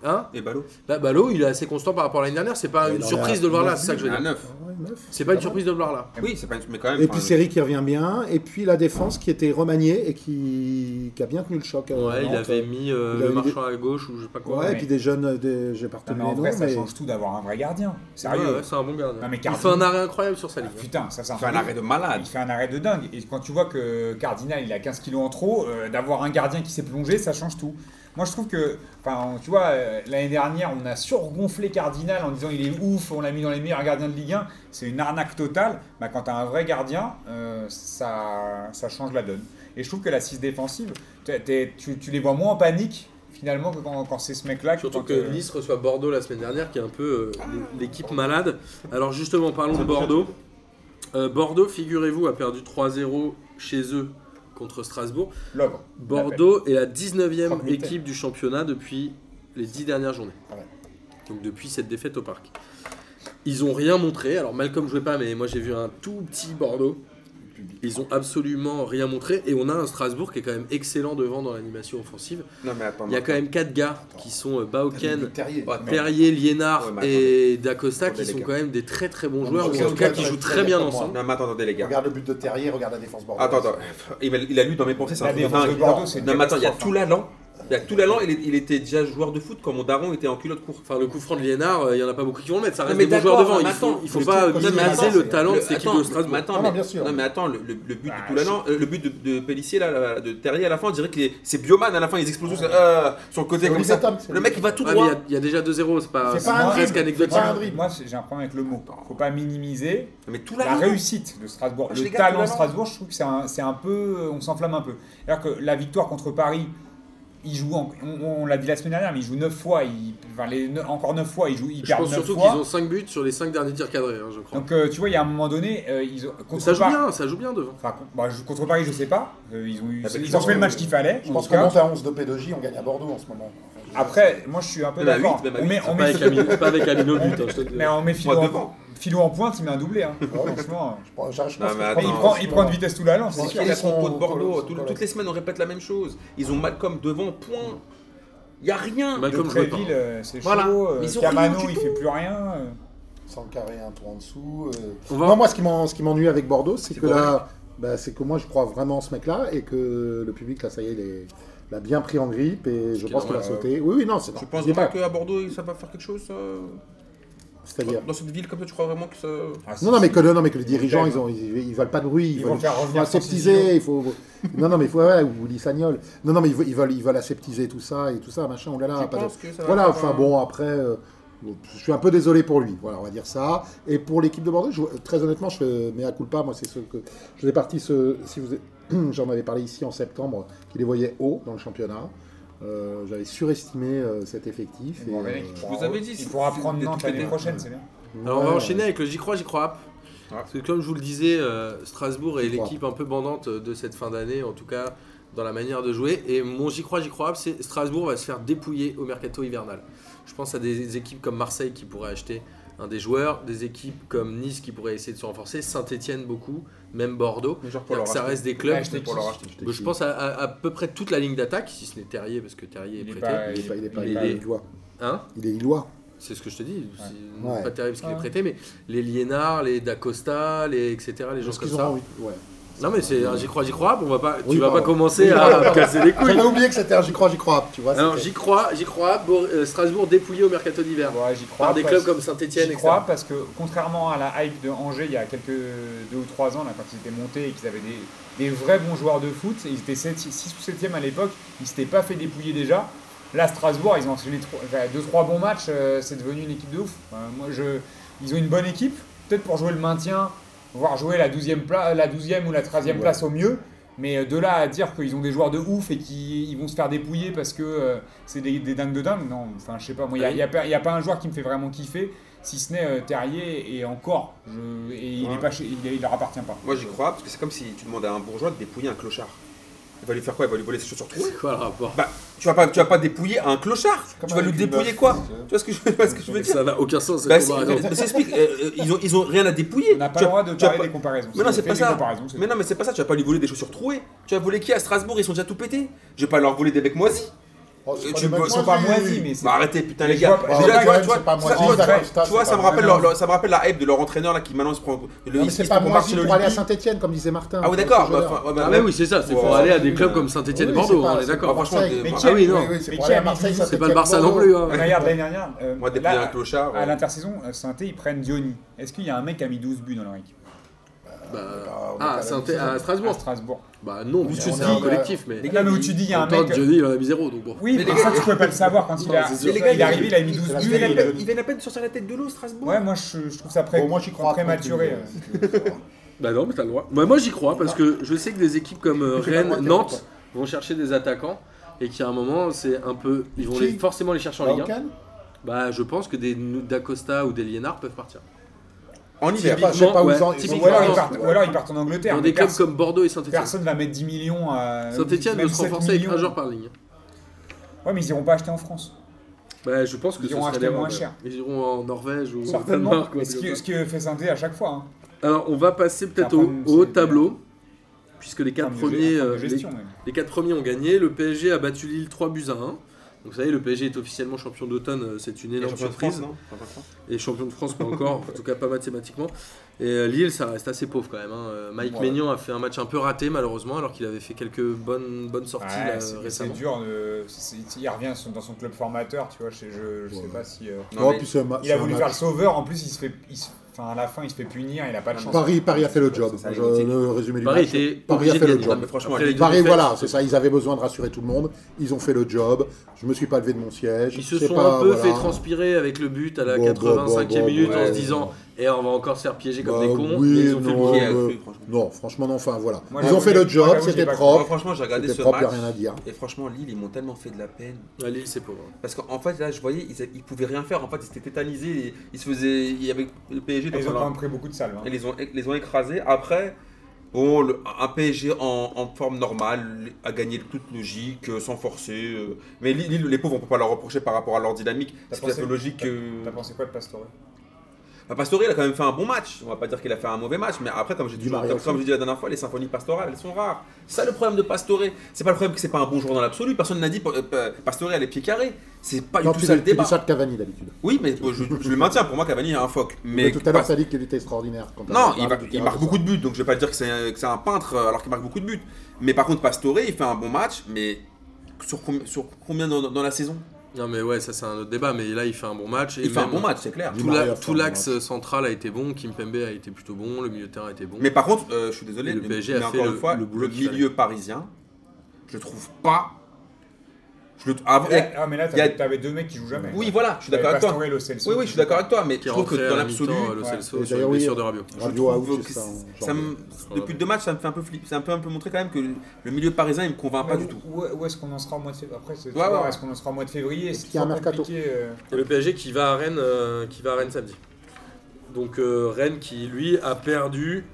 Hein Et Ballot. Bah, Ballot, il est assez constant par rapport à l'année dernière. C'est pas Et une dans surprise la- de le voir dans là, la- c'est ça que je veux À dire. 9. Ouais, neuf. C'est pas une surprise de le voir là. Ah, Oui, c'est pas une- mais quand même. Et enfin, puis série qui revient bien, et puis la défense qui était remaniée et qui, qui a bien tenu le choc. euh, Ouais, il Nantes. avait mis euh, il le avait marchand à gauche ou je sais pas quoi. Ouais, et mais- puis des jeunes, euh, des... j'ai pas Non, retenu mais les en noms, vrai, ça mais- change tout d'avoir un vrai gardien. Ouais, Sérieux. ouais, c'est un bon gardien. Non, mais il Cardi- fait un arrêt incroyable sur sa Ah, ligne. Putain, ça c'est un il fait un truc- arrêt de malade. Ah, Il fait un arrêt de dingue. Et quand tu vois que Cardinal, il a 15 kilos en trop, euh, d'avoir un gardien qui s'est plongé, ça change tout. Moi, je trouve que, enfin, tu vois, euh, l'année dernière, on a surgonflé Cardinal en disant il est ouf, on l'a mis dans les meilleurs gardiens de Ligue 1. C'est une arnaque totale. Bah, quand tu as un vrai gardien, euh, ça, ça change la donne. Et je trouve que la 6 défensive, t'es- t'es- tu, tu les vois moins en panique, finalement, que quand, quand c'est ce mec-là. Surtout quand, que euh, Nice reçoit Bordeaux la semaine dernière, qui est un peu euh, l'équipe malade. Alors justement, parlons de Bordeaux. Euh, Bordeaux, figurez-vous, a perdu 3-0 chez eux contre Strasbourg. l'ogre. Bordeaux est la 19e 30 000 équipe du championnat depuis les 10 dernières journées. Ah ouais. Donc depuis cette défaite au parc. Ils ont rien montré. Alors Malcolm jouait pas, mais moi j'ai vu un tout petit Bordeaux. Ils ont absolument rien montré. Et on a un Strasbourg qui est quand même excellent devant dans l'animation offensive. Non, mais attends. Il y a quand même quatre gars qui sont euh, Bauken, Terrier. Ouais, mais- Perrier, Liénard Ouais, mais et Dacosta qui Attendez, sont les gars. quand même des très très bons Non, joueurs, mais ou en tout ok, cas ok, qui ok, jouent ok, très bien d'accord, moi. ensemble. Non, mais attends, attendez, les gars. Regarde le but de Terrier, regarde la défense bordelaise. Attends, attends. Il m'a- il a lu dans mes pensées, c'est La un truc de défense de dingue. Bordeaux, c'est une Non, mais attends, il y a catastrophe, tout l'allant. Il y a tout l'allant, il, est- il était déjà joueur de foot quand mon daron était en culotte courte. Enfin, le coup franc de Liénard, euh, il y en a pas beaucoup qui vont le mettre, ça Non, reste mais des bons d'accord, joueurs devant. mais Il faut, attends, il faut le pas truc, comme il minimiser est là, le talent de Le- cette équipe attends, de Strasbourg. mais attends, Non, mais, non, bien sûr. non, mais attends, le, le- le but Ah, de Toulalan, euh, le but de, de Pellissier, là, là, de Terrier à la fin, on dirait que c'est Bioman à la fin, les explosions c'est, euh, sur le côté C'est comme ça. Olivier Tom, c'est Le mec il va tout Ouais, mais droit. il y a- il y, a déjà 2-0, c'est pas, C'est c'est pas un presque dribble, anecdotique. c'est pas un dribble. Moi, j'ai un problème avec le mot. Faut pas minimiser Mais tout la réussite de Strasbourg, Je le les garde talent de vraiment. Strasbourg, je trouve que c'est un, c'est un peu, on s'enflamme un peu. C'est-à-dire que la victoire contre Paris, il joue, en- on, on l'a dit la semaine dernière, mais il joue 9 fois, il, enfin, les neuf- encore 9 fois, il joue, il Je perd pense 9 surtout qu'ils fois. ont 5 buts sur les 5 derniers tirs cadrés, hein, je crois. Donc euh, tu vois, il y a un moment donné, euh, ils ont, Mais contre, Ça joue Par- bien, ça joue bien devant. enfin, con- bah, je- contre Paris, je sais pas, Euh, ils ont, eu- Ah, bah, ils ont fait le match qu'il fallait. Je en pense tout qu'on cas. monte à 11 de P2J, on gagne à Bordeaux en ce moment. Enfin, je- Après, moi je suis un peu Même à d'accord. huit, même à On met, huit. on Pas met, avec Amine- pas avec Amine au but. hein, je te le dis. mais on met Philo, Moi, en, devant. Philo en pointe, il met un doublé. Ah, hein. Franchement. je pense- je pense Non, que- mais je attends. Mais Ah, pense il Non, que- prend, il prend de vitesse tout la lance, hein. c'est C'est sûr. Ils Ils sont sont de Bordeaux, colons, tout- ils sont toutes les semaines on répète la même chose. Ils ont Malcolm devant, point. Il y a rien. Malcolm- Le Comme je veux pas. Préville, euh, c'est Voilà. chaud. euh, Mais ils ont Camano, rien du il tout. fait plus rien. euh. Sans carré, un tour en dessous. euh, On Non, va moi, ce qui m'en- ce qui m'ennuie avec Bordeaux, c'est C'est que Bordeaux. là, bah, c'est que moi, je crois vraiment en ce mec-là et que le public, là, ça y est, il est- l'a bien pris en grippe et je qu'il pense a- qu'il va euh, sauter. Oui, oui, non, c'est Tu non, penses je dis pas pas. qu'à Bordeaux ça va faire quelque chose euh, C'est-à-dire. Dans cette ville comme ça, tu crois vraiment que ça. Ah, si, Non, non, mais si. que, non, mais que les dirigeants, aiment. ils, ont, ils, ils veulent pas de bruit, ils, Ils veulent vont faire revenir aseptiser, il faut... Non, non, mais il faut, ouais, ou l'issagnol. Non, non, mais ils veulent, ils, veulent, ils veulent aseptiser tout ça et tout ça, machin, oh là là. Tu pas de- penses que ça va Voilà, faire enfin un- bon, après, euh, bon, je suis un peu désolé pour lui, voilà, on va dire ça. Et pour l'équipe de Bordeaux, je vois- très honnêtement, je mets à culpa, moi, c'est ce que. Je faisais partie, ce, si vous. J'en avais parlé ici en septembre, qui les voyait haut dans le championnat. Euh, J'avais surestimé euh, cet effectif. Bon, Eric, euh, il vous pourra- avais dit, Il pourra c'est- prendre c'est Nantes tout pété. l'année prochaine, c'est bien. Alors on va ouais, enchaîner avec le J'y crois, J'y crois app. Ouais. Parce que comme je vous le disais, euh, Strasbourg est J'y crois. l'équipe un peu bandante euh, de cette fin d'année, en tout cas dans la manière de jouer. Et mon J'y crois, J'y crois app, c'est Strasbourg va se faire dépouiller au mercato hivernal. Je pense à des équipes comme Marseille qui pourraient acheter un des joueurs, des équipes comme Nice qui pourraient essayer de se renforcer, Saint-Etienne beaucoup, même Bordeaux. Mais genre pour Ça leur acheter. reste des clubs. acheter pour qui Ah, leur acheter. Bah, je pense à, à- à peu près toute la ligne d'attaque, si ce n'est Terrier, parce que Terrier est Il est prêté. pas- Il est pas- il est pas- il il est- est illois. Hein Il est illois. c'est ce que je te dis, c'est Ouais. pas terrible ce qu'il est Ouais. prêté, mais les Liénards, les Dacosta, les etc., les gens Parce comme qu'ils ont ça. envie. Ouais. Non mais c'est un j'y crois, j'y crois, on va pas, Oui, tu vas pardon. pas commencer Oui, à pardon. me casser les couilles. J'avais oublié que c'était un j'y crois, j'y crois, tu vois. Ah Alors c'était- j'y crois, j'y crois, Bor- euh, Strasbourg dépouillé au mercato d'hiver. Ouais, J'y crois. Par des parce- clubs comme Saint-Etienne, J'y etc. crois parce que contrairement à la hype de Angers il y a quelques deux ou trois ans, là, quand ils étaient montés et qu'ils avaient des, des vrais bons joueurs de foot, ils étaient 6 ou 7 à l'époque, ils s'étaient pas fait dépouiller déjà. Là, Strasbourg, ils ont enchaîné 2-3 bons matchs, euh, c'est devenu une équipe de ouf. Euh, moi, je, ils ont une bonne équipe, peut-être pour jouer le maintien, voire jouer la 12e, pla- la 12e ou la 13e Ouais. place au mieux. Mais euh, de là à dire qu'ils ont des joueurs de ouf et qu'ils ils vont se faire dépouiller parce que euh, c'est des, des dingues de dingues, non, enfin je sais pas, moi il n'y a, y a pas- y a pas un joueur qui me fait vraiment kiffer si ce n'est euh, Terrier et encore, je- et il Ouais. est pas chez- il, il leur appartient pas. Moi j'y crois parce que c'est comme si tu demandes à un bourgeois de dépouiller un clochard. Il va lui faire quoi Il va lui voler ses chaussures trouées C'est quoi le rapport Bah, tu vas pas, tu vas pas dépouiller un clochard. comme Tu vas lui avec une dépouiller meuf, quoi tu sais. Tu vois ce que je, tu vois ce que je veux dire Ça n'a aucun sens. cette Bah, si, comparaison. mais s'explique. euh, ils ont, ils ont rien à dépouiller. On n'a pas le Tu vas- droit de tu vas parler pas- des comparaisons. Mais non, On c'est fait pas des ça. comparaisons, c'est Mais non, mais c'est pas ça. Tu vas pas lui voler des chaussures trouées. Tu vas voler qui à Strasbourg Ils sont déjà tout pétés. Je vais pas leur voler des becs moisis. Oh, c'est Et pas tu des mecs peux- Ils sont pas moisis. moisis, mais c'est. Bah, arrêtez, putain, Mais les je gars. vois pas- Déjà, Ouais, tu vois, ouais, tu vois, c'est pas tu moisi, vois, ça ça- reste ça, tu vois, c'est ça me pas rappelle vraiment- leur- ça me rappelle la hype de leur entraîneur là qui maintenant se prend. Non, mais il- il c'est se pas prend moi Marcelo pour aller à Lippi. Saint-Etienne, comme disait Martin. Ah oui, d'accord. bah, enfin, ouais, bah, Ah, mais oui, c'est ça, c'est Ouais, pour ouais, aller à des oui, clubs euh, comme Saint-Etienne et oui, c'est Bordeaux, pas- on est c'est Bah, d'accord. franchement, Marseille. des- Mais bah, qui Ah a- oui, non. Oui, oui, c'est Mais pour qui aller a à Marseille, mis- ça C'est pas le Barça non plus. hein. Regarde, l'année dernière, euh, Moi, dès qu'il y a un là, clochard. à ouais. l'intersaison, euh, Saint-Étienne, ils prennent Diony. Est-ce qu'il y a un mec qui a mis 12 buts dans leur équipe Bah, oh, on est Ah, pas c'est la un même thé- à saison. À Strasbourg. Strasbourg. Bah non, Où tu c'est dis, un euh, collectif, mais. Les Là, mais où tu dis, il y a un mec. euh, Johnny, il en a mis zéro, donc bon. Oui, mais, les ça, tu pouvais pas le savoir quand il, Non, a, c'est sûr. il est arrivé, il a mis 12 C'est buts. la Ils il a- vieille- viennent- Ils viennent à peine de sortir la tête de l'eau, Strasbourg. Ouais, moi, je, je trouve ça pré Bon, moi, j'y crois pas, prématuré. hein, continue, ah, euh. euh, c'est- Bah non, mais t'as le droit. Bah, moi j'y crois parce que je sais que des équipes comme euh, J'ai pas le droit, Rennes, t'es Nantes vont chercher des attaquants et qu'à un moment c'est un peu. Ils vont Qui les- forcément les chercher en Ligue 1. Duncan Bah je pense que des Nou- D'Acosta ou des Liénard peuvent partir. En Je sais hiver. pas, je sais pas où ouais, ils en- ils en- typiquement, Ou alors, ils Ouais. partent, ou alors ils partent en Angleterre. Dans mais des clubs perso- comme Bordeaux et Saint-Etienne. Personne va mettre 10 millions à. Saint-Etienne même veut se 7 renforcer avec millions. un joueur par ligne. Ouais, mais ils iront pas acheter en France. Bah je pense que Ils ce iront serait acheter les moins rêves. cher. Ils iront en Norvège ou au Certainement. Danemark. ou un Mais truc ce comme ça. qui, ce qui fait synthé à chaque fois. hein. Alors on va passer peut-être C'est un au, problème, au c'est- tableau. Puisque les quatre Enfin, de premiers, gé- enfin, de euh, les- gestion, même. Les quatre premiers ont gagné. Le PSG a battu Lille 3 buts à 1. Donc ça y est, le PSG est officiellement champion d'automne. euh, C'est une énorme surprise. et champion de France, pas encore. en tout cas, pas mathématiquement. Et euh, Lille, ça reste assez pauvre quand même. hein. Euh, Mike Ouais. Maignan a fait un match un peu raté, malheureusement, alors qu'il avait fait quelques bonnes, bonnes sorties Ouais, là, c'est- c'est récemment. dur. de- c'est- il revient son- dans son club formateur, tu vois. Je, je, je sais Ouais. pas si. euh, Non, Non, mais- Oh, puis c'est un ma- Il c'est a un voulu match. faire le sauveur. En plus, il se fait. il se- Enfin, à la fin, il se fait punir. Il a pas Ah, de chance. Paris, Paris a fait le job. Ça, ça, Je- les le résumé du Paris match. était Paris a fait obligé de le gagner. job. mais franchement, Après les deux Paris, défaites, voilà, c'est ça. Ils avaient besoin de rassurer tout le monde. Ils ont fait le job. Je me suis pas levé de mon siège. Ils se C'est sont pas- un peu voilà. fait transpirer avec le but à la Bon, bon, 85e bon, bon, minute en ouais. se disant Eh, on va encore se faire piéger comme Bah des cons. oui, mais ils ont fait le non, boulot. Qui a euh, cru, franchement Non, franchement, non. Enfin, voilà. Moi, ils j'avoue, ont fait j'ai- le moi, job. j'avoue, j'ai C'était pas cru. Moi, propre. franchement, j'ai regardé C'était ce propre, y a match. Ah, rien à dire. Et franchement, Lille, ils m'ont tellement fait de la peine. Ouais, Lille, c'est pauvre. Parce qu'en fait, là, je voyais, ils, ils pouvaient rien faire. En fait, ils étaient tétanisés. et Ils se faisaient. Il y avait le PSG. Ils dans ont leur- quand même pris beaucoup de salves. hein. Et les ont, les ont écrasés. Après, bon, le- un PSG en, en forme normale a gagné toute logique, euh, sans forcer. euh. Mais Lille, Lille, les pauvres, on peut pas leur reprocher par rapport à leur dynamique. T'as C'est tout à pensé- fait logique. que- T'as pensé quoi de Pastore Bah, Pastore, il a quand même fait un bon match. On va pas dire qu'il a fait un mauvais match, mais après, comme j'ai Di toujours- Maria comme- comme aussi. j'ai dit la dernière fois, les symphonies pastorales, elles sont rares. C'est ça le problème de Pastore. C'est pas le problème que c'est pas un bon joueur dans l'absolu. Personne n'a dit euh, euh, Pastore a les pieds carrés. C'est pas Non, du tu tout ça dis le tu dis débat. ça de Cavani d'habitude. Oui, mais euh, je, je le maintiens. Pour moi, Cavani est un phoque. Mais Mais, tout à l'heure, Pas- t'as dit qu'il était extraordinaire. quand non, t'as parlé il, va- du il terrain, marque ça. beaucoup de buts, donc je vais pas dire que c'est que c'est un peintre euh, alors qu'il marque beaucoup de buts. Mais par contre, Pastore, il fait un bon match, mais sur, com- sur combien dans, dans la saison Non, mais ouais, ça, c'est un autre débat. Mais là, il fait un bon match. et Il fait un même- bon match, c'est clair. Di Tout la- Maria fait tout un bon l'axe match. central a été bon. Kimpembe a été plutôt bon. Le milieu de terrain a été bon. Mais par contre, euh, je suis désolé, Et le mais- PSG a mais fait encore le- une fois, le le, boulot qu'il milieu parisien, je le trouve pas. Je le, avant- Là- Ah, mais là, y a- t'avais t'avais deux mecs qui jouent jamais. oui, voilà, je suis d'accord avec toi. Pastore et Lo Oui, oui, je suis d'accord avec toi, mais qui je est trouve rentré que dans l'absolu, le ouais. euh, Celso Et sur une d'ailleurs, oui, euh, blessure de Rabiot. je Radio trouve out, que c'est ça, c'est- en ça me- janvier. depuis deux matchs, ça me fait un peu flipper, ça me fait un peu montrer quand même que le milieu parisien, il me convainc Ah, pas du tout. Où, où est-ce qu'on en sera au mois de février Après, c'est- tu Ouais, vois, ouais. est-ce qu'on en sera au mois de février C'est puis, il y a un toujours mercato. compliqué, euh. Et le PSG qui va à Rennes, euh, qui va à Rennes samedi. Donc euh, Rennes qui lui a perdu.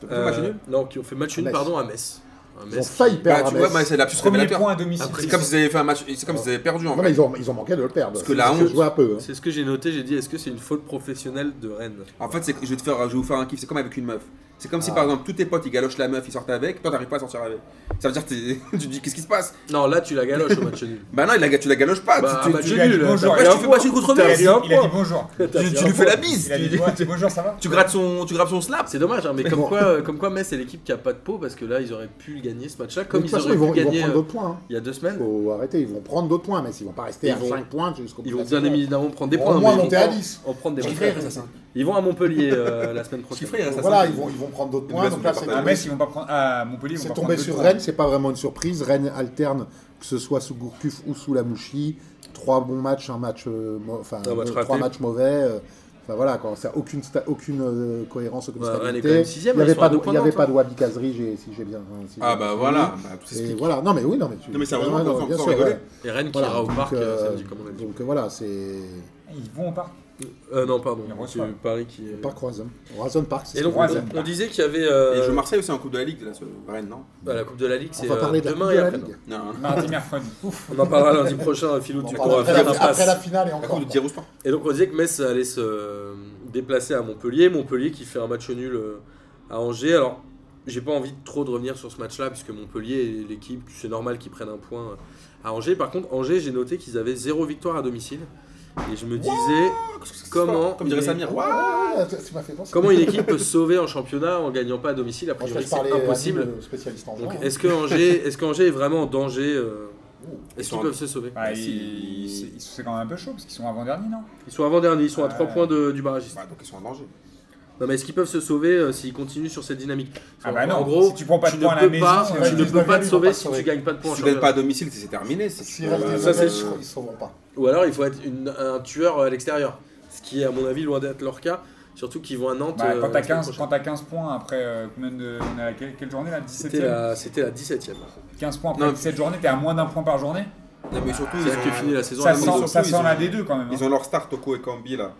T'as pas fait match euh, nul non, qui ont fait match À nul, Metz. pardon, à Metz. À Ils ont Metz qui- failli Bah, perdre. tu vois, à moi, Metz. c'est la plus Premier révélateur. point à domicile. Après, C'est comme s'ils avaient fait un match, c'est comme s'ils avaient perdu en Voilà, fait. ils, ont, ils ont manqué de le perdre. Parce que la C'est ce honte- je vois un peu. hein. C'est ce que j'ai noté. J'ai dit, est-ce que c'est une faute professionnelle de Rennes En fait, c'est que je vais, te faire, je vais vous faire un kiff, c'est comme avec une meuf. C'est comme si Ah. par exemple tous tes potes ils galochent la meuf, ils sortent avec, toi t'arrives pas à sortir avec. Ça veut dire que t'es- tu te dis qu'est-ce qui se passe Non, là tu la galoches au match nul. Bah non, il la, tu la galoches pas, Bah, tu, Ah, tu- match tu- lui as dit nul. bonjour. t'as Après, fait tu un fais point. pas une Il a controverse, dit- C'est un il a dit point. bonjour. T'as fait tu, tu un lui fais point. la bise, Il a dit tu, ouais, bonjour, ça va tu grattes son, tu grattes son slap. C'est dommage, hein, mais Mais comme bon. quoi, euh, comme quoi Metz c'est l'équipe qui a pas de peau parce que là ils auraient pu le gagner ce match-là, comme Mais de ils toute façon, auraient ils vont, pu ils vont gagner prendre euh, d'autres points. il y a deux Il semaines. faut arrêter. Ils vont prendre d'autres points, mais ils vont pas rester Ils à vont- 5 points jusqu'au bout Ils de vont la bien saison. évidemment prendre des Au points. moins mais ils monter à vont- 10. On prend des Petit bons frère, points. il reste à cinq. Ils vont à Montpellier euh, la semaine Petit prochaine. frère, il reste à Voilà, cinq. ils vont, ils vont prendre d'autres Ils points. doivent Donc se là, préparer. c'est À Metz, ils vont pas prendre. À Montpellier, ils vont C'est pas tombé prendre sur deux Rennes, c'est pas vraiment une surprise. Rennes alterne, que ce soit sous Gourcuff ou sous la Mouchi. Trois bons matchs, un match, euh, mo- enfin, Un match deux- raté. trois matchs mauvais. euh, Enfin voilà, quoi, ça a aucune, sta- aucune euh, cohérence, aucune Ouais, Bah, Rennes est stabilité. quand même sixième, il n'y ils avait, sont pas à deux de- points il y avait d'avance, pas de Wadi Kazri, j'ai- si j'ai bien. hein, si Ah j'ai bien bah suivi. voilà, bah, tout Et s'explique. voilà, non mais oui, non mais tu. Non, mais c'est Ouais, vraiment ouais, comme non, ça, bien sans sûr, rigoler. ouais. Et Rennes qui Voilà, ira au donc, parc euh, euh, samedi, comme on l'a dit. Donc voilà, c'est. points. Ils vont au parc. Euh, non, pardon. Ils C'est reçoivent. Paris qui. est- Parc Roison. Roison Park, c'est Et ce donc, qu'on on, dit. Roison. on disait qu'il y avait. euh, Et je joue Marseille aussi en Coupe de la Ligue, là, ce- Rennes, non bah, la Coupe de la Ligue, On c'est va euh, parler de la Coupe demain de et la après. Ligue. Non, hein. Mardi, mercredi. Ouf. On en parlera lundi prochain, Philou, On tu en parlera pourras faire Après ta la- après la passe. finale et la encore. Coupe de Tir au sport. Et donc, on disait que Metz allait se euh, déplacer à Montpellier. Montpellier qui fait un match nul euh, à Angers. Alors, j'ai pas envie de trop de revenir sur ce match-là, puisque Montpellier et l'équipe, c'est normal qu'ils prennent un point euh, à Angers. Par contre, Angers, j'ai noté qu'ils avaient zéro victoire à domicile. Et je me disais, Ah, comment, Comme dirait une- Samir. Waouh Ah, ça ça m'a fait penser. comment une équipe peut se sauver en championnat en gagnant pas à domicile A Moi, je priori, laisse c'est parler euh, à impossible. Nîmes, le spécialiste en Donc, juin, hein. est-ce que Angers, est-ce qu'Angers est vraiment en danger euh, Ils Est-ce sont qu'ils un- peuvent se sauver Ah, Bah, Si. ils- ils- ils- C'est quand même un peu chaud parce qu'ils sont avant-derniers, non Ils sont avant derniers, ils sont à 3 Ah. Ouais. points de- du barragiste. Bah, donc ils sont en danger. Non, mais est-ce qu'ils peuvent se sauver euh, s'ils continuent sur cette dynamique Ah En- bah non, En gros, si tu prends pas de ne points à la peux maison, euh, pas- c'est vrai, tu ne peux 19e, pas te ils vont sauver pas si se sauver. tu gagnes pas de points. Si en tu gagnes pas à championnat. domicile, c'est c'est terminé. c'est- S'ils restent euh, hein. des ça, c'est hommes, sûr. ils ne sauveront pas. Ou alors il faut être une- un tueur euh, à l'extérieur, ce qui est à mon avis loin d'être leur cas, surtout qu'ils vont à Nantes. Bah, euh, la quand t'as semaine 15, prochaine. quand t'as 15 points après euh, combien de. On est à quelle, quelle journée là 17 C'était e la, c'était la 17ème. 15 points Non. après 17 journées, t'es à moins d'un point par journée Non, mais surtout, ils C'est ont- qui finit la saison. Ça à la ils sent, maison. ont- ça ils sent ont- la D2 quand même. hein. Ils ont leur star Toko et Cambi là.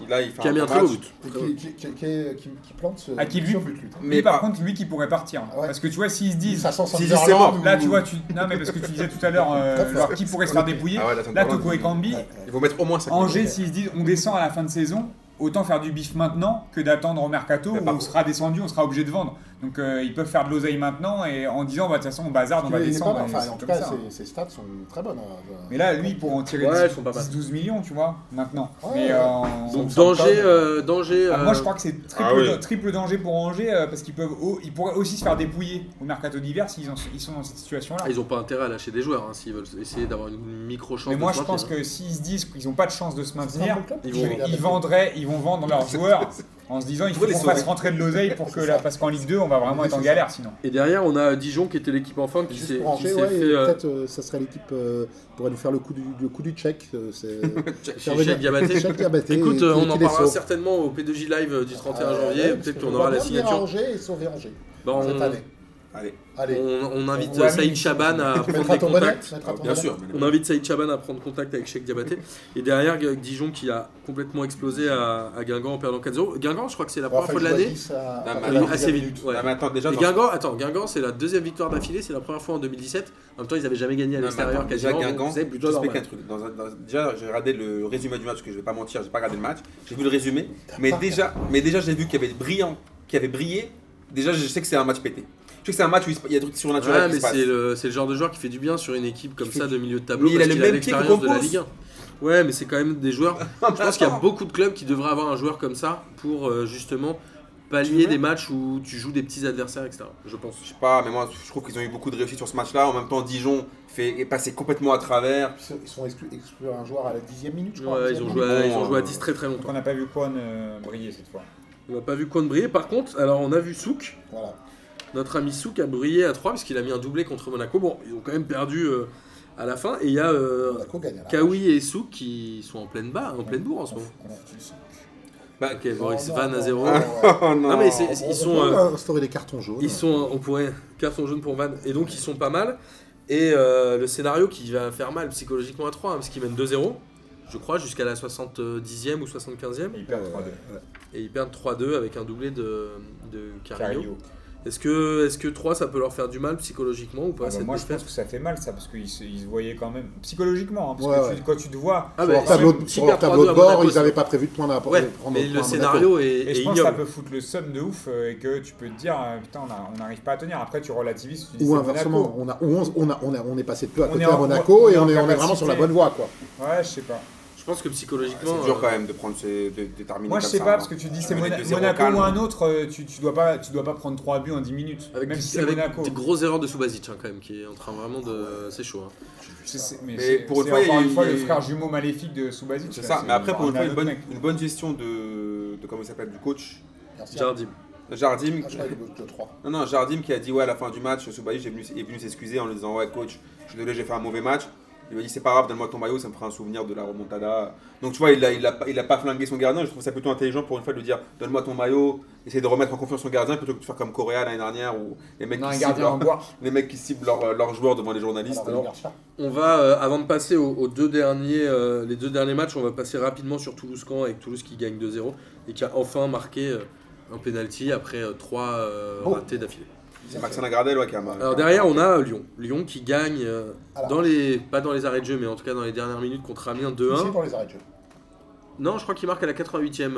Il a il fait Qui a un mis un bon très beau match. but. Et Très beau. qui, qui, qui- qui- qui- qui plante ce Ah, qui lui- ce but, lui. Mais Mais par pas- contre, lui qui pourrait partir. Ouais. Parce que tu vois, s'ils se disent. Ça sent Si, si, c'est Sunderland mort. ou- Là, tu vois, tu. Non, mais parce que tu disais tout à l'heure, euh, genre, qui pourrait se faire dépouiller Ah ouais, là, ça me Là, parle. Toko et Kambi, Ouais, ouais. Il faut mettre au moins 5 Angers, s'ils se disent on descend à la fin de saison, autant faire du bif maintenant que d'attendre au mercato Mais où par on contre- sera descendu, on sera obligé de vendre. Donc euh, ils peuvent faire de l'oseille maintenant et en disant bah, de toute façon on bazarde, on va Il est pas descendre. mal. et Enfin, c'est en tout comme cas, ça. hein. ses, ses stats sont très bonnes. euh, Mais là, lui, pour en tirer Ouais, 10 elles sont pas mal. 10, 12 millions, tu vois, maintenant. Ouais, Mais, ouais. euh, Donc semble danger, pas, mais- euh, danger. ah, moi, euh, je crois que c'est triple, Ah oui. da- triple danger pour Angers euh, parce qu'ils peuvent, au- ils pourraient aussi se faire dépouiller au mercato d'hiver s'ils en- ils sont dans cette situation-là. ah, Ils ont pas intérêt à lâcher des joueurs hein, s'ils veulent essayer d'avoir une micro chance. Mais de moi, se je pense maintenir, que s'ils se disent qu'ils n'ont pas de chance de se maintenir, Ils ils, vont- ils vendraient, ils vont vendre leurs joueurs en se disant il faut Faut les qu'on fasse sauver. rentrer de l'oseille pour que là, parce qu'en Ligue 2, on va vraiment être en galère sinon. hein. Et derrière, on a Dijon qui était l'équipe enfant qui Juste s'est pour qui Angers, s'est ouais, fait. et euh, peut-être euh, ça serait l'équipe euh, pourrait nous faire le coup du, le coup du tchèque. euh, c'est- chez faire venir- Cheikh Diabaté. Cheikh Diabaté, Écoute, et- euh, on et en qui les parlera sauve. certainement au P2J Live euh, du 31 Euh, janvier. ouais, parce Peut-être que qu'on on aura va la bien venir à signature. Angers et sauver Angers Bah, on- cette année. Allez, Allez, On, on invite euh, On va Saïd mis- Chaban à tu prendre mettras des ton bonnet, contacts. tu mettras ton ah, bien bonnet. sûr. On invite Saïd Chaban à prendre contact avec Cheikh Diabaté. Et derrière, il y a Dijon qui a complètement explosé à, à Guingamp en perdant 4-0. Guingamp, je crois que c'est la Bon, première enfin, fois de je vois l'année. 10 à- Là, à- maintenant, à la assez dixième vite, minute. ouais. Non, mais attends, déjà, Et dans- Guingamp, attends, Guingamp, c'est la deuxième victoire d'affilée. C'est la première fois en 2017. En même temps, ils n'avaient jamais gagné à Ah, Non, mais bah, l'extérieur attends, déjà quasiment. donc Guingamp, C'est je plutôt t'explique un normal. truc. Dans un- dans- déjà, j'ai regardé le résumé du match, parce que je vais pas mentir, j'ai pas regardé le match. J'ai vu le résumé, mais pas déjà, mais déjà j'ai vu qu'il y avait brillant, qu'il y avait brillé. Déjà, je sais que c'est un match pété. Je sais que c'est un match où il se- il y a des trucs surnaturels Ouais, qui mais se passent. c'est le, c'est le genre de joueur qui fait du bien sur une équipe comme ça de milieu de tableau. Mais il a parce le qu'il même a pied que l'expérience de la Compos. Ligue 1. Ouais, mais c'est quand même des joueurs. Ah, mais Je pense qu'il y a attends. beaucoup de clubs qui devraient avoir un joueur comme ça pour euh, justement pallier des matchs où tu joues des petits adversaires, etc. Je pense. Je sais pas, mais moi, je trouve qu'ils ont eu beaucoup de réussite sur ce match-là. En même temps, Dijon fait est passé complètement à travers. Ils sont- Ils sont exclus exclus un joueur à la dixième minute, je crois. Ouais, ils, ont joué à, Oh, bon, ils ont joué à 10 euh, très très Donc longtemps. on n'a pas vu Kwon euh, briller cette fois. On n'a pas vu Cohn briller. Par contre, alors on a vu Souk. Voilà. Notre ami Souk a brillé à 3 parce qu'il a mis un doublé contre Monaco. Bon, ils ont quand même perdu euh, à la fin. Et il y a euh, Monaco gagne à la Kawi et Souk qui sont en pleine, bas, en pleine bourre en ce moment. Bah, Ok, Boris Non, Van non, à 0. non, non, non. Oh non, Non, mais c'est- On- ils on sont. peut euh, instaurer des cartons jaunes. Ils sont, on pourrait, carton jaune pour Van, et donc ils sont pas mal. Et euh, le scénario qui va faire mal psychologiquement à 3, parce qu'ils mènent 2-0, je crois, jusqu'à la 70e ou 75e, Et ils perdent 3-2. Euh, et ils perdent 3-2 avec un doublé de, de Carrillo. Carillo. Est-ce que, est que 3 ça peut leur faire du mal psychologiquement ou pas Ah bah, cette moi je défaite pense que ça fait mal ça parce qu'ils se, ils se voyaient quand même psychologiquement. hein, parce Ouais, que tu- ouais. quand tu te vois. Ah Sur leur bah, tableau, si- de- si sur leur perd tableau 3-2 à de bord, Monaco, ils n'avaient pas prévu de points à Ouais, mais le scénario est, Et, est je pense que ça peut ignoble. foutre le somme de ouf euh, et que tu peux te dire euh, putain on a- on n'arrive pas à tenir. Après tu relativises. Tu dis, Ou c'est Monaco. inversement, on, a, on, on, a, on, a- on est passé de peu à On côté est à en- Monaco on est et en on est, on est vraiment capacité. sur la bonne voie. quoi. Ouais je sais pas. Je pense que psychologiquement. Ah, euh, c'est dur quand même de prendre ces de, de terminer Moi, je comme sais ça, pas, hein. parce que tu dis Tu c'est mènes Mona- 2-0 Monaco calme. hein. ou un autre, euh, tu, tu, dois pas, tu dois pas prendre 3 buts en 10 minutes. Avec, même si c'est avec Monaco. Ah des gros erreurs de Subasic hein, quand même, qui est en train vraiment de. C'est chaud. hein. C'est- c'est- mais Mais c'est- pour une c'est fois, encore il- une fois il- le frère jumeau maléfique de Subasic. C'est là, ça, mais après, on pour une fois, a une un bonne, autre mec. une bonne gestion de, de comment il s'appelle, du coach, Merci. Jardim. Jardim. Ah, je crois que le 3. Non, non, Jardim qui a dit, ouais, à la fin du match, Soubaïs est venu, est venu s'excuser en lui disant, ouais, coach, je suis désolé, j'ai fait un mauvais match. Il lui a dit, c'est pas grave, donne-moi ton maillot, ça me fera un souvenir de la remontada. Donc, tu vois, il a, il a, pas- il a pas flingué son gardien. Je trouve ça plutôt intelligent pour une fois de lui dire, donne-moi ton maillot, essaye de remettre en confiance son gardien plutôt que de faire comme Correa l'année dernière où les mecs, On a qui un ciblent, gardien en leur- bois. les mecs qui ciblent leurs euh, leurs joueurs devant les journalistes. Alors, Garcia. On va, euh, avant de passer aux, aux deux derniers, euh, les deux derniers matchs, on va passer rapidement sur Toulouse-Camp avec Toulouse qui gagne 2-0 et qui a enfin marqué euh, un penalty après 3 Bon. ratés d'affilée. C'est Maxime Lagardel, ouais, qui a marqué. Alors derrière, on a euh, Lyon. Lyon qui gagne, euh, Alors. dans les, pas dans les arrêts de jeu, mais en tout cas dans les dernières minutes contre Amiens Ici, 2-1. dans les arrêts de jeu. Non, je crois qu'il marque à la 88e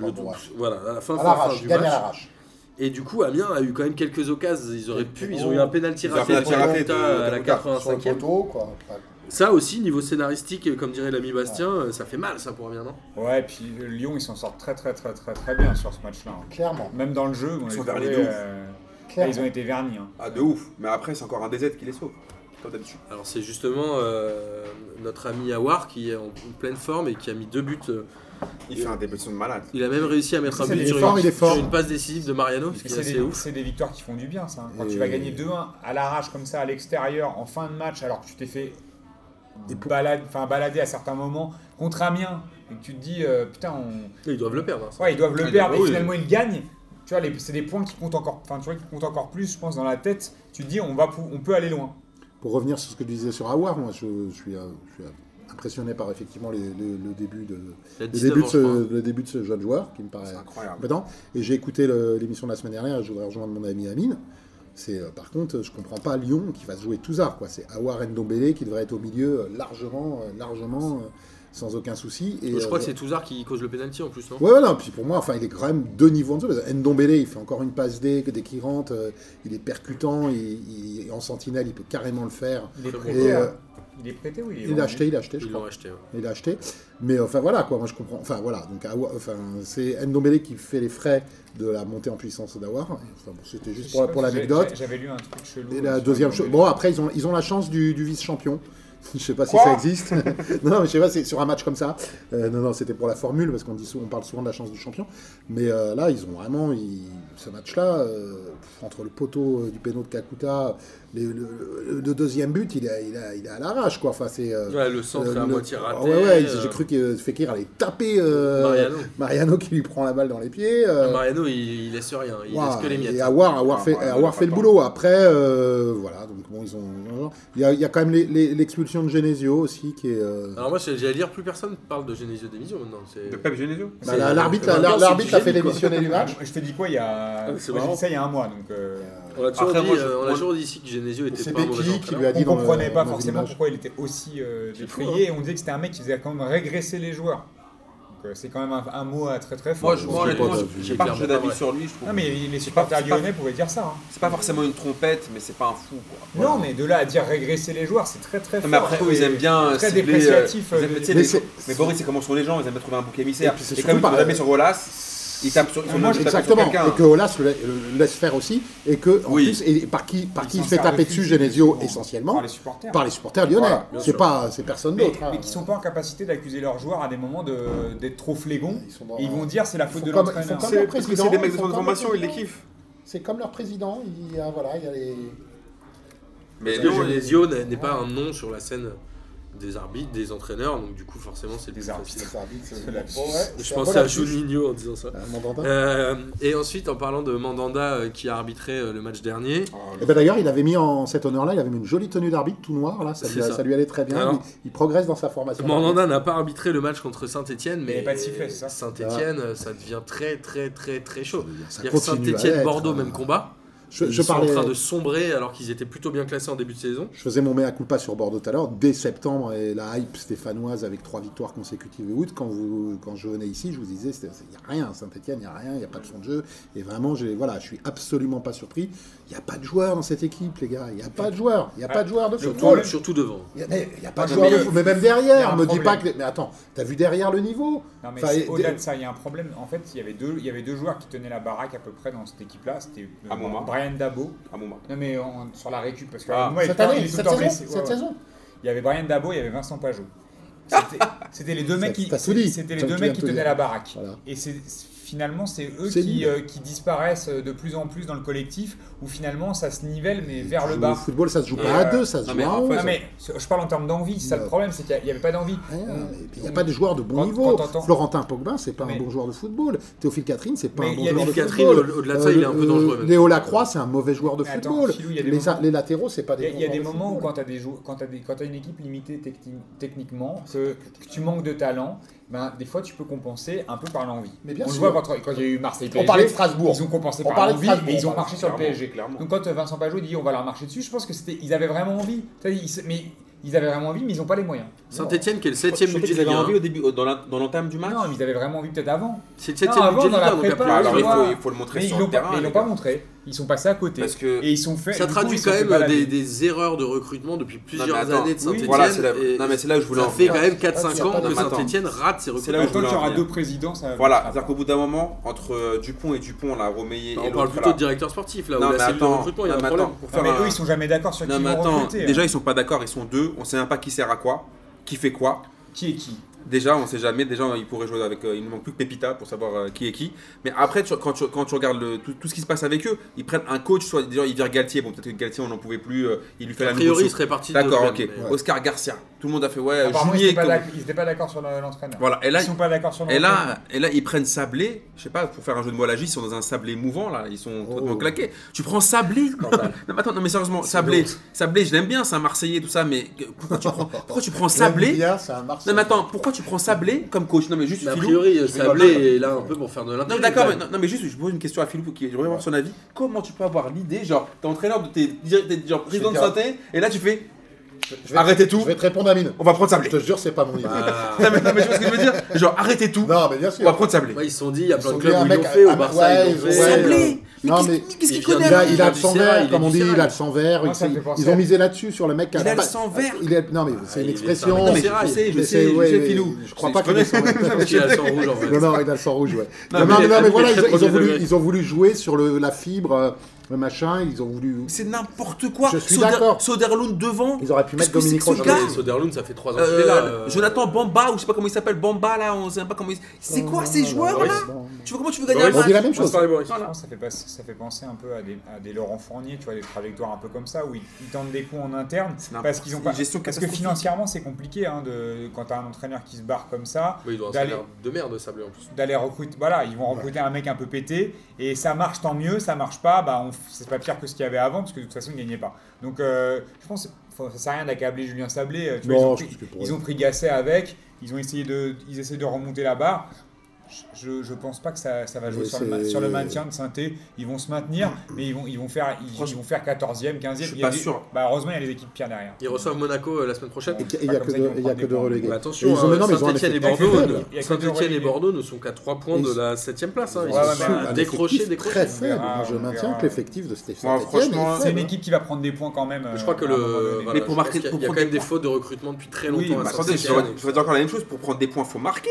Ah bon, c'est un le bon double. match. Voilà, à la fin, À fin, fin l'arrache, du gagne à match. l'arrache. Et du coup, Amiens a eu quand même quelques occasions. Ils auraient pu, Et ils bon, ont eu un pénalty ils ont un raté de pénalty raté Panta de- de à la Panta 85e. poteau, quoi. Enfin, Ça aussi, niveau scénaristique, euh, comme dirait l'ami Bastien, euh, ça fait mal ça pour Amiens, non Ouais, et puis euh, Lyon, ils s'en sortent très très très très très bien sur ce match-là. hein. clairement, Même dans le jeu, on Ils les sont trouvait, vernis de ouf. euh, là, clairement. ils ont été vernis. hein. Ah, de ouf. Mais après, c'est encore un DZ qui les sauve, comme d'habitude. Alors c'est justement euh, notre ami Awar qui est en pleine forme et qui a mis deux buts. euh, Il fait un débution de malade. Il a même réussi à mettre un Ça, but il est sur, fort, une, il est fort. sur une passe décisive de Mariano, ce Et qui est C'est assez des, ouf. c'est des victoires qui font du bien, ça. hein. Quand Et- tu vas gagner 2-1 à l'arrache comme ça, à l'extérieur, en fin de match, alors que tu t'es fait balade, enfin, balader à certains moments contre Amiens, et que tu te dis, euh, putain, on... Et Ils doivent le perdre. hein, ça. ouais, ils doivent Ah, le il perdre, a- oui. et finalement ils gagnent. Tu vois, les- c'est des points qui comptent encore, enfin, tu vois, qui comptent encore plus, je pense, dans la tête. Tu te dis, on va, pou- on peut aller loin. Pour revenir sur ce que tu disais sur Awar, moi, je, je suis, euh, je suis impressionné par effectivement les- les- le début de Il a le 19 début, ans, de je crois. ce, le début de ce jeune joueur qui me paraît C'est incroyable. compétent. Et j'ai écouté le- l'émission de la semaine dernière, et je voudrais rejoindre mon ami Amine. C'est euh, par contre, je comprends pas Lyon qui va se jouer tout ça quoi. C'est Awar Ndombele qui devrait être au milieu euh, largement, euh, largement, euh, sans aucun souci. Et, Je euh, crois que c'est Touzard qui cause le pénalty en plus, non Ouais, voilà, puis pour moi, enfin, il est quand même deux niveaux en dessous. parce que Ndombele, il fait encore une passe D, que dès qu'il rentre, euh, il est percutant, il, il- en sentinelle, il peut carrément le faire. Il est Très bon. prêté, Et, hein. euh, il est prêté, oui. il l'a acheté, il l'a acheté, je Ils crois. l'ont acheté. ouais. Il l'a acheté. Mais euh, enfin voilà quoi, moi je comprends. Enfin voilà, donc Awa- enfin, c'est Ndombele qui fait les frais de la montée en puissance d'Awar. Enfin, bon, C'était juste pour, pour l'anecdote. J'avais lu un truc chelou. Et la sur deuxième Lyon, chose. mais- Bon après ils ont ils ont la chance du, du vice-champion. Je sais pas si Quoi ça existe. non, mais je sais pas, c'est sur un match comme ça. Euh, non, non, c'était pour la formule parce qu'on dit souvent- on parle souvent de la chance du champion. Mais euh, là, ils ont vraiment ils- ce match-là euh, entre le poteau euh, du péno de Kakuta, les- le, le- le deuxième but, il est il a, il est à l'arrache quoi. Enfin c'est euh, Ouais, le centre est euh, à le- moitié raté. Ah ouais, ouais, euh, j'ai cru que euh, Fekir allait taper euh, Mariano. Mariano. qui lui prend la balle dans les pieds. euh, Mariano, il, il laisse rien. Il ouah, laisse que les miettes. bah, Et avoir, avoir Ah, fait, Mariano, avoir pas fait le de boulot. Après, euh, voilà, donc bon, ils ont. Il y a, il y a quand même les- les- l'expulsion de Genesio aussi qui est. euh, Alors moi, j'allais dire, plus personne parle de Genesio Demisio maintenant. c'est- De Pep Genesio bah, c'est- la- L'arbitre en même temps, la- c'est l'arbitre du a fait génie, quoi. démissionner du match. Je te dis quoi, il y a. Ah, c'est Moi, j'ai marrant. dit ça il y a un mois, donc. euh, On a toujours Après, dit, moi, je- euh, on a moi- toujours dit ici que Genesio était C'est pas un mauvais Becky qui lui entraîneur. a dit. on dans le- comprenait pas dans forcément l'image. pourquoi il était aussi euh, C'est fou, hein. défrayé. et On disait que c'était un mec qui faisait quand même régresser les joueurs. Donc, euh, c'est quand même un, un mot euh, très très fort. Moi, je- moi, J'ai honnêtement, pas je- j'ai d'avis. pas J'ai changé clairement d'avis pas, sur lui, je trouve. Non mais les pas- supporters c'est pas- lyonnais pouvaient dire ça. hein. C'est pas forcément une trompette, mais c'est pas un fou, quoi. Non mais de là à dire régresser les joueurs, c'est très très fort. Non, mais après, eux, ils Et aiment bien très cibler, dépréciatif. euh, euh, ils aiment- de- tu sais, Mais les- c'est- Mais Boris, c'est comment sont les gens, ils aiment trouver un bouc émissaire. Et puis c'est Et, surtout comme ils pas- l'ont jamais sur Rolas, ils tapent Ah, sur, ils sont obligés de taper sur Exactement, quelqu'un. et que Olas le, le laisse faire aussi, et que en Oui. plus, et par qui, par Ils qui il s'en se fait servent taper de dessus fusil, Genesio justement. essentiellement Par les supporters. par les supporters lyonnais. Voilà, bien c'est sûr. pas, c'est personne Mais, d'autre. hein. mais qui sont pas en capacité d'accuser leurs joueurs à des moments de- d'être trop flégons. Ils sont dans- Et ils vont dire c'est la Ils faute font de comme- ils l'entraîneur. font comme- C'est parce que c'est des mecs de son Ils sont formation, comme- ils les kiffent. C'est comme leur président, il y a, voilà, il y a les... Mais Parce que Lyon, ils- Genesio n'est n'est pas un nom sur la scène des arbitres, des entraîneurs, donc du coup forcément c'est le Des plus arbitres. facile. les arbitres, c'est- la- bon, ouais, c'est Je un pensais bon à lapsus. Juninho en disant ça. Ah, Mandanda. Euh, et ensuite, en parlant de Mandanda euh, qui a arbitré euh, le match dernier, Et ben d'ailleurs, il avait mis en cet honneur-là, il avait mis une jolie tenue d'arbitre tout noir, là, ça, C'est lui, ça. ça lui allait très bien. Alors il, il progresse dans sa formation. Mandanda n'a pas arbitré le match contre Saint-Etienne, Il y mais avait pas de sifflet, c'est ça Saint-Etienne, euh, ça devient très très très très chaud. Ça C'est-à-dire continue à Saint-Etienne, l'être, Bordeaux, hein. même combat. Je, Ils je sont parlais, euh, en train de sombrer alors qu'ils étaient plutôt bien classés en début de saison. je faisais mon mea culpa sur Bordeaux tout à l'heure. Dès septembre, et la hype stéphanoise avec trois victoires consécutives et août, quand, vous, quand je venais ici, je vous disais, il n'y a rien, Saint-Etienne, il n'y a rien, il n'y a pas de fond de jeu. Et vraiment, j'ai- voilà, je suis absolument pas surpris. Il n'y a pas de joueurs dans cette équipe, les gars. Il n'y a pas de joueurs. Il n'y a pas de joueurs de Surtout, football. surtout devant. Il n'y a, pas de Non, mais joueurs de il y a- foot, mais même il y a derrière, un me dis pas que. problème. Mais attends, t'as vu derrière le niveau Non mais Enfin, c'est- au-delà des- de ça, il y a un problème. En fait, il y avait deux, il y avait deux joueurs qui tenaient la baraque à peu près dans cette équipe-là. C'était euh, Ah, bon, moi. Brian Dabo. Ah bon, bah. Non mais en- sur la récup parce que Ah. moi, il Cette est tout le temps- année, il est tout le cette temps saison, blessé. Ouais, cette ouais. saison. Il y avait Brian Dabo, il y avait Vincent Pajot. C'était- C'était les deux mecs qui, t'as tout dit. c'était les Tu deux viens mecs de qui te tenaient dire. la baraque. Voilà. Et c'est finalement c'est eux C'est qui, nul. euh, qui disparaissent de plus en plus dans le collectif où finalement ça se nivelle mais vers le Le bas. football, ça se joue Et, pas à euh, deux, ça se non, joue mais à en onze. fait, Non mais je parle en termes d'envie. C'est ça le Ouais. problème, c'est qu'il y a- il y avait pas d'envie. Rien, mais puis Il n'y a On- pas de joueurs de bon Quand- niveau. quand t'entends- Florentin Pogba, c'est pas Mais- un bon joueur de football. Théophile Catherine, c'est pas Mais un il bon y a joueur de Théophile football. Euh, Catherine, au-delà de ça, il est un peu dangereux, même. Léo Lacroix, c'est un mauvais joueur de Mais attends, football. Philou, il y a des Les- moments- Les latéraux, c'est pas Il y des a, bons il y a des joueurs de moments où football. quand tu as, une équipe limitée techni- Ah, techniquement, que, que tu manques de talent, ben, des fois tu peux compenser un peu par l'envie. Mais bien on le sûr. voit quand quand il y a eu Marseille On PSG, parlait de Strasbourg. ils ont compensé On par parlait de l'envie Strasbourg, et ils ont on marché sur le Clairement, PSG. clairement. Donc quand euh, Vincent Pajot dit on va leur marcher dessus, je pense que c'était ils avaient vraiment envie. Tu sais, ils se- mais Ils avaient vraiment envie, mais ils n'ont pas les moyens. Saint-Etienne qui est le Je 7ème pensais budget qu'ils de avaient Ligue 1. envie au début, au- dans la- dans l'entame du match. Non, mais ils avaient vraiment envie peut-être avant. C'est le Non, 7ème avant, budget de dans Ligue la 1, donc prépa, après, Bah, alors je il faut, vois. il faut le montrer Mais ils sur l'ont le pas, terrain. mais ils l'ont les pas gars. montré. Ils sont passés à côté. Parce que Et ils sont fait. Ça du coup, traduit ils se quand sont fait même balader. des, des erreurs de recrutement depuis Non, plusieurs mais attends, années de Saint-Etienne. Voilà, c'est là- et non, mais c'est là où je voulais en ça fait venir. quand même 4-5 ans Non, que mais attends. Saint-Etienne rate ses C'est là où recrutements. je voulais Tant qu'il y en aura deux venir. présidents, ça va. Voilà, c'est-à-dire qu'au bout d'un moment, entre euh, Dupont et Dupont, là, Romeyer et On parle l'autre, plutôt là. de directeur sportif là, Non, où mais la cellule de attends, recrutement, il y a non, un mais problème. attends, pour Non, faire mais un- eux, ils sont jamais d'accord sur qui Non, ils mais vont attends, recruter. hein. déjà ils hein. sont pas d'accord, ils sont deux, on sait même pas qui sert à quoi, qui fait quoi. Qui est qui Déjà, on sait jamais, déjà ils pourraient jouer avec. euh, il ne manque plus que Pepita pour savoir euh, qui est qui. Mais après, tu- quand, tu, quand tu regardes le- tout, tout ce qui se passe avec eux, ils prennent un coach, soit déjà ils virent Galtier, bon peut-être que Galtier on n'en pouvait plus, euh, il lui fait A la priori, nouveau il serait parti de D'accord, Rennes, ok. mais- Oscar Garcia, tout le monde a fait ouais, Apparemment, ils Junier. étaient pas comme- d'ac- ils étaient pas d'accord sur le- l'entraîneur. Voilà, et là, Ils sont pas d'accord sur et l'entraîneur. là, et là, ils prennent Sablé, je sais pas, pour faire un jeu de mots à la J, ils sont dans un Sablé mouvant là, ils sont Oh. complètement claqués. Tu prends Sablé Non mais attends, non mais sérieusement, Sablé, Sablé, je l'aime bien, c'est un Marseillais tout ça, mais que- pourquoi tu prends, pourquoi tu prends Sablé Lambia, c'est un Marseille. Non mais attends, pourquoi tu prends Sablé comme coach Non mais juste Mais a Philou. priori, Sablé voir. est là un peu pour faire de Non l'intérêt. mais d'accord, mais, non, non, mais juste je pose une question à Philou qui je voudrais avoir son avis. Comment tu peux avoir l'idée, genre t'es entraîneur de tes, t'es genre président de dire- santé, et là tu fais, Je vais- Arrêtez tout. Je vais te répondre, Amine. Bah. on va prendre Sablé. Je te jure, c'est pas mon idée. Non mais, non, mais tu vois ce que je veux dire Genre arrêtez tout, Non, mais bien on va Bah, sûr. prendre Sablé. Ouais, ils se sont dit, il y a plein sont de dit, clubs un où ils mec- l'ont fait, au un- Barça, ils ouais, l'ont ouais, fait. ouais. euh, Non, mais qu'est-ce qu'il il a, connaît il a Il le du sang Serra, vert, il est comme on du dit, il Serra. a le sang vert. Moi, ils- ça me fait ils- penser ils à- ont misé là-dessus sur le mec qui Il a le pas- sang vert. il est- Non, mais c'est il une est expression. Non, mais je Serra, il- sais, je mais sais, c'est- je ouais, sais, ouais, Philou. Je crois Je pas qu'il ait le connais. sang vert. Je pense qu'il a le sang rouge en Non, fait. non, il a le sang rouge, ouais. Non, Non, mais non, il mais, est- non, mais il voilà, est ils, très ils ont premier voulu, degré. ils ont voulu jouer sur le, la fibre, euh, le machin, ils ont voulu. C'est n'importe quoi. Je suis Soder- d'accord. Soderlund devant. Ils auraient pu Qu'est-ce mettre que c'est Dominique que ce Roger. gars Et Soderlund, ça fait 3 ans qu'il est Euh, là. euh, Jonathan Bamba ou je sais pas comment il s'appelle Bamba là, on sait pas comment il. C'est quoi ces joueurs là Tu vois comment tu veux gagner Boris, un On dit match la même on va chose. parler Boris. Je pense que ça fait, pas- ça fait penser un peu à des, à des Laurent Fournier, tu vois, des trajectoires un peu comme ça, où ils, ils tentent des coups en interne, n'importe- parce qu'ils ont c'est pas... une gestion Parce que catastrophique. financièrement, c'est compliqué, hein, de, quand t'as un entraîneur qui se barre comme ça, Oui, il doit un D'aller- salaire de merde, Sablé en plus. d'aller recruter, voilà, ils vont recruter un mec un peu pété, et ça marche tant mieux, ça marche pas, bah on f- c'est pas pire que ce qu'il y avait avant, parce que de toute façon, ils gagnaient pas. Donc, euh, je pense, que faut- ça sert à rien d'accabler Julien Sablé, euh, tu vois, Non, ils, ont je pris, pense que pour ils eux. ont pris Gasset avec, ils ont essayé de, ils essaient de remonter la barre, je, je pense pas que ça, ça va jouer Mais sur le, ma- c'est- Mm. sur le maintien de Saint-Étienne. Ils vont se maintenir, mais ils vont, ils vont faire, ils, Franchement, ils vont faire 14e, 15e. je suis Il y a pas des- sûr. Bah, heureusement, il y a les équipes pires derrière. Ils reçoivent Monaco euh, la semaine prochaine. Et il pas n'y a que comme ça qu'ils de, vont il y a prendre que des de points. relégés. Mais Et attention, ils ont- mais non, mais ils ont un Saint-Etienne et effectif Bordeaux, faible. ne- Il y a que deux Saint-Etienne et relégés. Bordeaux ne sont qu'à 3 points Ils de sont- la 7ème place. hein. Ils Ils Ouais, ont ouais, su sont mais un à décrocher, effectif décrocher. Très faible. verra, Moi, je on maintiens verra. que l'effectif de Stéphane. Moi, franchement, C'est une équipe qui va prendre des points quand même. euh, bah. Je crois que à un moment donné. le. voilà, pour je marquer- pense qu'il y a- pour Il y a quand prendre même des des fautes de recrutement depuis très Oui, longtemps. à mais Bah, attendez, je Saint-Étienne. vais je vais dire encore la même chose pour prendre des points, faut marquer.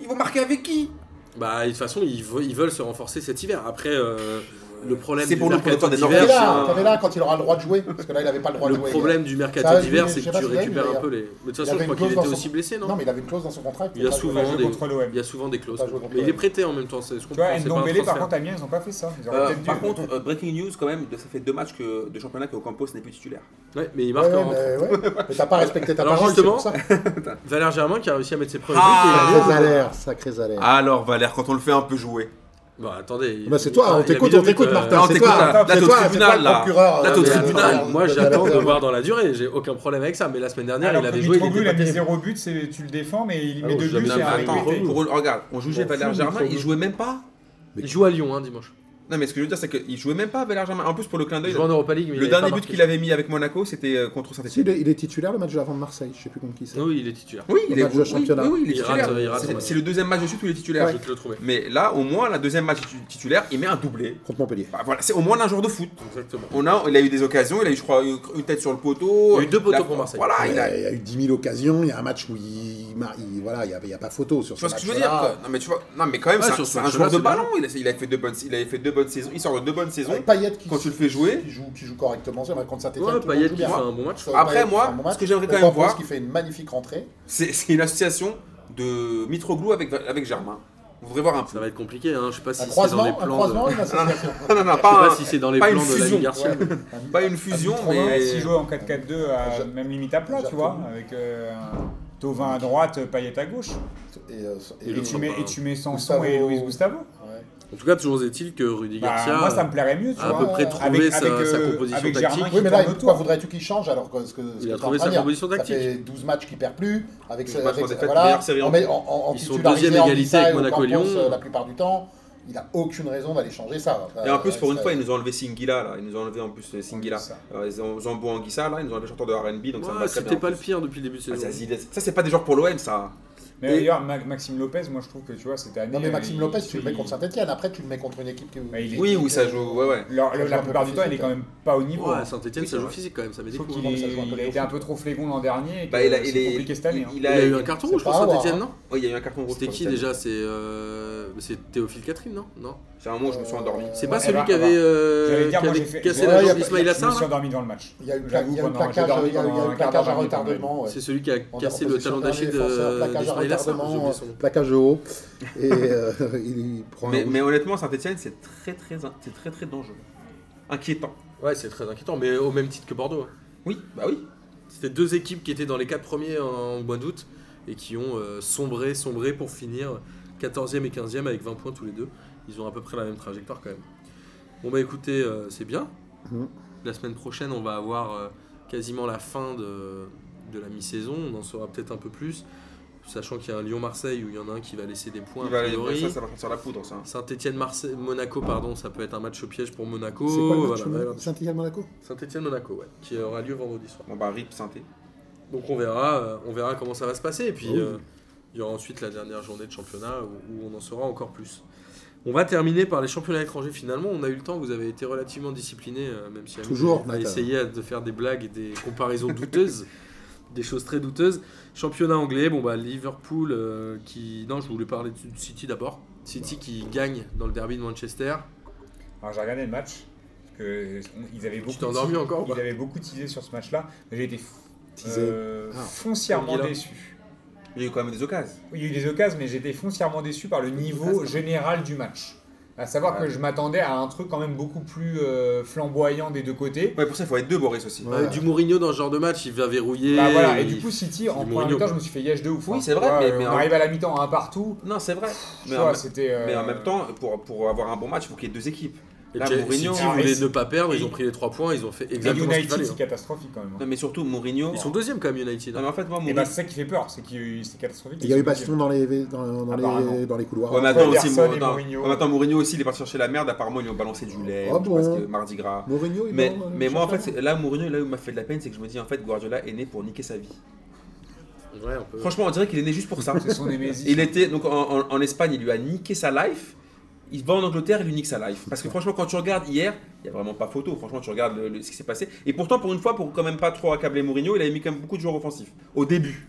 Ils vont marquer avec qui Bah, de toute façon, ils, ve- ils veulent se renforcer cet hiver. Après, euh, le problème C'est du pour nous, pour mercato le temps des d'hiver, Norvégiens. c'est un- hein. T'avais là quand il aura le droit de jouer, parce que là il n'avait pas le droit le de jouer. problème du mercato Ça, je- d'hiver, c'est je sais que pas tu si vous avez vu, récupères un d'ailleurs. peu les. Mais de toute Il avait façon, je crois une qu'il clause était dans son- aussi blessé, non Non, mais il avait une clause dans son contrat. Il y a pas jouer. On va souvent jouer des. contre l'OM. Il y a souvent des clauses. Pas joué contre Mais il est l'OM. prêté en même temps, c'est ce qu'on Tu vois, pense. c'est pas un Ndombele, par transfert. contre, Amiens, ils ont pas fait ça. Ils auraient Euh, peut-être dû. Par contre, euh, breaking news quand même, ça fait deux matchs que, de championnat que Ocampos n'est plus titulaire. Ouais, mais il Ouais, marque en rentrant. ouais, mais ouais. Mais t'as pas respecté ta Alors, parole, c'est pour justement, ça. Valère Germain qui a réussi à mettre ses premiers Ah. buts. et il a- Sacré Zalaire, sacré Zalaire. Alors Valère, quand on le fait un peu jouer. Bah attendez. il- Bah, c'est toi, il a- on il a t'écoute, mis on deux buts, t'écoute, euh, Martin. on c'est t'écoute, toi, là. c'est Là, toi, t'es au c'est toi le tribunal, là. procureur, Là, t'es euh, au de- Mais de- attends, de- Moi de- de- j'attends de- de voir dans la durée. J'ai aucun problème avec ça. Mais la semaine dernière, Alors il que avait joué. Il Mitroglou, était il a pas mis terrible. zéro but, c'est- tu le défends, mais il Ah met oui, deux jamais buts, la c'est un main, mec attends, pété. Pour eux, regarde, on jugeait Valère Germain, il jouait même pas. Il joue à Lyon hein, dimanche. Non mais ce que je veux dire c'est qu'il jouait même pas Valère Germain. En plus pour le clin Il d'œil, joue en Europa League. Mais le dernier but qu'il avait mis avec Monaco c'était euh, contre Si, il Saint-Etienne. est- il est titulaire le match de l'avant de Marseille, je sais plus contre qui c'est. Oui, il est titulaire. Oui, il est match de oui, championnat. oui, oui, il est Il rate, titulaire. il rate son C'est- match. C'est le deuxième match de suite où il est Je titulaire. vais te le trouver. Mais là au moins, la deuxième match titulaire, il met un doublé. Contre Montpellier. Bah, voilà, c'est au moins un joueur de foot. Exactement. On a, il a eu des occasions, il a eu, je crois, une une tête sur le poteau. Il y a eu deux poteaux La- pour Marseille. Voilà, Ouais, il a. Tu il y a eu 10 000 occasions, il y a un match où il, mar- il- voilà, il n'y a, il y a pas photo sur vois ce ce que je veux dire match-là. quoi. Non mais tu vois, non mais quand même, Ouais, c'est un- sur ce c'est un match-là, joueur de c'est bien. ballon. Il a, il a fait deux bonnes, il avait fait deux bonnes saisons. Il sort de deux bonnes saisons. Avec Payet qui, Quand tu le fais jouer. qui joue, qui joue correctement, c'est vrai, contre Saint-Etienne. Ouais, tout le Payet monde qui joue fait bien. un bon match. Sauf Après, Payet qui moi, fait un bon match. ce que j'aimerais Donc, quand même Campos voir- qui fait une magnifique rentrée. C'est c'est une association de Mitroglou avec, avec Germain. On voudrait voir un Ça peu. va être compliqué. Hein. Je sais pas si Un c'est dans les croisement, un plans. croisement, de- une association. Non, non, non, Je sais pas, pas Ah, un- si c'est dans les pas une plans de la fusion. Ligue Garcia. Ouais. pas une fusion, mais. S'ils jouaient en 4-4-2, à Ja- même limite à plat, tu Jacques vois, Thauvin. avec euh, Tovin à droite, euh, Payet à gauche. Et, euh, Et Et l'autre tu mets, Thauvin. et tu mets Sanson Gustavo. et Luis Gustavo. ouais. En tout cas, toujours est-il que Rudy Bah, Garcia moi, ça me plairait mieux, tu a à vois. peu près Avec- trouvé sa avec, sa euh, composition avec Germain tactique. Oui, mais là, tourne autour. pourquoi voudrais-tu qu'il change alors que ce que ce que Il a t'es en trouvé train de sa dire. composition Ça fait tactique. 12 matchs qu'il perd plus avec matchs sans avec- défaite, voilà, meilleure série en en, met- plus. en, en, en Ils sont titularisé deuxième en égalité avec Bissau, Monaco et Campos, Lyon. euh, la plupart du temps. il a aucune raison d'aller changer ça. Et en Euh, plus, pour une ça- fois, ils nous ont enlevé Singila, là. Ils nous ont enlevé en plus euh, Singila. Ça. Euh, Ils ont Zambo Anguissa, là. Ils nous ont enlevé le chanteur de RB, donc ça me Ouais, va très C'était bien. pas le pire depuis le début de Ah, c'est saison. Azides. Ça, c'est pas des joueurs pour l'OM, ça. Mais Et- d'ailleurs, Ma- Maxime Lopez, moi je trouve que tu vois, cette année. Non, mais euh, Maxime il- Lopez, tu le mets il- contre Saint-Etienne. Après, tu le mets contre une équipe qui. Bah, il est- Oui, oui, ça joue. Ouais, ouais. la- la- joue un la peu plupart plus du temps, il est physique, quand même pas au niveau. hein. Ouais, Saint-Etienne, Oui, ça c'est joue vrai. physique quand même, ça met Je des trouve coups. hein. qu'il Non, mais ça joue un peu est- il les a été fous. un peu trop flégon l'an dernier. et que Bah, il a, il c'est est- compliqué cette année. hein. Il Il a, a eu un carton c'est rouge pour pas à voir, Saint-Etienne, hein. non Ouais, il y a eu un carton rouge. C'était pour qui cette année. déjà C'est euh, c'est Théophile Catherine, non Non. C'est un moment où je me suis endormi. C'est pas Ouais, celui bah, qui bah. avait, euh, J'allais dire, qui moi, avait j'ai fait- cassé ouais, la y a jambe pas- d'Ismaïl Je me Assar suis là endormi devant le match. Il y a eu, pla- J'avoue, il y a eu pendant- j'ai plaquage, dormi il y a eu- il y a eu pendant un quart plaquage d'heure, à j'ai dormi. retardement. ouais. C'est celui qui a On est en cassé le possession talon d'un d'Achille défenseur, de- plaquage à d'Ismaïl Assar. J'ai retardement, oublié son nom. plaquage de haut. Et euh, il prend. un Mais, rouge. mais honnêtement, Saint-Etienne, c'est très, très, c'est très, très dangereux. Inquiétant. Ouais, c'est très inquiétant, mais au même titre que Bordeaux. hein. Oui, bah oui. C'était deux équipes qui étaient dans les quatre premiers en, en mois d'août et qui ont euh, sombré, sombré pour finir 14e et 15e avec 20 points tous les deux. Ils ont à peu près la même trajectoire quand même. Bon bah écoutez, euh, c'est bien. Mhm. La semaine prochaine, on va avoir euh, quasiment la fin de, de la mi-saison. On en saura peut-être un peu plus. Sachant qu'il y a un Lyon-Marseille où il y en a un qui va laisser des points. Il a va- priori. ça, ça va sortir la poudre, ça. Saint-Etienne, Marseille, Monaco, pardon, ça peut être un match au piège pour Monaco. C'est quoi le match Voilà, voilà. Saint-Étienne Monaco Saint-Etienne, Monaco, ouais, qui aura lieu vendredi soir. Bon, bah, rip, synthé. Donc on verra, euh, on verra comment ça va se passer. Et puis Oui. euh, il y aura ensuite la dernière journée de championnat où, où on en saura encore plus. On va terminer par les championnats étrangers finalement. On a eu le temps, vous avez été relativement discipliné, euh, même si Amine Toujours, a Nathan. essayé de faire des blagues et des comparaisons douteuses, des choses très douteuses. Championnat anglais, bon bah Liverpool euh, qui. Non, je voulais parler de de City d'abord. City qui gagne dans le derby de Manchester. Alors j'ai regardé le match. parce Que, on- ils avaient beaucoup t'es endormi teasé- encore ou pas Ils avaient beaucoup teasé sur ce match-là. mais J'ai été Teasé. euh, Ah. foncièrement Anguilla. déçu. Il y a eu quand même des occasions. Oui, Il y a eu des occasions, mais j'étais foncièrement déçu par le niveau général du match. À savoir Ouais. que je m'attendais à un truc quand même beaucoup plus euh, flamboyant des deux côtés. Ouais, pour ça, il faut être deux, Boris aussi. Ouais. Voilà. Euh, du Mourinho dans ce genre de match, il va verrouiller. Bah voilà, et du il- coup City, en Mourinho, première mi-temps, quoi. je me suis fait yèche de ouf. Oui, hein. c'est vrai, Ouais, mais- euh, mais on en- arrive à la mi-temps un partout. Non, c'est vrai. Mais, Tu en, vois, même- c'était, euh, mais en même temps, pour, pour avoir un bon match, il faut qu'il y ait deux équipes. Et Là, puis, Mourinho- hein. City Alors, voulait et- ne pas perdre, ils et- ont pris les trois points, ils ont fait et exactement ce qu'il United, fallait. hein. c'est catastrophique quand même. hein. Non, mais surtout, Mourinho. Ils sont deuxième quand même United. hein. Non, mais en fait, moi, Et Mourinho. bah c'est ça qui fait peur, c'est que c'est catastrophique. Il y a eu baston dans les, dans, dans les, Apparemment. dans les couloirs. Ouais, mais attends, Henderson aussi, Mou- et non. Mourinho. Ouais, mais attends, Mourinho aussi, il est parti chercher la merde. Apparemment, ils lui ont balancé du lait. Ah je sais pas bon ce que- Mardi Gras. Mourinho, il est Mais, dans le mais moi, en fait, championnat. c'est- là, Mourinho, là où il m'a fait de la peine, c'est que je me dis, en fait, Guardiola est né pour niquer sa vie. Ouais, on peut- Franchement, on dirait qu'il est né juste pour ça. C'est son Némésis. Il était donc en, en- en Espagne, il lui a niqué sa life. Il va en Angleterre, il lui nique sa life. Parce que franchement, quand tu regardes hier, il n'y a vraiment pas photo. Franchement, tu regardes le- le- ce qui s'est passé. Et pourtant, pour une fois, pour quand même pas trop accabler Mourinho, il avait mis quand même beaucoup de joueurs offensifs. Au début,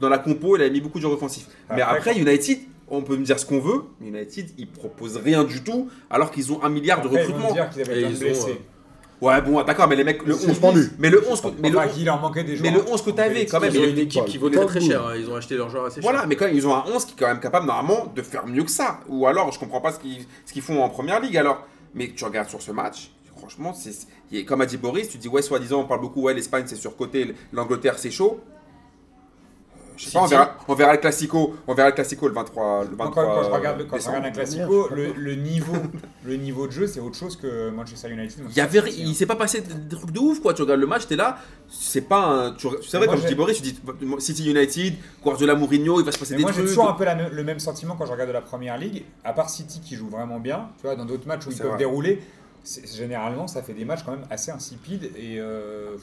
dans la compo, il avait mis beaucoup de joueurs offensifs. Mais Après, après, United, on peut me dire ce qu'on veut, mais United, ils proposent rien du tout, alors qu'ils ont un milliard Après, de ils vont recrutements. dire qu'ils avaient Et plein de ils ont, blessés. Ouais, bon, d'accord, mais les mecs, le Ils sont 11, suspendus. mais le 11, euh, mais le, Enfin, qu'il leur manquait des joueurs. mais le 11 que t'avais, quand même, Ils ont il une équipe qui vaut Pas très très de cher, hein, ils ont acheté leurs joueurs assez Voilà, cher. mais quand même, ils ont un 11 qui est quand même capable normalement de faire mieux que ça. Ou alors, je comprends pas ce qu'ils ce qu'ils font en première ligue. Alors, mais tu regardes sur ce match, franchement, c'est il y a- comme a dit Boris, tu dis ouais, soi-disant, on parle beaucoup, ouais, l'Espagne c'est surcoté, l'Angleterre c'est chaud. Euh, Je sais pas, on City. verra, on verra le classico, on verra le classico le 23, le 23 Moi, quand, même, quand je regarde, quand je décembre. regarde un classico, le, le niveau, le niveau de jeu, c'est autre chose que Manchester United. Il y avait, ri- il s'est pas passé des des trucs de ouf quoi. Tu regardes le match, t'es là, c'est pas un. Tu, re- c'est vrai Moi, comme je j'ai- dis Boris, tu dis City United, Guardiola Mourinho, il va se passer Mais des moi, j'ai trucs. toujours un peu la me- le même sentiment quand je regarde la première ligue, à part City qui joue vraiment bien, tu vois, dans d'autres matchs où ils C'est peuvent vrai. dérouler, c'est- généralement, ça fait des matchs quand même assez insipides et, euh,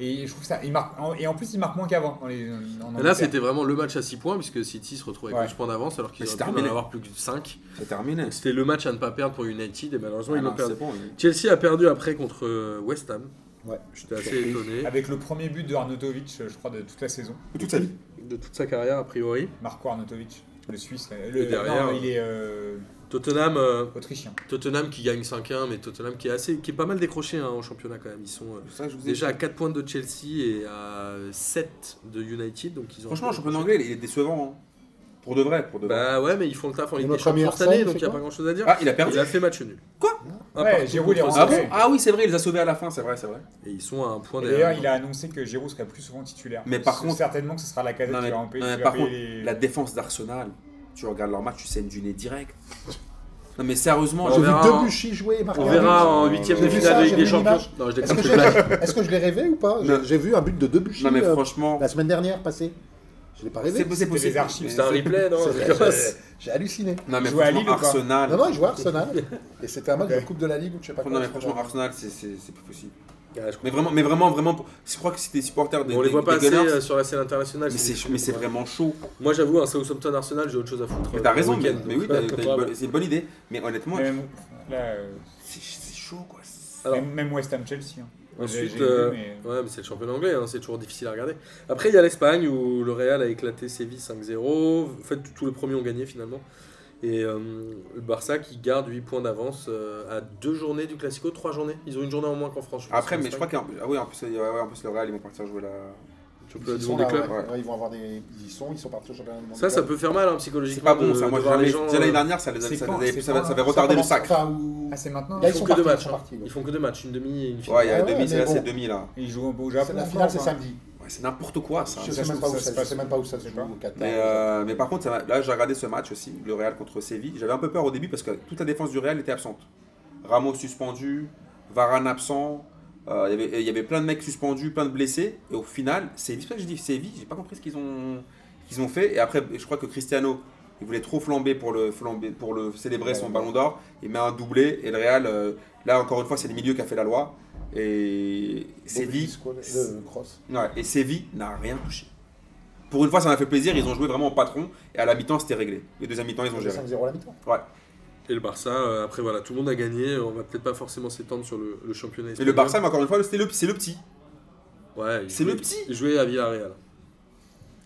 et je trouve ça. ils marquent- en- et en plus, ils marquent moins qu'avant. dans les- en Et là, Angleterre. c'était vraiment le match à 6 points, puisque City se retrouvait avec Ouais. 11 points d'avance, alors qu'ils Mais auraient c'est pu en terminé. avoir plus que 5. C'est terminé. C'était le match à ne pas perdre pour United, et malheureusement, Ah ils l'ont non, perdu. c'est bon, il- Chelsea a perdu après contre euh, West Ham. Ouais. J'étais assez étonné. Avec le premier but de Arnautovic, je crois, de toute la saison. Toute sa vie. De toute sa carrière, a priori. Marco Arnautovic, le Suisse. là. Le, Et derrière, non, il est euh, Tottenham, euh, autrichien. Tottenham qui gagne 5-1, mais Tottenham qui est, assez, qui est pas mal décroché hein, en championnat quand même. Ils sont euh, Ça, je vous ai déjà à 4 points de Chelsea et à 7 de United. Donc ils ont Franchement, le championnat anglais, il est décevant. hein. Pour de vrai, pour de vrai. Bah ouais, mais ils font le taf en Et Ligue des notre Champions ami cette année, Arsène, donc il c'est n'y a pas quoi grand chose à dire. ah, il a perdu Il a fait match nul. Quoi Un Ouais, partout Giroud, contre il est rentré. ah, Ah Arsenal. bon ouais. ah oui, c'est vrai, il les a sauvés à la fin, c'est vrai, c'est vrai. Et ils sont à un point Et D'ailleurs, derrière. il a annoncé que Giroud serait plus souvent titulaire. Mais par C'est contre- certainement que ce sera la casette Non, mais- qui va en payer. non, mais qui va par payer contre, les- La défense d'Arsenal, tu regardes leur match, tu saignes du nez direct. Non mais sérieusement, On J'ai je- vu verra en- Debuchy jouer et marquer On un verra but. en huitième de J'ai vu finale ça, de Ligue j'ai des vu Champions. l'image. Non, je Est-ce déconne, que, c'est je une blague. l'ai- est-ce que je l'ai rêvé ou pas J'ai- Non. J'ai vu un but de Debuchy non mais euh, franchement, la semaine dernière passée. Je l'ai pas rêvé. C'est c'est C'était des possible. archives. C'est un replay, non C'est C'est vrai, quoi j'ai- J'ai halluciné. Non, mais Jouer à Lille franchement, ou pas Arsenal. Non, non, il jouait à Arsenal. et c'était un match de Ok. Coupe de la Ligue ou je sais pas quoi. Ah, Non, mais franchement, Arsenal, c'est- c'est c'est plus possible. Ouais, je Mais vraiment, mais vraiment, vraiment, pour- je crois que c'était supporter des. On les des- voit pas des assez Gunners. euh, sur la scène internationale. Mais c'est- c'est mais c'est vraiment chaud. Moi j'avoue, un Southampton Arsenal, j'ai autre chose à foutre. Mais euh, t'as le raison, mais, week-end, mais donc, oui, t'as- t'as une grave. bonne- c'est une bonne idée. Mais honnêtement, Même, là, euh, c'est c'est chaud quoi. C'est- Alors. même- même West Ham Chelsea. hein. J'ai- j'ai Ensuite, vu, euh, mais- ouais, mais c'est le championnat anglais, hein, c'est toujours difficile à regarder. Après, il y a l'Espagne où le Real a éclaté Séville 5-0. En fait, tous les premiers ont gagné finalement. Et euh, le Barça qui garde 8 points d'avance euh, à deux journées du Classico, trois journées. Ils ont une journée en moins qu'en France. pense, Après, en mais je crois Espagne. qu'en ah oui, en plus, ouais, ouais, en plus, le Real, ils vont partir jouer là. Tu peux Ils du sont, monde des là, clubs. ouais, ouais. ouais, ils vont avoir des. Ils y sont, ils sont partis au championnat du monde. Ça, des ça clubs. peut faire mal hein, C'est psychologiquement. pas bon, de- ça. Moi, de j'ai voir les jamais. gens, déjà euh, L'année dernière, ça les- c'est ça quand- les- c'est ça va- quand- ça avait Ça retardé le commence- sac. enfin, ou- Ah, c'est maintenant Là, Ils ils font sont que deux partis, ils matchs. sont hein. partis, donc. Ils font que deux matchs, une demi et une finale. Ouais, il y a Ah demi, ouais, c'est mais là, c'est bon. demi là. Ils jouent au au hein. C'est- Japon. La je finale, crois, c'est hein. samedi. Ouais, C'est n'importe quoi Ah, ça. Je ça sais se même trouve, pas où ça se ça- je passe- sais même pas où ça se je sais joue. pas. au Qatar, Mais, je sais pas. euh, mais par contre, ça va- là, j'ai regardé ce match aussi, le Real contre Séville. J'avais un peu peur au début parce que toute la défense du Real était absente. Ramos suspendu, Varane absent. euh, Il y avait- il y avait plein de mecs suspendus, plein de blessés. Et au final, Séville, c'est pour ça que je dis Séville, j'ai pas compris ce qu'ils ont, qu'ils ont fait. Et après, je crois que Cristiano, il voulait trop flamber pour le, flamber, pour le célébrer son ballon d'or. Il met un doublé et le Real, euh, là encore une fois, c'est le milieu qui a fait la loi. Et Séville, Obélisque, quoi, Le cross. Ouais, et Séville n'a rien touché. Pour une fois, ça m'a fait plaisir. Ils ont joué vraiment au patron. Et à la mi-temps, c'était réglé. Les deuxième mi-temps, ils ont géré. 5-0 à la mi-temps. Ouais. Et le Barça, euh, après voilà, tout le monde a gagné. On va peut-être pas forcément s'étendre sur le, le championnat. Et espagnol. le Barça, mais encore une fois, c'était le, c'est le petit. Ouais, il C'est jouait- le petit. Il jouait à Villarreal.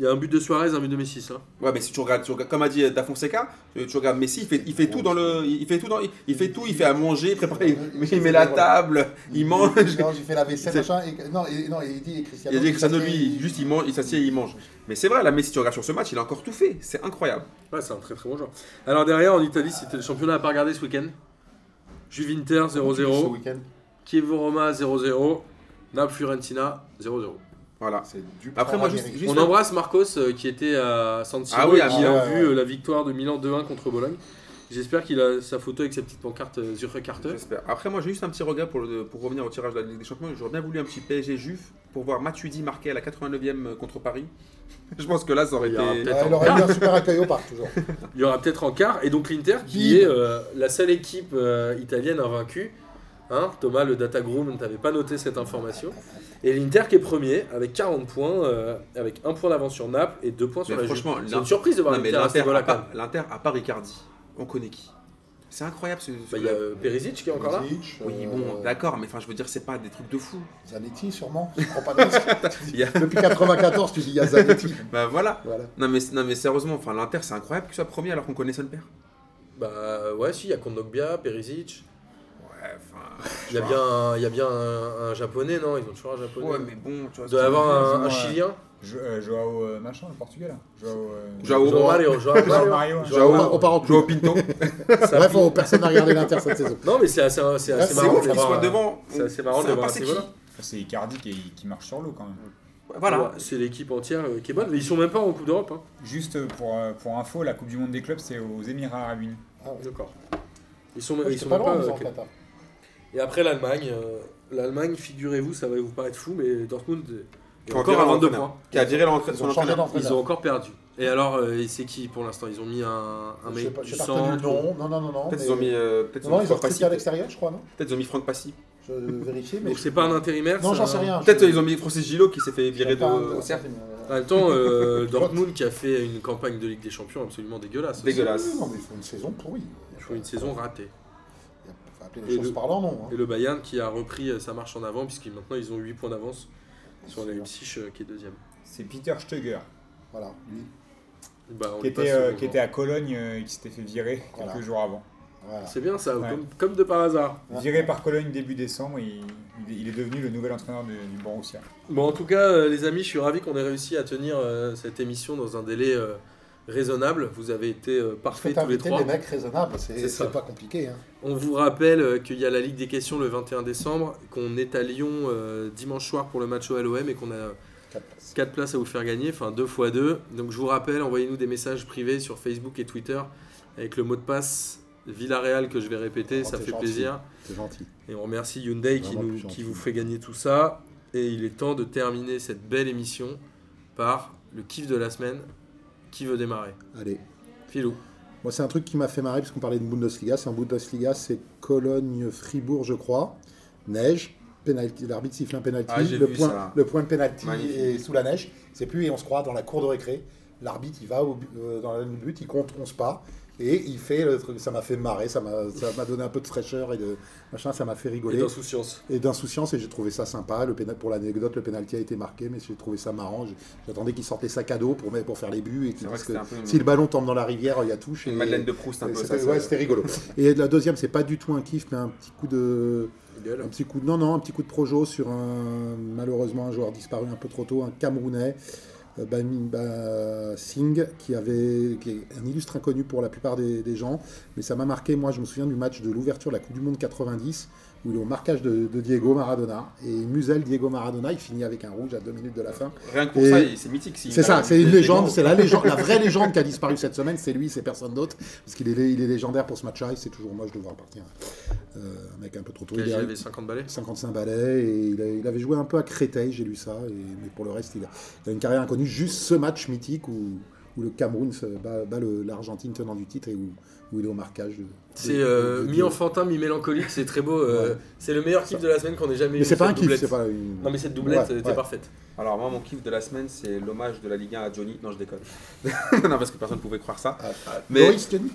Il y a un but de Suarez, un but de Messi, ça. Ouais, mais si tu regardes, tu regardes- comme a dit euh, Da Fonseca, tu tu regardes Messi, il fait, il fait tout dans le. Il fait tout, dans, il, il fait tout, il fait à manger, il prépare, il, il met la table, il mange. Non, j'ai fait la vaisselle, C'est- machin. et- Non, et- non, et il dit et Il Cristiano. y a des Cristiano, lui, s'assied, il- juste il mange, il s'assied et il mange. Mais c'est vrai, là, Messi, tu regardes sur ce match, il a encore tout fait. C'est incroyable. Ouais, c'est un très très bon joueur. Alors derrière, en Italie, c'était le championnat à pas regarder ce week-end. Juvinter Ce 0-0, week-end. Kiev Roma 0-0, Naples Fiorentina 0-0. Voilà. C'est du Après, plan moi, juste. Amérique. juste- On embrasse Marcos euh, qui était à San Siro Ah oui, et à qui Milan. a vu Ouais, ouais. euh, la victoire de Milan 2-1 contre Bologne. J'espère qu'il a sa photo avec sa petite pancarte euh, Zurich Carter. J'espère. Après, moi, j'ai juste un petit regret pour, le- pour revenir au tirage de la Ligue des Champions. J'aurais bien voulu un petit PSG Juif pour voir Matuidi marquer à la 89e contre Paris. Je pense que là, ça aurait Il y aura été. peut-être- Ouais, Il aurait eu un super accueil au parc, toujours. Il y aura peut-être en quart. Et donc l'Inter qui Bim. est euh, la seule équipe euh, italienne invaincue. Hein, Thomas, le data guru ne t'avait pas noté cette information. Et l'Inter qui est premier avec 40 points, euh, avec un point d'avance sur Naples et deux points sur Mais la Juve. franchement, C'est l'Inter- une surprise de voir Non, mais l'Inter à ce l'Inter niveau-là à, quand même. part- l'Inter à part Icardi, on connaît qui C'est incroyable ce. ce Bah, Il y a club. euh, Perisic qui est encore là. Zizic, Oui, euh, bon, d'accord, mais enfin, je veux dire, c'est pas des trucs de fou. Zanetti, sûrement. Je prends pas de risque. Il y a- Depuis 94, tu dis il y a Zanetti. Bah voilà. Voilà. Non, mais, non, mais sérieusement, enfin, l'Inter, c'est incroyable qu'il soit premier alors qu'on connaît son père. Bah ouais, si, il y a Kondogbia, Perisic. Ouais, enfin. Il y a bien, un, il y a bien un, un japonais, non Ils ont toujours un japonais. Ouais, mais bon, tu vois. Il doit y avoir un, Ils ont, un euh, chilien. Jo- euh, Joao euh, machin, le Portugal. là. Joao. euh, Joao- Joao Mario, Joao Joao Mario. Mario. hein. Joao- on part en Joao Pinto. Ça Bref, pique. on- personne n'a regardé l'Inter cette saison. Non, mais c'est assez, c'est assez C'est C'est marrant. ouf de qu'il voir, soit euh, devant. c'est assez marrant Ça de va voir à passer ce qui niveau-là. C'est Icardi qui, qui marche sur l'eau quand même. Voilà. Ouais, C'est l'équipe entière euh, qui est bonne. Mais ils sont même pas en Coupe d'Europe. hein. Juste pour, euh, pour info, la Coupe du Monde des clubs, c'est aux Émirats Arabes Unis. Ah ouais. D'accord. Ils sont, Moi, ils j'étais sont Ah, pas même loin, pas. ils ont ok. en Qatar. Et après l'Allemagne, euh, l'Allemagne, figurez-vous, ça va vous paraître fou, mais Dortmund est Qui a encore viré à 22 l'entraîneur. points. Qui a viré l'entra- Ils son ont changé entraîneur. d'entraîneur. Ils ont encore perdu. Et alors, euh, c'est qui pour l'instant Ils ont mis un, un Je sais mec pas- du j'ai pas retenu le centre. nom. Non, non, non, non. Peut-être mais- ils ont mis, euh, peut-être ils Non, ont mis ils ont Franck recruté Passy. à l'extérieur, je crois, non Peut-être ils ont mis Franck Passy. Je vérifie, mais. Donc c'est pas un intérimaire. Non, c'est j'en un- sais rien. Peut-être ils ont mis Francis Gillot qui s'est fait Ah, Je- virer de pas un- au cercle. En même temps, euh, Dortmund qui a fait une campagne de Ligue des Champions absolument dégueulasse. Dégueulasse. Non, mais ils font une saison pourrie. Il faut une saison ratée. Il faut appeler Et les choses le- par leur nom. hein. Et le Bayern qui a repris euh, sa marche en avant, puisque maintenant ils ont 8 points d'avance sur la Leipzig euh, qui est deuxième. C'est Peter Stöger, Voilà. lui. Bah, on qui lui passe était, le euh, bonjour. qui était à Cologne euh, et qui s'était fait virer Voilà. quelques jours avant. Voilà. C'est bien ça, Ouais. comme, comme de par hasard. Viré par Cologne début décembre, il, il est- il est devenu le nouvel entraîneur du, du Borussia. Bon, en tout cas, euh, les amis, je suis ravi qu'on ait réussi à tenir euh, cette émission dans un délai euh, raisonnable. Vous avez été euh, Faites parfaits tous les inviter trois. des mecs raisonnables, C'est c'est ça. c'est pas compliqué. hein. On vous rappelle euh, qu'il y a la Ligue des questions le 21 décembre, qu'on est à Lyon euh, dimanche soir pour le match au LOM et qu'on a euh, Quatre places. 4 places à vous faire gagner, enfin 2 fois 2. Donc je vous rappelle, envoyez-nous des messages privés sur Facebook et Twitter avec le mot de passe Villarreal que je vais répéter, Oh, ça t'es fait gentil. plaisir. C'est gentil. Et on remercie Hyundai qui, Vraiment nous, plus gentil. qui vous fait gagner tout ça. Et il est temps de terminer cette belle émission par le kiff de la semaine. Qui veut démarrer Allez. Filou. Moi, c'est un truc qui m'a fait marrer parce qu'on parlait de Bundesliga. C'est en Bundesliga, c'est Cologne-Fribourg, je crois. Neige, penalty, l'arbitre siffle un penalty, Ah, j'ai le, vu ça. point, le point de penalty Magnifique. est sous la neige. C'est plus et on se croit dans la cour de récré. L'arbitre, il va au bu- euh, dans le but, il compte 11 pas et il fait le truc. Ça m'a fait marrer, ça m'a ça m'a donné un peu de fraîcheur et de machin, ça m'a fait rigoler d'insouciance. et d'insouciance et j'ai trouvé ça sympa. Le pénal, pour l'anecdote, le pénalty a été marqué, mais j'ai trouvé ça marrant. J'ai- J'attendais qu'ils sortent les sacs à dos pour, mettre- pour faire les buts et qu'ils vrai disent que c'était que un peu une- si le ballon tombe dans la rivière, il y a touche. Une et- Madeleine de Proust, un et peu c'était- ça. ouais, ça- c'était rigolo. Et la deuxième, c'est pas du tout un kiff, mais un petit coup de, un Gueule. petit coup de, non, non, un petit coup de projo sur un, malheureusement, un joueur disparu un peu trop tôt, un Camerounais, euh, Bamimba Singh, qui avait, qui est un illustre inconnu pour la plupart des, des gens, mais ça m'a marqué. Moi, je me souviens du match de l'ouverture de la Coupe du Monde 90, où il est au marquage de, de Diego Maradona et il muselle Diego Maradona. Il finit avec un rouge à deux minutes de la fin. Rien que pour Et- ça, il- c'est mythique. s'il C'est a- ça, c'est il une est légende, grand. c'est la légende, la vraie légende qui a disparu cette semaine, c'est lui, c'est personne d'autre, parce qu'il est, il est légendaire pour ce match-là, et c'est toujours moi, je devrais partir. euh, un mec un peu trop tôt. Il est- Il avait 50 balais. 55 balais et il, a- il avait joué un peu à Créteil, j'ai lu ça, et- mais pour le reste, il a, il a une carrière inconnue. Juste ce match mythique où, où le Cameroun se bat, bat le- l'Argentine tenant du titre et où, où il est au marquage. de- de- C'est euh, de- de- mi-enfantin, mi-mélancolique, c'est très beau. euh, Ouais. C'est le meilleur kiff de la semaine qu'on ait jamais eu. Mais c'est pas un cette kiff, doublette. c'est pas une. Non mais cette doublette Ouais, était ouais. parfaite. Alors, moi, mon kiff de la semaine, c'est l'hommage de la Ligue 1 à Johnny. Non, je déconne. non, parce que personne ne pouvait croire ça. Ah, ah, Mais- Boris Johnny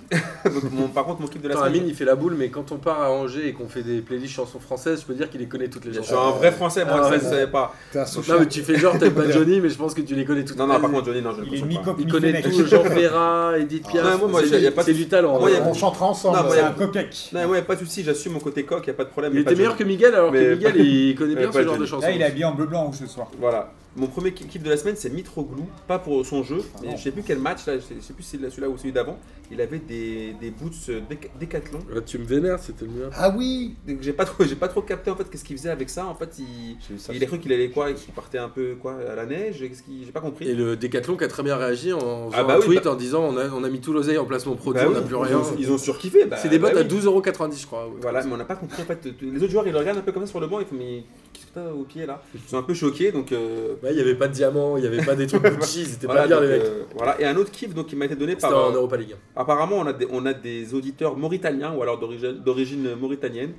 Donc, mon- par contre, mon kiff de la Attends, Amine semaine. il fait la boule mais quand on part à Angers et qu'on fait des playlists chansons françaises, je peux dire qu'il les connaît toutes les Je suis chansons. un vrai français, moi, Ah, ça, ouais, je ouais. savais pas. T'es un sous Non mais tu fais genre t'aimes pas Johnny mais je pense que tu les connais toutes. Non, non, par Vas-y. contre, Johnny, non, je ne Il est conçois pas. Il mi-copique. connaît tout, Jean Ferrat, Edith Ah, Piaf, moi, moi, c'est j'ai- y a du- pas de- c'est du talent. Moi, y a- hein. On chantera ensemble. Non, moi, C'est il y ça. a- un copec. Non, ouais, pas de soucis, j'assume mon côté coq, il a pas de problème. Il mais était pas meilleur Johnny. que Miguel alors que Mais- Miguel il connaît Mais bien pas ce genre de Johnny. chansons. Là, il est habillé en bleu blanc rouge ce soir. Voilà. Mon premier ki- kiff de la semaine, c'est Mitroglou, pas pour son jeu, Ah mais je sais plus quel match, là, je sais- je sais plus si c'est celui-là ou celui d'avant. Il avait des, des boots euh, déca- décathlon. Ah, Tu me vénères c'était le meilleur. Ah oui Donc j'ai pas trop, j'ai pas trop capté en fait qu'est-ce qu'il faisait avec ça. En fait, il, il a cru qu'il allait quoi, qu'il partait un peu quoi à la neige. Qu'est-ce qu'il, j'ai pas compris. Et le Décathlon qui a très bien réagi en faisant Ah bah un oui, tweet en disant on a, on a mis tout l'oseille en placement produit, Bah on oui, n'a plus ils rien. ont- Ils ont surkiffé. bah- c'est des bah bottes à oui. 12,90€ je crois. ouais. Voilà, mais on n'a pas compris en fait. t- Les autres joueurs ils le regardent un peu comme ça sur le banc. Ils font mais qu'est-ce que t'as au pied là Ils sont un peu choqués donc. euh, Ouais, Bah, il n'y avait pas de diamants, il n'y avait pas des trucs Gucci, c'était voilà, pas bien donc, les mecs. euh, voilà. Et un autre kiff donc qui m'a été donné C'était par. euh, en Europa League. Apparemment on a des, on a des auditeurs mauritaniens ou alors d'origine, d'origine mauritanienne.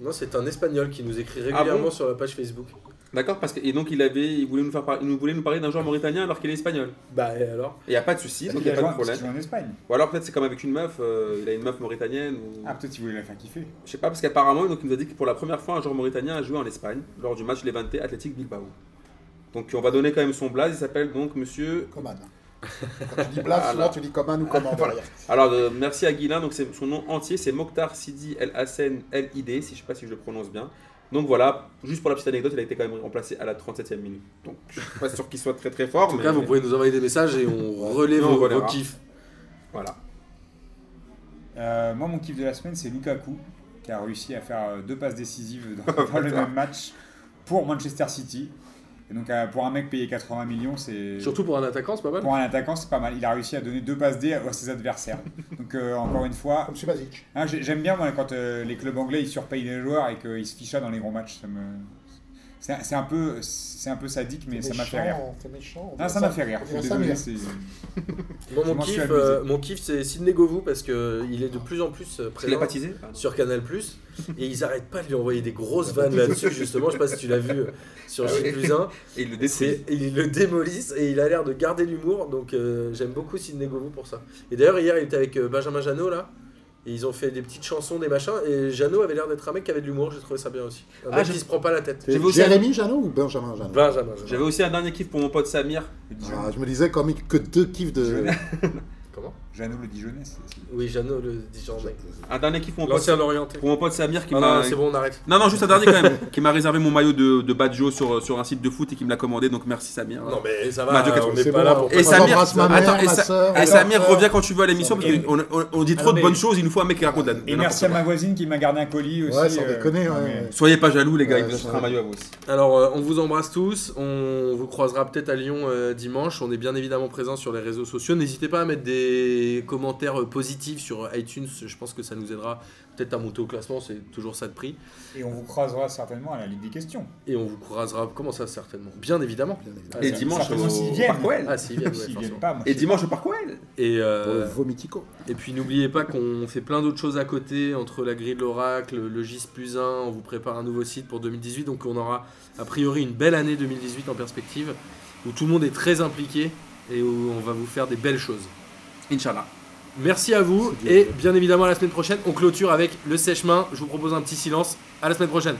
Non, c'est un espagnol qui nous écrit Ah régulièrement bon sur la page Facebook. D'accord parce que et donc il avait il voulait nous faire par- il nous voulait nous parler d'un joueur mauritanien alors qu'il est espagnol. Bah et alors Il y a pas de souci donc il Il y a a pas joué parce de qu'il problème. joue en Espagne. Ou alors peut-être c'est comme avec une meuf, euh, il a une meuf mauritanienne ou Ah, peut-être qu'il voulait la faire kiffer. je sais pas parce qu'apparemment donc, il nous a dit que pour la première fois un joueur mauritanien a joué en Espagne lors du match Levante Athletic Bilbao. Donc on va donner quand même son blaze, il s'appelle donc monsieur Coman. Quand tu dis Blas, souvent tu dis Coman ou Coman derrière. Alors euh, merci à Guilin, donc c'est- son nom entier c'est Mokhtar Sidi El Hassen El Id, si je sais pas si je le prononce bien. Donc voilà, juste pour la petite anecdote, il a été quand même remplacé à la 37e minute. Donc je suis pas sûr qu'il soit très très fort En tout mais cas, vous pouvez nous envoyer des messages et on relève Non, on vos, relèvera. vos kiffs. voilà. Euh, moi, mon kiff de la semaine, c'est Lukaku, qui a réussi à faire euh, deux passes décisives dans, dans le même match pour Manchester City. Et donc, euh, pour un mec payé 80 millions, c'est. Surtout pour un attaquant, c'est pas mal. Pour un attaquant, c'est pas mal. Il a réussi à donner deux passes D à à ses adversaires. Donc, euh, encore une fois, Comme Subasic. hein, j'ai- j'aime bien moi, quand euh, les clubs anglais ils surpayent les joueurs et qu'ils se fichent dans les gros matchs. Ça me... c'est, c'est un peu, c'est un peu sadique, mais ça m'a fait rire. C'est méchant. Non, ça m'a fait rire. on Je dirait suis ça, désolé, mais- c'est- Moi, mon Je m'en suis kiff, amusé. euh, mon kiff, c'est Sidney Govou parce que il est de plus en plus euh, Il a présent baptisé sur Canal et ils arrêtent pas de lui envoyer des grosses vannes là-dessus justement. Je sais pas si tu l'as vu euh, sur Ah oui. J plus 1. et il le C'est- décide. ils le démolissent et il a l'air de garder l'humour, donc euh, j'aime beaucoup Sidney Govou pour ça. Et d'ailleurs, hier, il était avec euh, Benjamin Janot, là, et ils ont fait des petites chansons, des machins, et Janot avait l'air d'être un mec qui avait de l'humour, j'ai trouvé ça bien aussi. Un Ah, mec je- qui se prend pas la tête. J'avais aussi un- Jérémy Janot ou Benjamin Janot Benjamin J'avais Janot. aussi un dernier kiff pour mon pote Samir. le Ah, euh, Dijonais. je me disais comme il- que deux kiffs de. Ah, Comment Jeannot le Dijonais. c'est- c'est- Oui, Janot, le Dijon mec. Un dernier kiff pour mon pote, L'ancien orienté. pour mon pote Samir qui Non, m'a non, c'est bon, on arrête. Non, non, juste un dernier quand même, qui m'a réservé mon maillot de, de Badjo sur, sur un site de foot et qui me l'a commandé, donc merci Samir. Non, mais ça va, Bah, Dieu, on qu'est-ce n'est qu'on- pas c'est là bon, hein. pour. Et Samir, J'embrasse ma attends, mère, et ma ça- sœur, et et Eh, Samir, leur reviens quand tu veux à l'émission parce Et- qu'on on- on dit trop euh, Alors, de bonnes mais- choses, il nous faut un mec qui raconte la Et merci à ma voisine qui m'a gardé un colis aussi. Ouais, sans euh, déconner. non, ouais, mais- ouais. Soyez pas jaloux, les gars, Ouais, il vous ça, achètera ça un va. maillot à vous aussi. Alors, euh, on vous embrasse tous. On vous croisera peut-être à Lyon euh, dimanche. On est bien évidemment présent sur les réseaux sociaux. N'hésitez pas à mettre des des commentaires euh, positifs sur iTunes. Je pense que ça nous aidera peut-être à monter au classement. C'est toujours ça de prix. Et on vous croisera certainement à la Ligue des questions. Et on vous croisera. Comment ça, certainement Bien évidemment. Bien évidemment. Ah, Et ça- dimanche euh, certainement s'ils au viennent. Parc Ouel. Ah, si, bien, ouais, S'ils viennent forcément. pas, moi, Et je- dimanche au Parc Ouel. Et, euh, Vomitico. Et puis n'oubliez pas qu'on fait plein d'autres choses à côté, entre la grille de l'oracle, le GIS plus 1, on vous prépare un nouveau site pour 2018, donc on aura a priori une belle année 2018 en perspective, où tout le monde est très impliqué et où on va vous faire des belles choses. Inch'Allah. Merci à vous C'est dur, et ouais. bien évidemment à la semaine prochaine, on clôture avec le sèche-main, je vous propose un petit silence, à la semaine prochaine.